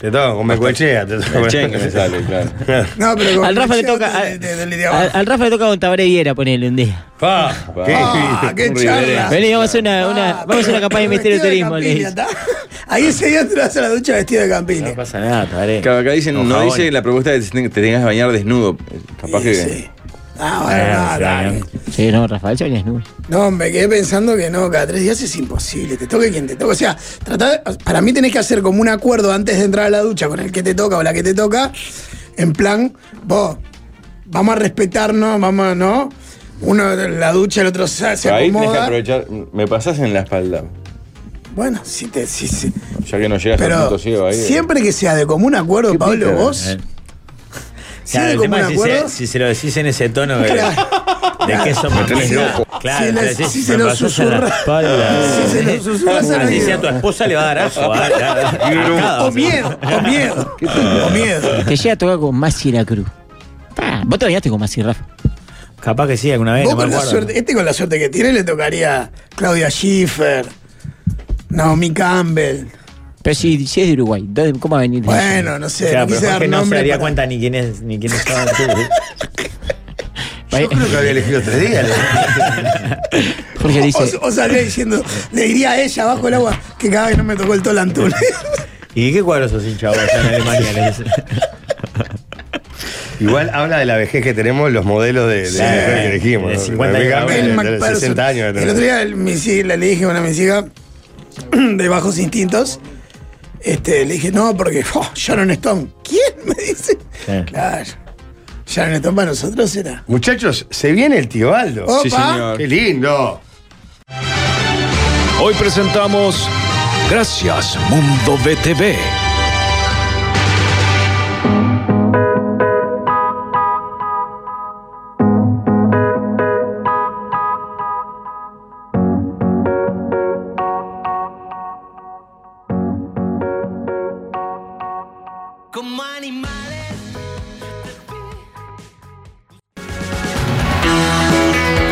Te toco, me cuechea. Te toco. me sale, [LAUGHS] claro. No, pero con al Rafa le Machado toca. te- Al, te- te- te- al- al Rafa le toca con Tabaré Viera ponerle un día. Pa, qué- Ah, qué charla. Vení, vamos a hacer una, una- vamos a hacer una campaña de misterio y vestido de turismo. le campiña, dice. ¿tá? Ahí ese día te vas a la ducha vestido de campina. No pasa nada, Tabaré. Claro, acá dicen, Con no jabón. dice la propuesta de que te tengas que bañar desnudo. Capaz que. Eh, Ah, bueno, Ah, no, sí, Sí, no, Rafael se baña desnudo. No, me quedé pensando que no, cada tres días es imposible. Te toque quien te toque. O sea, tratar, para mí tenés que hacer como un acuerdo antes de entrar a la ducha con el que te toca o la que te toca. En plan, vos, vamos a respetarnos, vamos, a- ¿no? Uno en la ducha, el otro se, se Ahí tenés que acomoda. aprovechar. Me pasás en la espalda. Bueno, si te. Si, si- Ya que no llegas al Pero punto ciego ahí. eh. siempre que sea de común acuerdo, Pablo, pica? vos. Eh. Si Claro, es de el común tema es si acuerdo. se, si se lo decís en ese tono de, de que eso Me tenés loco. Claro, Si si, le- si se lo susurra- [LAUGHS] Si se lo susurras al Así oído. sea tu esposa ¿eh? le va a dar asco. [LAUGHS] ah, ah, ah, arcado, [LAUGHS] O miedo, o miedo. O miedo. Te llega a tocar con Masi la Cruz. Pa, Vos te bañaste con Masi, Rafa. Capaz que sí, alguna vez. Vos con la suerte- este con la suerte que tiene le tocaría Claudia Schiffer, Naomi Campbell. Pero si, si es de Uruguay, ¿dónde- ¿cómo va a venir? de Bueno, no sé, no quise dar que no se nombre daría para- cuenta ni quién es, ni quién estaba en [LAUGHS] tu. Yo creo que había elegido tres días. ¿eh? Jorge dice. O, o saldría diciendo, le diría a ella bajo el agua que cada vez no me tocó el tolantún. ¿Y qué cuadro sos hincha vos allá en Alemania? [LAUGHS] Le dice. Igual habla de la vejez que tenemos, los modelos de, de Sí. mujer que elegimos. De ¿no? 50 Porque [LAUGHS] años. Campbell, El de los McPherson. 60 años. ¿no? El otro día mis hijas- le dije a una de mis hijas [CLEARS THROAT] de bajos instintos. Este, le dije, no, porque [LAUGHS] oh, Sharon Stone. ¿Quién? [LAUGHS] Me dice. Claro. Sharon Stone para nosotros era. Muchachos, se viene el tío Aldo. Opa. Sí, señor. Qué lindo. Hoy presentamos Gracias Mundo BTV.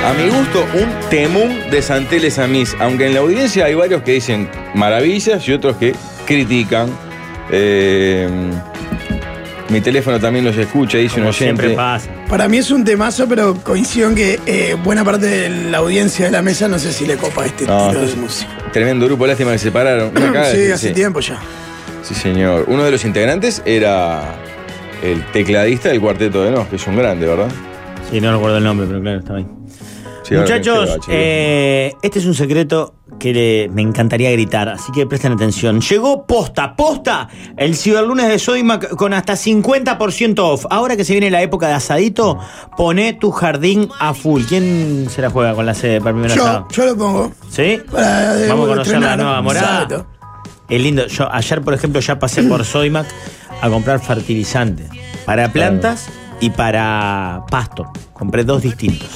A mi gusto, un temún de Santeles Amis. Aunque en la audiencia hay varios que dicen maravillas y otros que critican. Eh, mi teléfono también los escucha, dice un oyente. Siempre pasa. Para mí es un temazo, pero coincido en que eh, buena parte de la audiencia de la mesa no sé si le copa este No, estilo de sí. música. Tremendo grupo, lástima que se separaron. Una cagada, sí, hace tiempo ya. Sí, señor. Uno de los integrantes era el tecladista del cuarteto de Nos, que es un grande, ¿verdad? Sí, no recuerdo el nombre, pero claro, está ahí. Sí, ahora que Muchachos, va, chico. eh, este es un secreto que le- me encantaría gritar, así que presten atención. Llegó posta, posta, el ciberlunes de Sodimac con hasta 50% off. Ahora que se viene la época de asadito, poné tu jardín a full. ¿Quién se la juega con la sede para el primer Yo, asado? yo lo pongo. ¿Sí? Para, eh, Vamos a conocer la estrenar, nueva morada. exacto. Es lindo. Yo ayer, por ejemplo, ya pasé por Soymac a comprar fertilizante para plantas y para pasto. Compré dos distintos.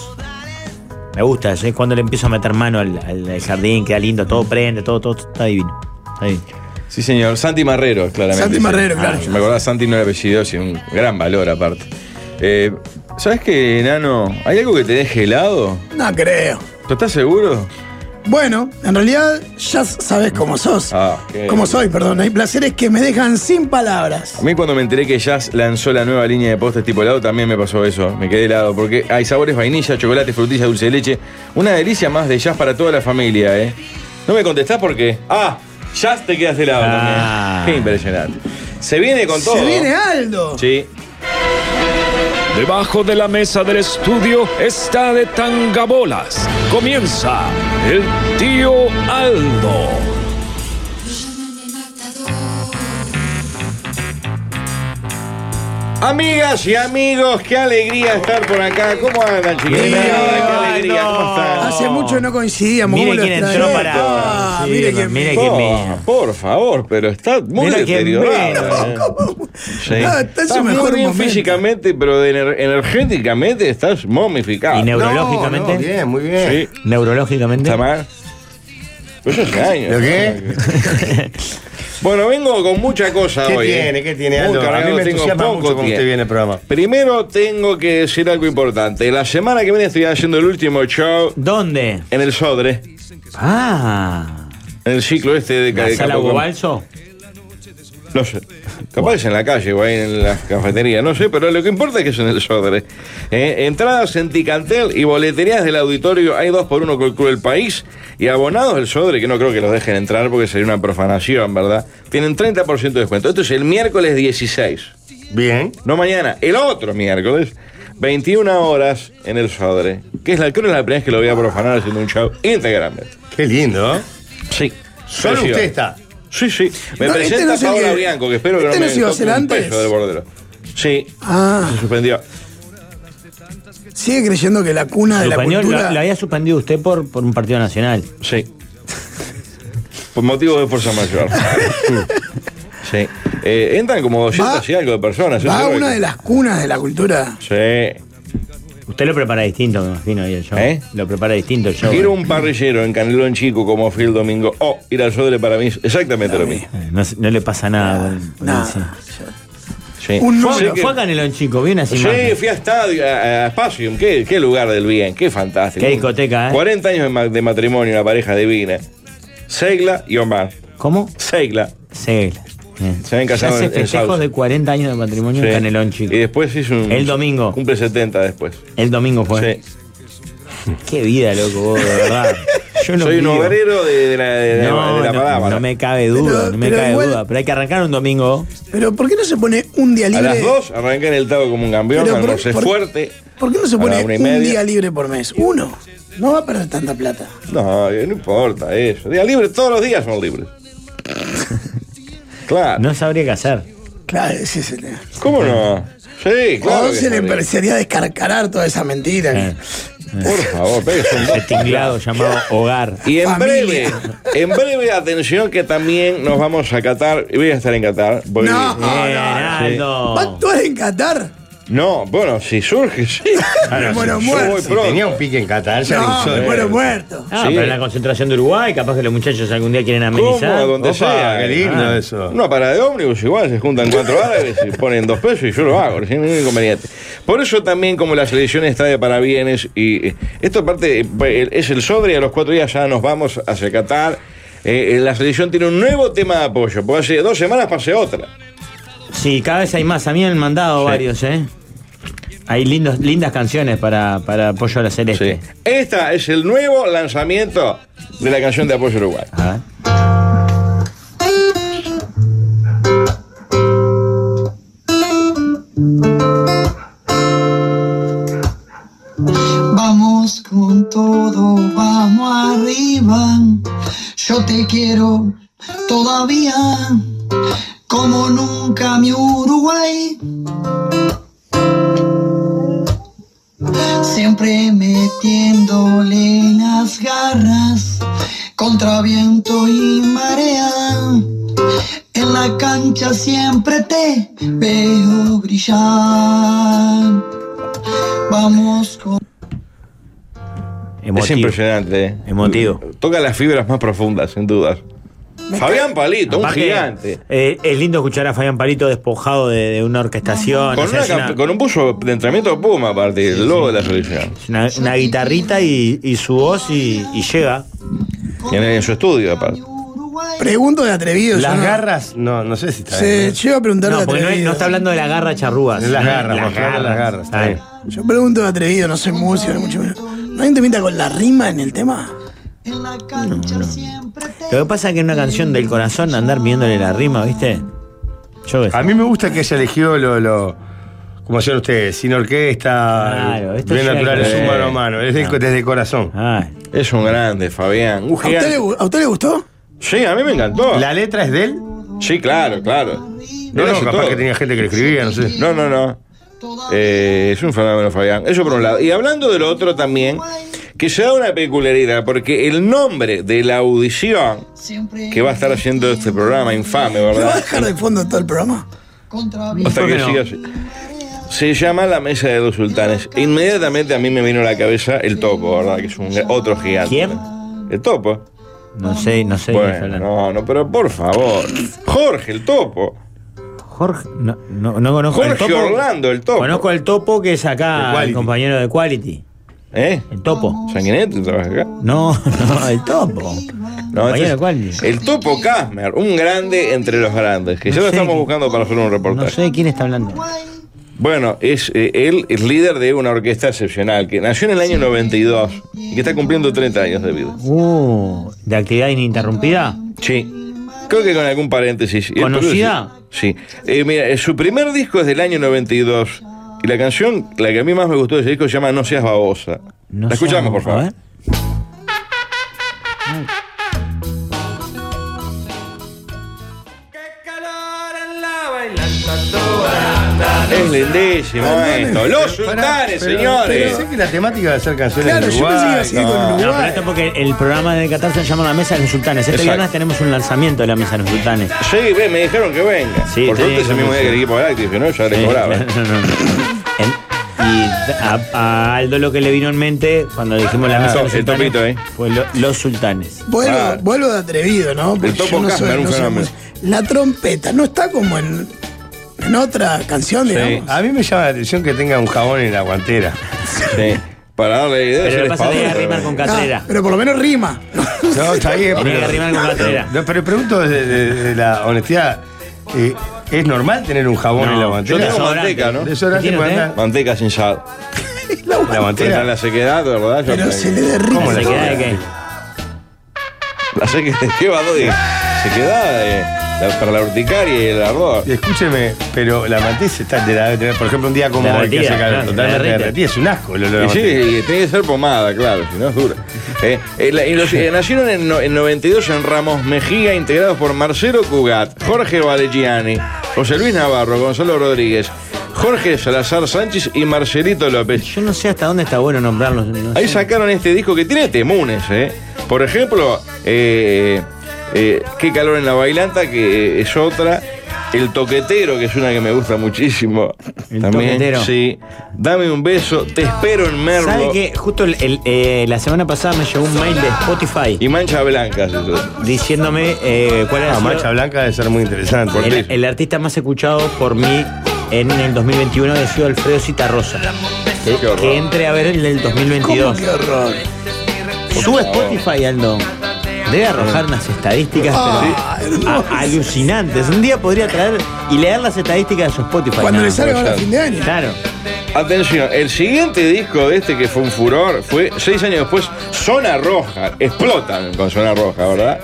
Me gusta eso. Es cuando le empiezo a meter mano al, al- al jardín, queda lindo, todo prende, todo, todo está divino. Está divino. Sí, señor. Santi Marrero, claramente. Santi Sí. Marrero, Ah, claro. yo me acordaba Santi no era apellido, sino un gran valor aparte. Eh, ¿Sabes qué, enano? ¿Hay algo que te deje helado? No creo. ¿Tú estás seguro? Bueno, en realidad ya sabes cómo sos. Ah, qué- Cómo soy, perdón. Hay placeres que me dejan sin palabras. A mí cuando me enteré que Jazz lanzó la nueva línea de postres tipo helado, también me pasó eso. Me quedé helado porque hay sabores vainilla, chocolate, frutilla, dulce de leche. Una delicia más de Jazz para toda la familia, ¿eh? No me contestás porque... Ah, Jazz te quedas helado también. Qué impresionante. Se viene con todo. Se viene Aldo. Sí. Debajo de la mesa del estudio está de tangabolas. Comienza el tío Aldo. Amigas y amigos, qué alegría estar por acá. ¿Cómo andan, chiquillos? Bien, Qué alegría, ¿cómo están? Hace mucho no coincidíamos. Mire ¿Cómo lo quién extrañé? entró para- Ah, Sí, mire no, quién mire vino. quién vino. Oh, Por favor, pero está muy Mira quién deteriorado. ¿eh? Sí. Ah, está en su Estás mejor muy bien momento. físicamente, pero de ener- energéticamente estás momificado. ¿Y neurológicamente? No, no, bien, muy bien. Sí. Neurológicamente. ¿Está mal? Eso es años. ¿Lo qué? bueno, vengo con mucha cosa ¿Qué hoy. ¿eh? tiene? ¿Qué tiene, Muy Aldo? A mí cargado, me tengo entusiasma poco mucho cómo usted tiempo. viene el programa. Primero tengo que decir algo importante. La semana que viene estoy haciendo el último show. ¿Dónde? En el Sodre. Ah. En el ciclo este de ¿La de sala Capocom. Bobalso? No sé. Capaz es en la calle o ahí en la cafetería, no sé, pero lo que importa es que es en el Sodre. Eh, entradas en Ticantel y boleterías del auditorio, hay dos por uno con el Club del País y abonados del Sodre, que no creo que los dejen entrar porque sería una profanación, ¿verdad? Tienen 30% de descuento. Esto es el miércoles 16. Bien. No mañana, el otro miércoles, 21 horas en el Sodre, que es la, creo que es la primera vez que lo voy a profanar haciendo un show íntegramente. Qué lindo, ¿eh? Sí. Solo Precioso. usted está. Sí, sí. Me No, este presenta no es el Paola que- Bianco, que espero que ¿este no me no se iba a hacer toque un antes? peso del bordero. Sí. Ah. Se suspendió. Sigue creyendo que la cuna de Ah, la Suspendió- cultura. la, la había suspendido usted por, por un partido nacional. Sí. Por motivo de fuerza mayor. sí. Eh, entran como 200 y algo de personas. Va a eso es una lo de las cunas de la cultura. que- Sí. Usted lo prepara distinto, me imagino, y el show. ¿Eh? Lo prepara distinto el show. Ir a un parrillero en Canelón Chico como fui el domingo o ir al Sodre para mí es exactamente lo mismo. Eh, No, se- no le pasa nada. con- con ese. Sí. fue, Sé que- fue a Canelón Chico, vi unas Sí, imágenes. fui a Estadio, a, a Spatium, qué, qué lugar del bien, qué fantástico. Qué discoteca, ¿eh? 40 años de, ma- de matrimonio, una pareja divina. Seigla y Omar. ¿Cómo? Seigla. Seigla. Se habían Ya casado hace en, en festejos Sauce. de 40 años de matrimonio en Sí. Canelón Chico. Y después hizo un. El domingo. Cumple 70 después. El domingo fue. Qué vida, loco, vos, de [LAUGHS] verdad. Yo no Soy un vivo. obrero de, de la, de la- no, de la no, palabra. no me cabe duda, Pero- no me pero cabe igual- duda. Pero hay que arrancar un domingo. Pero ¿por qué no se pone un día a libre? las 2 arranqué en el tabo como un campeón, Pero, almorcé por- por- fuerte. ¿Por qué no se a la pone una y un media. día libre por mes? Uno. No va a perder tanta plata. No, eh, no importa eso. Día libre, todos los días son [LAUGHS] libres. claro. No sabría qué hacer. [LAUGHS] Claro, ese es el. ¿Cómo no? Sí, claro. que O Oh, Eh. se le sabría. parecería descarcarar toda esa mentira. que- Por favor, pero es un [LAUGHS] Ese tinglado llamado hogar. Y en Familia. breve, en breve, atención que también nos vamos a Qatar. Voy a estar en Qatar. voy- No, no, Sí. ¿Va a actuar en Qatar? No, bueno, si surge, sí. [LAUGHS] Me muero Yo muerto. voy Si pronto. tenía un pique en Qatar, ya No, era un sol. me muero muerto. Ah, Sí. pero en la concentración de Uruguay, capaz que los muchachos algún día quieren ¿Cómo? amenizar. Donde Opa, sea. eh, ah. qué lindo eso. Una parada de ómnibus, igual se juntan cuatro árabes y ponen dos pesos y yo lo hago, sin ningún inconveniente. Por eso también, como la selección está de parabienes, y eh, esto aparte eh, el- es el sobre, a los cuatro días ya nos vamos hacia Qatar. Eh, eh, la selección tiene un nuevo tema de apoyo, porque hace dos semanas pasé otra. Sí, cada vez hay más. A mí me han mandado varios, ¿eh? Hay lindos, lindas canciones para, para apoyo a la celeste. Esta es el nuevo lanzamiento de la canción de apoyo Uruguay. Vamos con todo, vamos arriba. Yo te quiero todavía, como nunca mi Uruguay. Siempre metiéndole las garras contra viento y marea. En la cancha siempre te veo brillar. Vamos con Es impresionante. ¿eh? Emotivo. Toca las fibras más profundas, sin dudas. Fabián Palito, un Aparte, gigante. eh, es lindo escuchar a Fabián Palito despojado de, de una orquestación. Con, o sea, una es una- camp- con un buzo de entrenamiento Puma, aparte, el logo de la selección. Una, una guitarrita y, y su voz y, y llega. En, en su estudio, aparte. Pregunto de atrevido. yo Las no- garras, no, no sé si está Se, yo iba a preguntar de No, porque no, atrevido. es- no está hablando de la garra charrúas. Es las ¿no? garras, Las porque habla de las garras, está Ah, bien. Yo pregunto de atrevido, no soy músico, ni mucho menos. ¿No hay un temita con la rima en el tema? Lo que pasa es que en una canción del corazón andar viéndole la rima, ¿viste? Yo ¿eh? A mí me gusta que haya elegido lo, lo como hacían ustedes, sin orquesta, Claro, esto bien llega natural, con- es un mano a mano, es de- Ah. desde el corazón. Es un grande, Fabián. Un ¿A usted, le, gigante. gu- a usted le gustó? Sí, a mí me encantó. ¿La letra es de él? Sí, claro, claro. No, no, capaz que tenía gente que le escribía, no sé. No, no, no. Eh, es un fenómeno, Fabián. Eso por un lado. Y hablando de lo otro también, que se da una peculiaridad, porque el nombre de la audición que va a estar haciendo este programa infame, ¿Le [LAUGHS] va a ¿verdad? dejar de fondo todo el programa? Hasta que siga así. Se llama La Mesa de los Sultanes. E Inmediatamente a mí me vino a la cabeza el topo, ¿verdad? Que es un gran- otro gigante. ¿Quién? El topo. No sé, no sé. Bueno, no, no, pero por favor. Jorge, el topo. Jorge, no, no, no conozco al Jorge topo. Orlando, el topo. Conozco al topo que es acá, el compañero de Quality. ¿Eh? El topo. ¿Sanguinete trabaja acá? No, [LAUGHS] no, el topo. No, este Compañero es- el Topo Casmer, un grande entre los grandes, que No ya lo sé estamos qué- buscando para hacer un reportaje. No sé de quién está hablando. Bueno, es, eh, él es líder de una orquesta excepcional que nació en el año 92 y que está cumpliendo 30 años de vida. Uh, de actividad ininterrumpida. Sí, creo que con algún paréntesis. Y el ¿Conocida? Perú es- Sí. Eh, mira, eh, su primer disco es del año 92 y la canción, la que a mí más me gustó de ese disco, se llama No seas babosa. la escuchamos, por favor. ¿eh? Es lindísimo esto. Los sultanes, señores. Pensé que la temática iba a ser canciones Claro, de yo pensé Uruguay. que iba a seguir con no. No, pero esto es porque el programa de Qatar se llama La Mesa de los Sultanes. Este Exacto. viernes tenemos un lanzamiento de La Mesa de los Sultanes. Sí, ve, me dijeron que venga. Sí, Por te suerte digo ese mismo que día sí. que el equipo galáctico, ¿no? Ya le Eh, [LAUGHS] cobraba. no, no, no. En- y a, a Aldo lo que le vino en mente cuando dijimos La Ah, El Mesa de top, los el Sultanes topito, ¿eh? fue lo- Los Sultanes. Vuelvo, Ah. vuelvo de atrevido, ¿no? Porque El Topo yo no Casper, un no fenómeno. músico. La trompeta no está como en, en otra canción, Sí. Ah, digamos. A mí me llama la atención que tenga un jabón en la guantera. Sí. Para darle idea. Pero ser lo que pasa es que espadón, hay que rimar pero- con catrera. Ah, pero por lo menos rima. [LAUGHS] No, está bien, Tiene pero. que rimar con catrera. No, pero pregunto de, de- de la honestidad. eh, ¿Es normal tener un jabón en la yo guantera? tengo manteca, ¿no? Desodorante ¿Qué puede tiene? andar. Manteca sin sal. La guantera. Está la sequedad, ¿verdad? Yo creo que- ¿Cómo se queda de qué? La [LAUGHS] sequedad de qué va Dodi? Sequedad de- eh, la- para la urticaria y el ardor. Escúcheme, pero la mantice está de la debe tener, por ejemplo, un día como hoy que Derretida, hace calor, claro, totalmente derrite. derretida, es un asco el olor a Y sí, manteca. y tiene que ser pomada, claro, si no es dura. Eh, eh, la- y los- eh, nacieron en, no- en 92 en Ramos Mejía, integrados por Marcelo Cugat, Jorge Valegiani, José Luis Navarro, Gonzalo Rodríguez, Jorge Salazar Sánchez y Marcelito López. Yo no sé hasta dónde está bueno nombrarlos. no Ahí sé. sacaron este disco que tiene temunes, ¿eh? Por ejemplo, eh, eh, Qué calor en la bailanta, que eh, es otra. El toquetero, que es una que me gusta muchísimo. El Toquetero. Sí. Dame un beso, te espero en Merlo. ¿Sabe que justo el- el, eh, la semana pasada me llegó un mail de Spotify? Y Mancha Blanca. Diciéndome eh, cuál era Ah, su- mancha blanca debe ser muy interesante. el, el artista más escuchado por mí en el 2021 ha sido Alfredo Citarrosa. Que, horror. que entre a ver el del 2022. qué horror? Pues Su Spotify, Aldo. Debe arrojar unas estadísticas Ah, pero a- alucinantes. Un día podría traer y leer las estadísticas de su Spotify. Cuando le salga pues ahora a a fin de año. Claro. Atención, el siguiente disco de este que fue un furor fue seis años después, Zona Roja. Explotan con Zona Roja, ¿verdad?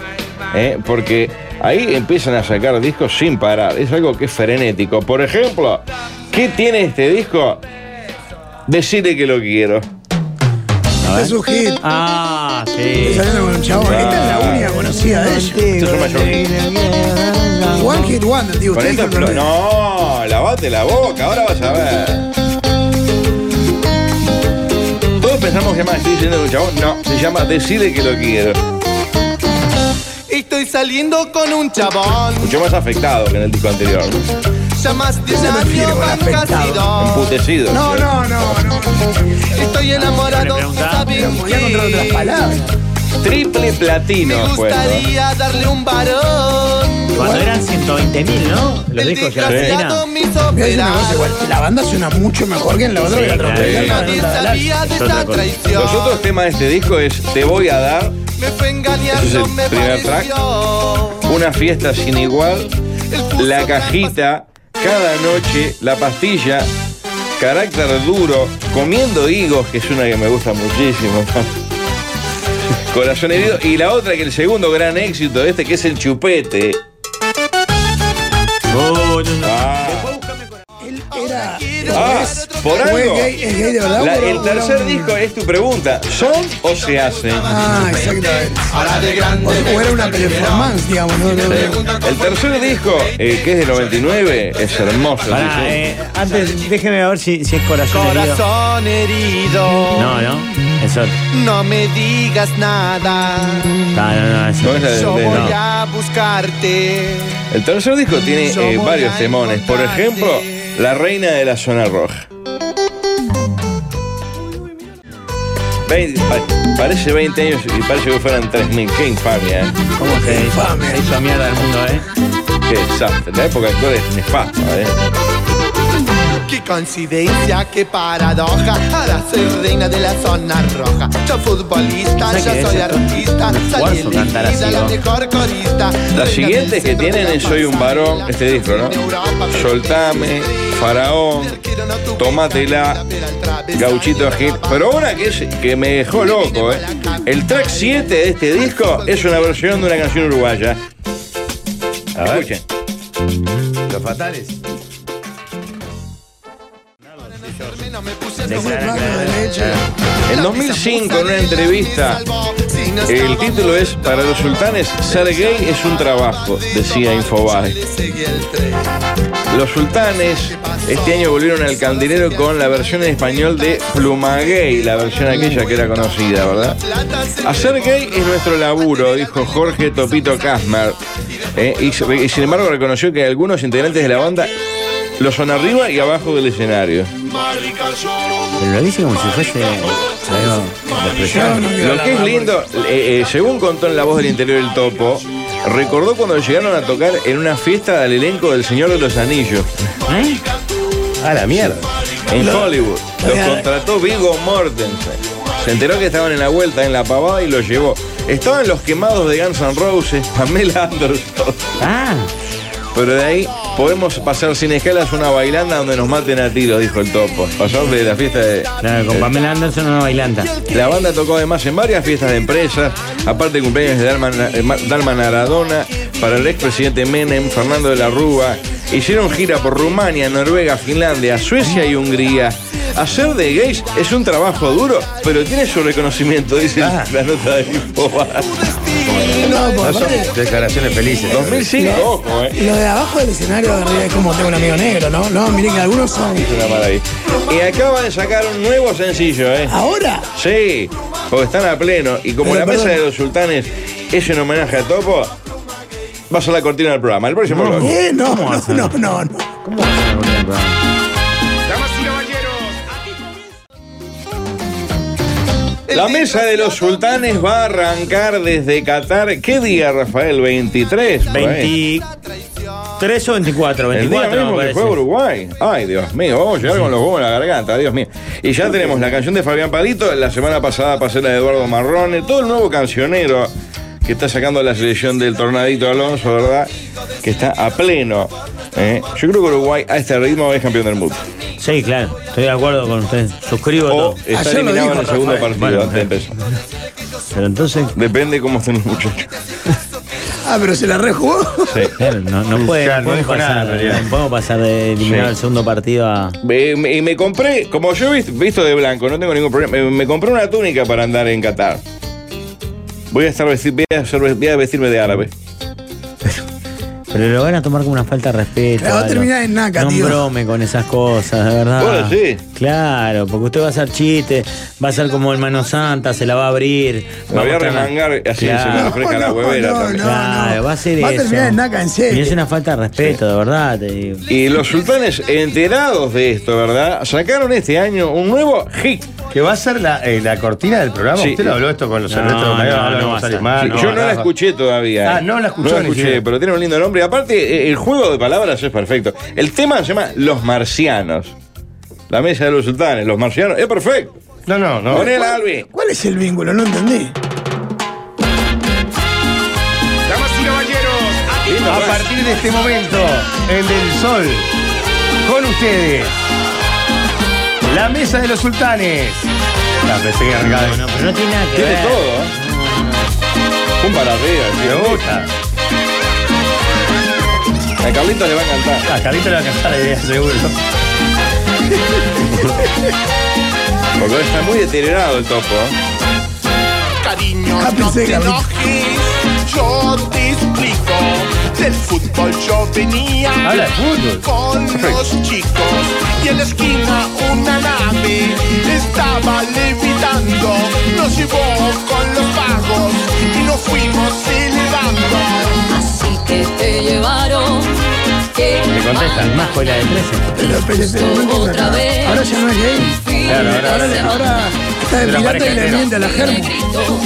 Eh, Porque ahí empiezan a sacar discos sin parar. Es algo que es frenético. Por ejemplo, ¿qué tiene este disco? Decirle que lo quiero. Es un hit. Ah, sí. Está saliendo con un chabón. Esta es la única conocida de ella. Esto es un mayor. One Hit Wonder, digo, Con usted esto dijo el explo- nombre. no, lavate la boca, ahora vas a ver. Todos pensamos que más estoy diciendo de un chabón. No, se llama Decide que lo quiero. Estoy saliendo con un chabón. Mucho más afectado que en el disco anterior. Ya más de un año fantástico. Emputecido. No, no, no, no. Estoy enamorado, ¿saben qué? Triple platino Me fue esto. gustaría darle un varón. Cuando eran 120 mil, ¿no? Los discos de Argentina. Voy a decir una cosa igual, La banda suena mucho mejor que en la otra. Sí, que la otra. claro. La otra, la otra. Es otra cosa. Los otros temas de este disco es Te voy a dar, Me fue engañar, ese es no el me primer track, pareció. Una fiesta sin igual, La cajita, Cada noche, La pastilla, Carácter duro, Comiendo higos, que es una que me gusta muchísimo. [LAUGHS] Corazón herido y la otra que el segundo gran éxito de este que es el chupete. Ah. Era- Ah, es- por fue algo. gay- es gay de Ah, verdad, La- por el algo, tercer era un- disco es tu pregunta. ¿Son o se hacen? Ah, exactamente. O, o era una performance, digamos. ¿no? No, no. El tercer disco, eh, que es del 99, es hermoso. Pará, sí, sí. eh, antes déjeme ver si, si es corazón. Corazón herido. herido. No, no. Eso. No me digas nada. No, no, no. Eso. No es la de- Yo de- voy no. a buscarte. El tercer disco tiene eh, varios temones. Por ejemplo, La Reina de la Zona Roja. Vein- pa- parece 20 años y parece que fueran 3.000. Qué infamia, ¿eh? ¿Cómo que infame? Se hizo mierda el mundo, ¿eh? Qué desastre. La época actual es nefasta, ¿eh? Qué coincidencia, qué paradoja. Ahora soy reina de la zona roja. Yo futbolista, ¿Sabes yo qué es soy esto? artista. Un Soy esfuerzo cantar elegida así, la ¿no? mejor corista. Las siguientes que tienen es Soy un varón, este disco, ¿no? Soltame, Faraón, Tomátela, Gauchito Gil. Pero una que, es, que me dejó loco, ¿eh? El track 7 de este disco es una versión de una canción uruguaya. Escuchen. Los fatales. En 2005, en una entrevista, el título es Para los sultanes, ser gay es un trabajo, decía Infobae. Los sultanes este año volvieron al candilero con la versión en español de Pluma Gay, la versión aquella que era conocida, ¿verdad? Hacer gay es nuestro laburo, dijo Jorge Topito Casmar. Eh, y, y sin embargo reconoció que algunos integrantes de la banda lo son arriba y abajo del escenario. Pero lo dice como si fuese. algo despreciable. Lo que es lindo, eh, eh, según contó en La Voz del Interior del Topo, recordó cuando llegaron a tocar en una fiesta del elenco del Señor de los Anillos. ¿Eh? A la mierda. En Lo- Hollywood. Los contrató Vigo Mortensen. Se enteró que estaban en la vuelta, en la pavada y los llevó. Estaban los quemados de Guns N' Roses, [LAUGHS] Pamela Anderson. Ah, Pero de ahí podemos pasar sin escalas una bailanda donde nos maten a tiros, dijo el topo. Pasó de la fiesta de. Claro, con Pamela Anderson una bailanda. La banda tocó además en varias fiestas de empresas, aparte de cumpleaños de Dalma, eh, Ma- Dalma Naradona, para el expresidente Menem, Fernando de la Rúa. Hicieron gira por Rumania, Noruega, Finlandia, Suecia y Hungría. Hacer de gays es un trabajo duro, pero tiene su reconocimiento, dice la nota de Infobae. No, son aparte- declaraciones felices. 2005, ojo, eh. Lo de abajo del escenario de arriba es como tengo un amigo negro, ¿no? No, miren que algunos son. Una maravilla. Y acaba de sacar un nuevo sencillo, ¿eh? ¿Ahora? Sí, porque están a pleno. Y como Pero, la mesa perdón. de los sultanes es en homenaje a Topo, va a ser la cortina del programa. El próximo bloque. Eh, no, no, no, no, no. La mesa de los sultanes va a arrancar desde Qatar. ¿Qué día, Rafael? 23. por ahí. 23 o 24, El día 24 me mismo que parece. fue Uruguay. Ay, Dios mío, vamos a llegar con los huevos en la garganta, Dios mío. Y ya tenemos la canción de Fabián Palito, la semana pasada pasé la de Eduardo Marrone, todo el nuevo cancionero que está sacando la selección del Tornadito Alonso, ¿verdad? Que está a pleno. ¿eh? Yo creo que Uruguay a este ritmo es campeón del mundo. Sí, claro, estoy de acuerdo con usted. Suscribo todo. Está eliminado en el segundo partido Bueno, antes de empezar. Pero entonces. Depende cómo estén los muchachos. Ah, pero se la rejugó. Sí. claro, no, no puede, Ya, no no podemos dijo nada, pasar, en realidad. no podemos pasar de eliminar Sí. el segundo partido a. Eh, me- Y me compré, como yo he visto de blanco, no tengo ningún problema. eh, Me compré una túnica para andar en Qatar. Voy a estar vesti- voy a ser- voy a vestirme de árabe. Pero lo van a tomar como una falta de respeto. Claro, va a algo. terminar en naca, no tío. brome con esas cosas, de verdad. ¿Vos decís? Claro, porque usted va a hacer chiste, va a ser como el mano santa, se la va a abrir. Me va voy a mostrar la- remangar así se me refresca la huevera también. Claro, va a ser Va a eso. terminar en naca, en serio. Y es una falta de respeto, de verdad, te digo. Y los sultanes, enterados de esto, ¿verdad? Sacaron este año un nuevo hit Que va a ser la, eh, la cortina del programa. Sí. Usted lo habló esto con los No, no, no, no va a estar. Sí, yo no la escuché todavía. ¿eh? Ah, no la escuchó No la ni escuché, siquiera. pero tiene un lindo nombre. Y Aparte, eh, el juego de palabras es perfecto. El tema se llama Los Marcianos. La mesa de los sultanes, los marcianos. Es perfecto. No, no, no. Poné el Albi. ¿Cuál es el vínculo? No entendí. Damas y caballeros, a pues. partir de este momento, en Del Sol, con ustedes, la mesa de los sultanes. La pensé que arrancaba de- pero no tiene nada que Tiene ver. todo, ¿eh? Un para arriba, Me gusta. A Carlitos le va a encantar. A Carlitos Ah, le va a encantar la idea, seguro. Porque está muy deteriorado el topo. ¿eh? Cariño, Ah, no te enojes, yo te explico. Del fútbol yo venía Habla de fútbol. con los chicos y en la esquina una nave estaba levitando. Nos llevó con los pagos y nos fuimos elevando. Así que te llevaron. Que Me contestan, más cola de 13. Otra vez. Ahora ya no es gay. Claro, ahora- ahora, ahora está de Pero pirata parece y le entero. miente a la germa.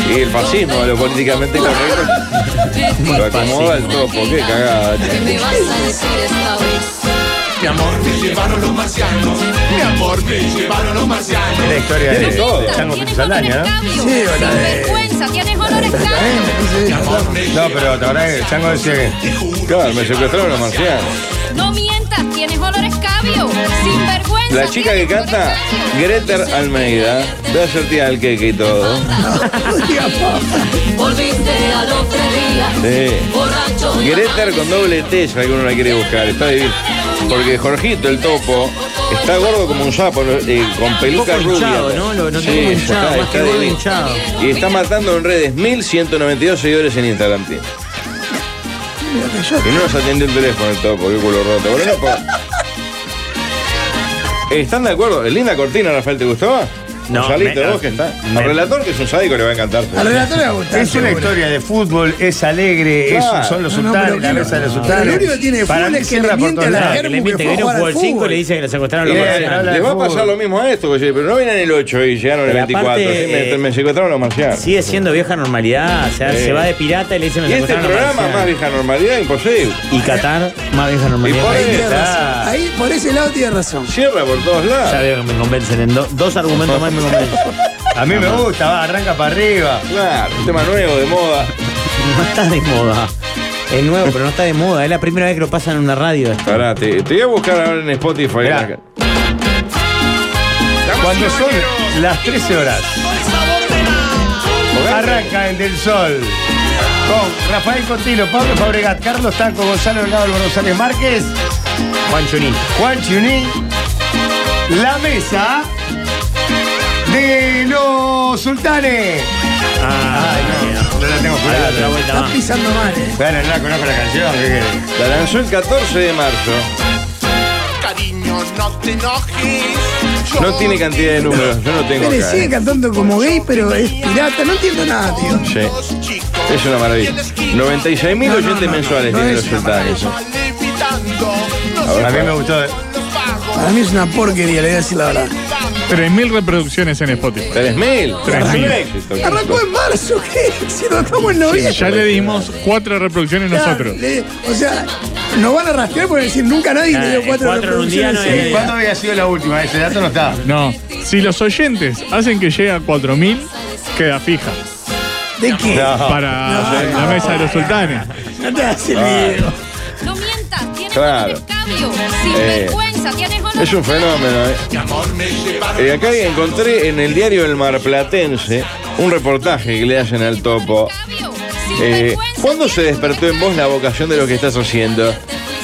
Y el fascismo, lo políticamente correcto. Lo acomoda el topo. Qué cagada. che. Mi amor, te llevaron los marcianos. Mi amor, te llevaron los marcianos. Es la historia Tiene de todo. Chango Pitu Saldaña, ¿no? Sí, hola, eh. Vergüenza, tienes olor a escándalo. eh. No, pero te acordás que Chango decía que. Claro, me secuestraron los marcianos. No mientas, tienes olor a escabio. Sin vergüenza. La chica que canta, Greter Almeida, va a sortear el queque y todo. Volviste a los tres días. Sí. Greter con doble T, si alguno la quiere buscar, está divino. Porque Jorgito, el topo, está gordo como un sapo, eh, con peluca Un poco rubia. hinchado, ¿no? Lo- lo Sí, tengo hinchado, está, más que está gordo, divino. hinchado. Y está matando en redes, 1192 seguidores en Instagram. tiene. Y no nos atendió el teléfono el topo, qué culo roto. Bueno, no, po- ¿Están de acuerdo? ¿Linda cortina, Rafael? ¿Te gustó? No, Gonzalito, me- vos que está. me- Al relator, que es un sádico, le va a encantar. Es una historia de fútbol, es alegre, Claro. es- son los No, no, sultanes, pero la que- mesa de los pero sultanes. lo único que tiene de fútbol es que mí le cierra por miente todos a la lados. Le Germu miente que viene un juego 5 y le dice que le secuestraron los Eh, marcianos. Les va a pasar lo mismo a esto, porque- pero no vienen el 8 y llegaron el Pero 24. aparte, ¿sí? me, eh, me secuestraron los marcianos. Sigue siendo vieja normalidad. O sea, Sí. se va de pirata y le dicen y este secuestraron los programa marcianos. más vieja normalidad, imposible. Y Qatar, más vieja normalidad. Y por Ahí ahí está. Ahí, por ese lado tiene razón. Cierra por todos lados. Ya veo que me convencen. En do- dos argumentos más me [LAUGHS] convencen. A mí me gusta, va, arranca para arriba. Claro, un tema nuevo, de moda. No está de moda. Es nuevo, pero no está de moda. Es la primera vez que lo pasan en una radio. esto. Pará, te, te voy a buscar ahora en Spotify. Mirá. Cuando son las 13 horas, arranca en Del Sol con Rafael Cotilo, Pablo Fabregat, Carlos Tanco, Gonzalo Delgado, Álvaro González Márquez, Juan Chunín. Juan Chunín, la mesa de los sultanes. Ay, Ah, no, no la tengo jurada. Ah. Está pisando mal, eh. Bueno, no la conozco la canción, ¿qué querés? La lanzó el 14 de marzo. Cariño, no te enojes. yo No tiene cantidad de números, yo no tengo Pero acá. sigue ¿eh? cantando como gay, pero es pirata. No entiendo nada, tío. Sí. Es una maravilla. 96.000 oyentes mensuales no tienen es los sultanes. A mí me gustó. Para mí es una porquería, le voy a decir la verdad. 3.000 reproducciones en Spotify. 3.000. 3.000. Arrancó en marzo, ¿qué? [LAUGHS] Si no estamos en noviembre. Ya le dimos cuatro reproducciones Ya, nosotros. le- o sea, nos van a rastrear por decir nunca nadie le dio cuatro, reproducciones. ¿Y ¿Cuándo había sido la última? Ese dato no está. No. Si los oyentes hacen que llegue a 4.000, queda fija. ¿De qué? No. Para No, la no. mesa de los sultanes. No te hagas el Ah. video. No mientas, tienes Claro. escabio. Sin Eh. vergüenza, tienes olor a Es un fenómeno, ¿eh? Eh, acá encontré en el diario El Marplatense un reportaje que le hacen al topo. Eh, ¿Cuándo se despertó en vos la vocación de lo que estás haciendo?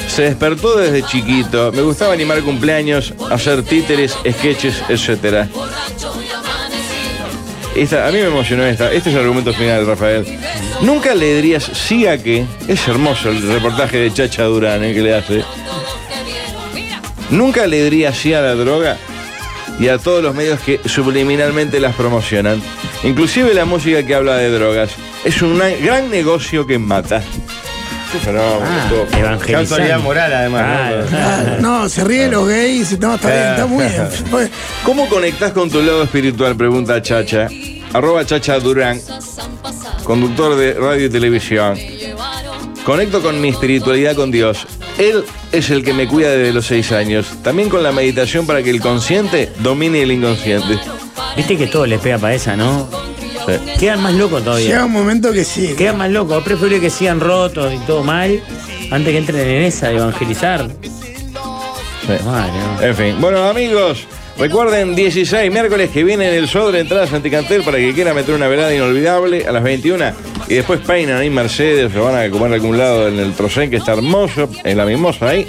Se despertó desde chiquito. Me gustaba animar cumpleaños, hacer títeres, sketches, etc. Esta, a mí me emocionó esta. Este es el argumento final, Rafael. Nunca le dirías sí a que. Es hermoso el reportaje de Chacha Durán eh, que le hace. Nunca le diría sí a la droga y a todos los medios que subliminalmente las promocionan. Inclusive la música que habla de drogas. Es un gran negocio que mata. Ah, Fenómeno. evangelizando. Qué autoridad moral, además. ¿no? Ah. No, se ríen los gays. No, está bien, está [LAUGHS] muy bien. ¿Cómo conectás con tu lado espiritual? Pregunta Chacha. Arroba Chacha Durán, conductor de radio y televisión. Conecto con mi espiritualidad con Dios. Él es el que me cuida desde los seis años. También con la meditación para que el consciente domine el inconsciente. Viste que todo les pega para esa, ¿no? Quedan más locos todavía. Llega un momento que sí. Quedan más locos. Prefiero que sigan rotos y todo mal antes que entren en esa de evangelizar. En fin. Bueno, amigos, recuerden 16, miércoles que viene en el Sodre, entradas anticantel para que quiera meter una velada inolvidable a las 21. Y después peinan ahí Mercedes, se van a comer a algún lado en el Trocén, que está hermoso, en la mimosa ahí.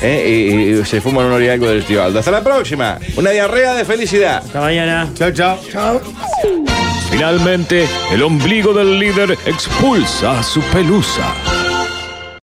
¿eh? Y, y se fuman un orialco del Estivaldo. Hasta la próxima. Una diarrea de felicidad. Hasta mañana. Chao, chao. Chao. Finalmente, el ombligo del líder expulsa su pelusa.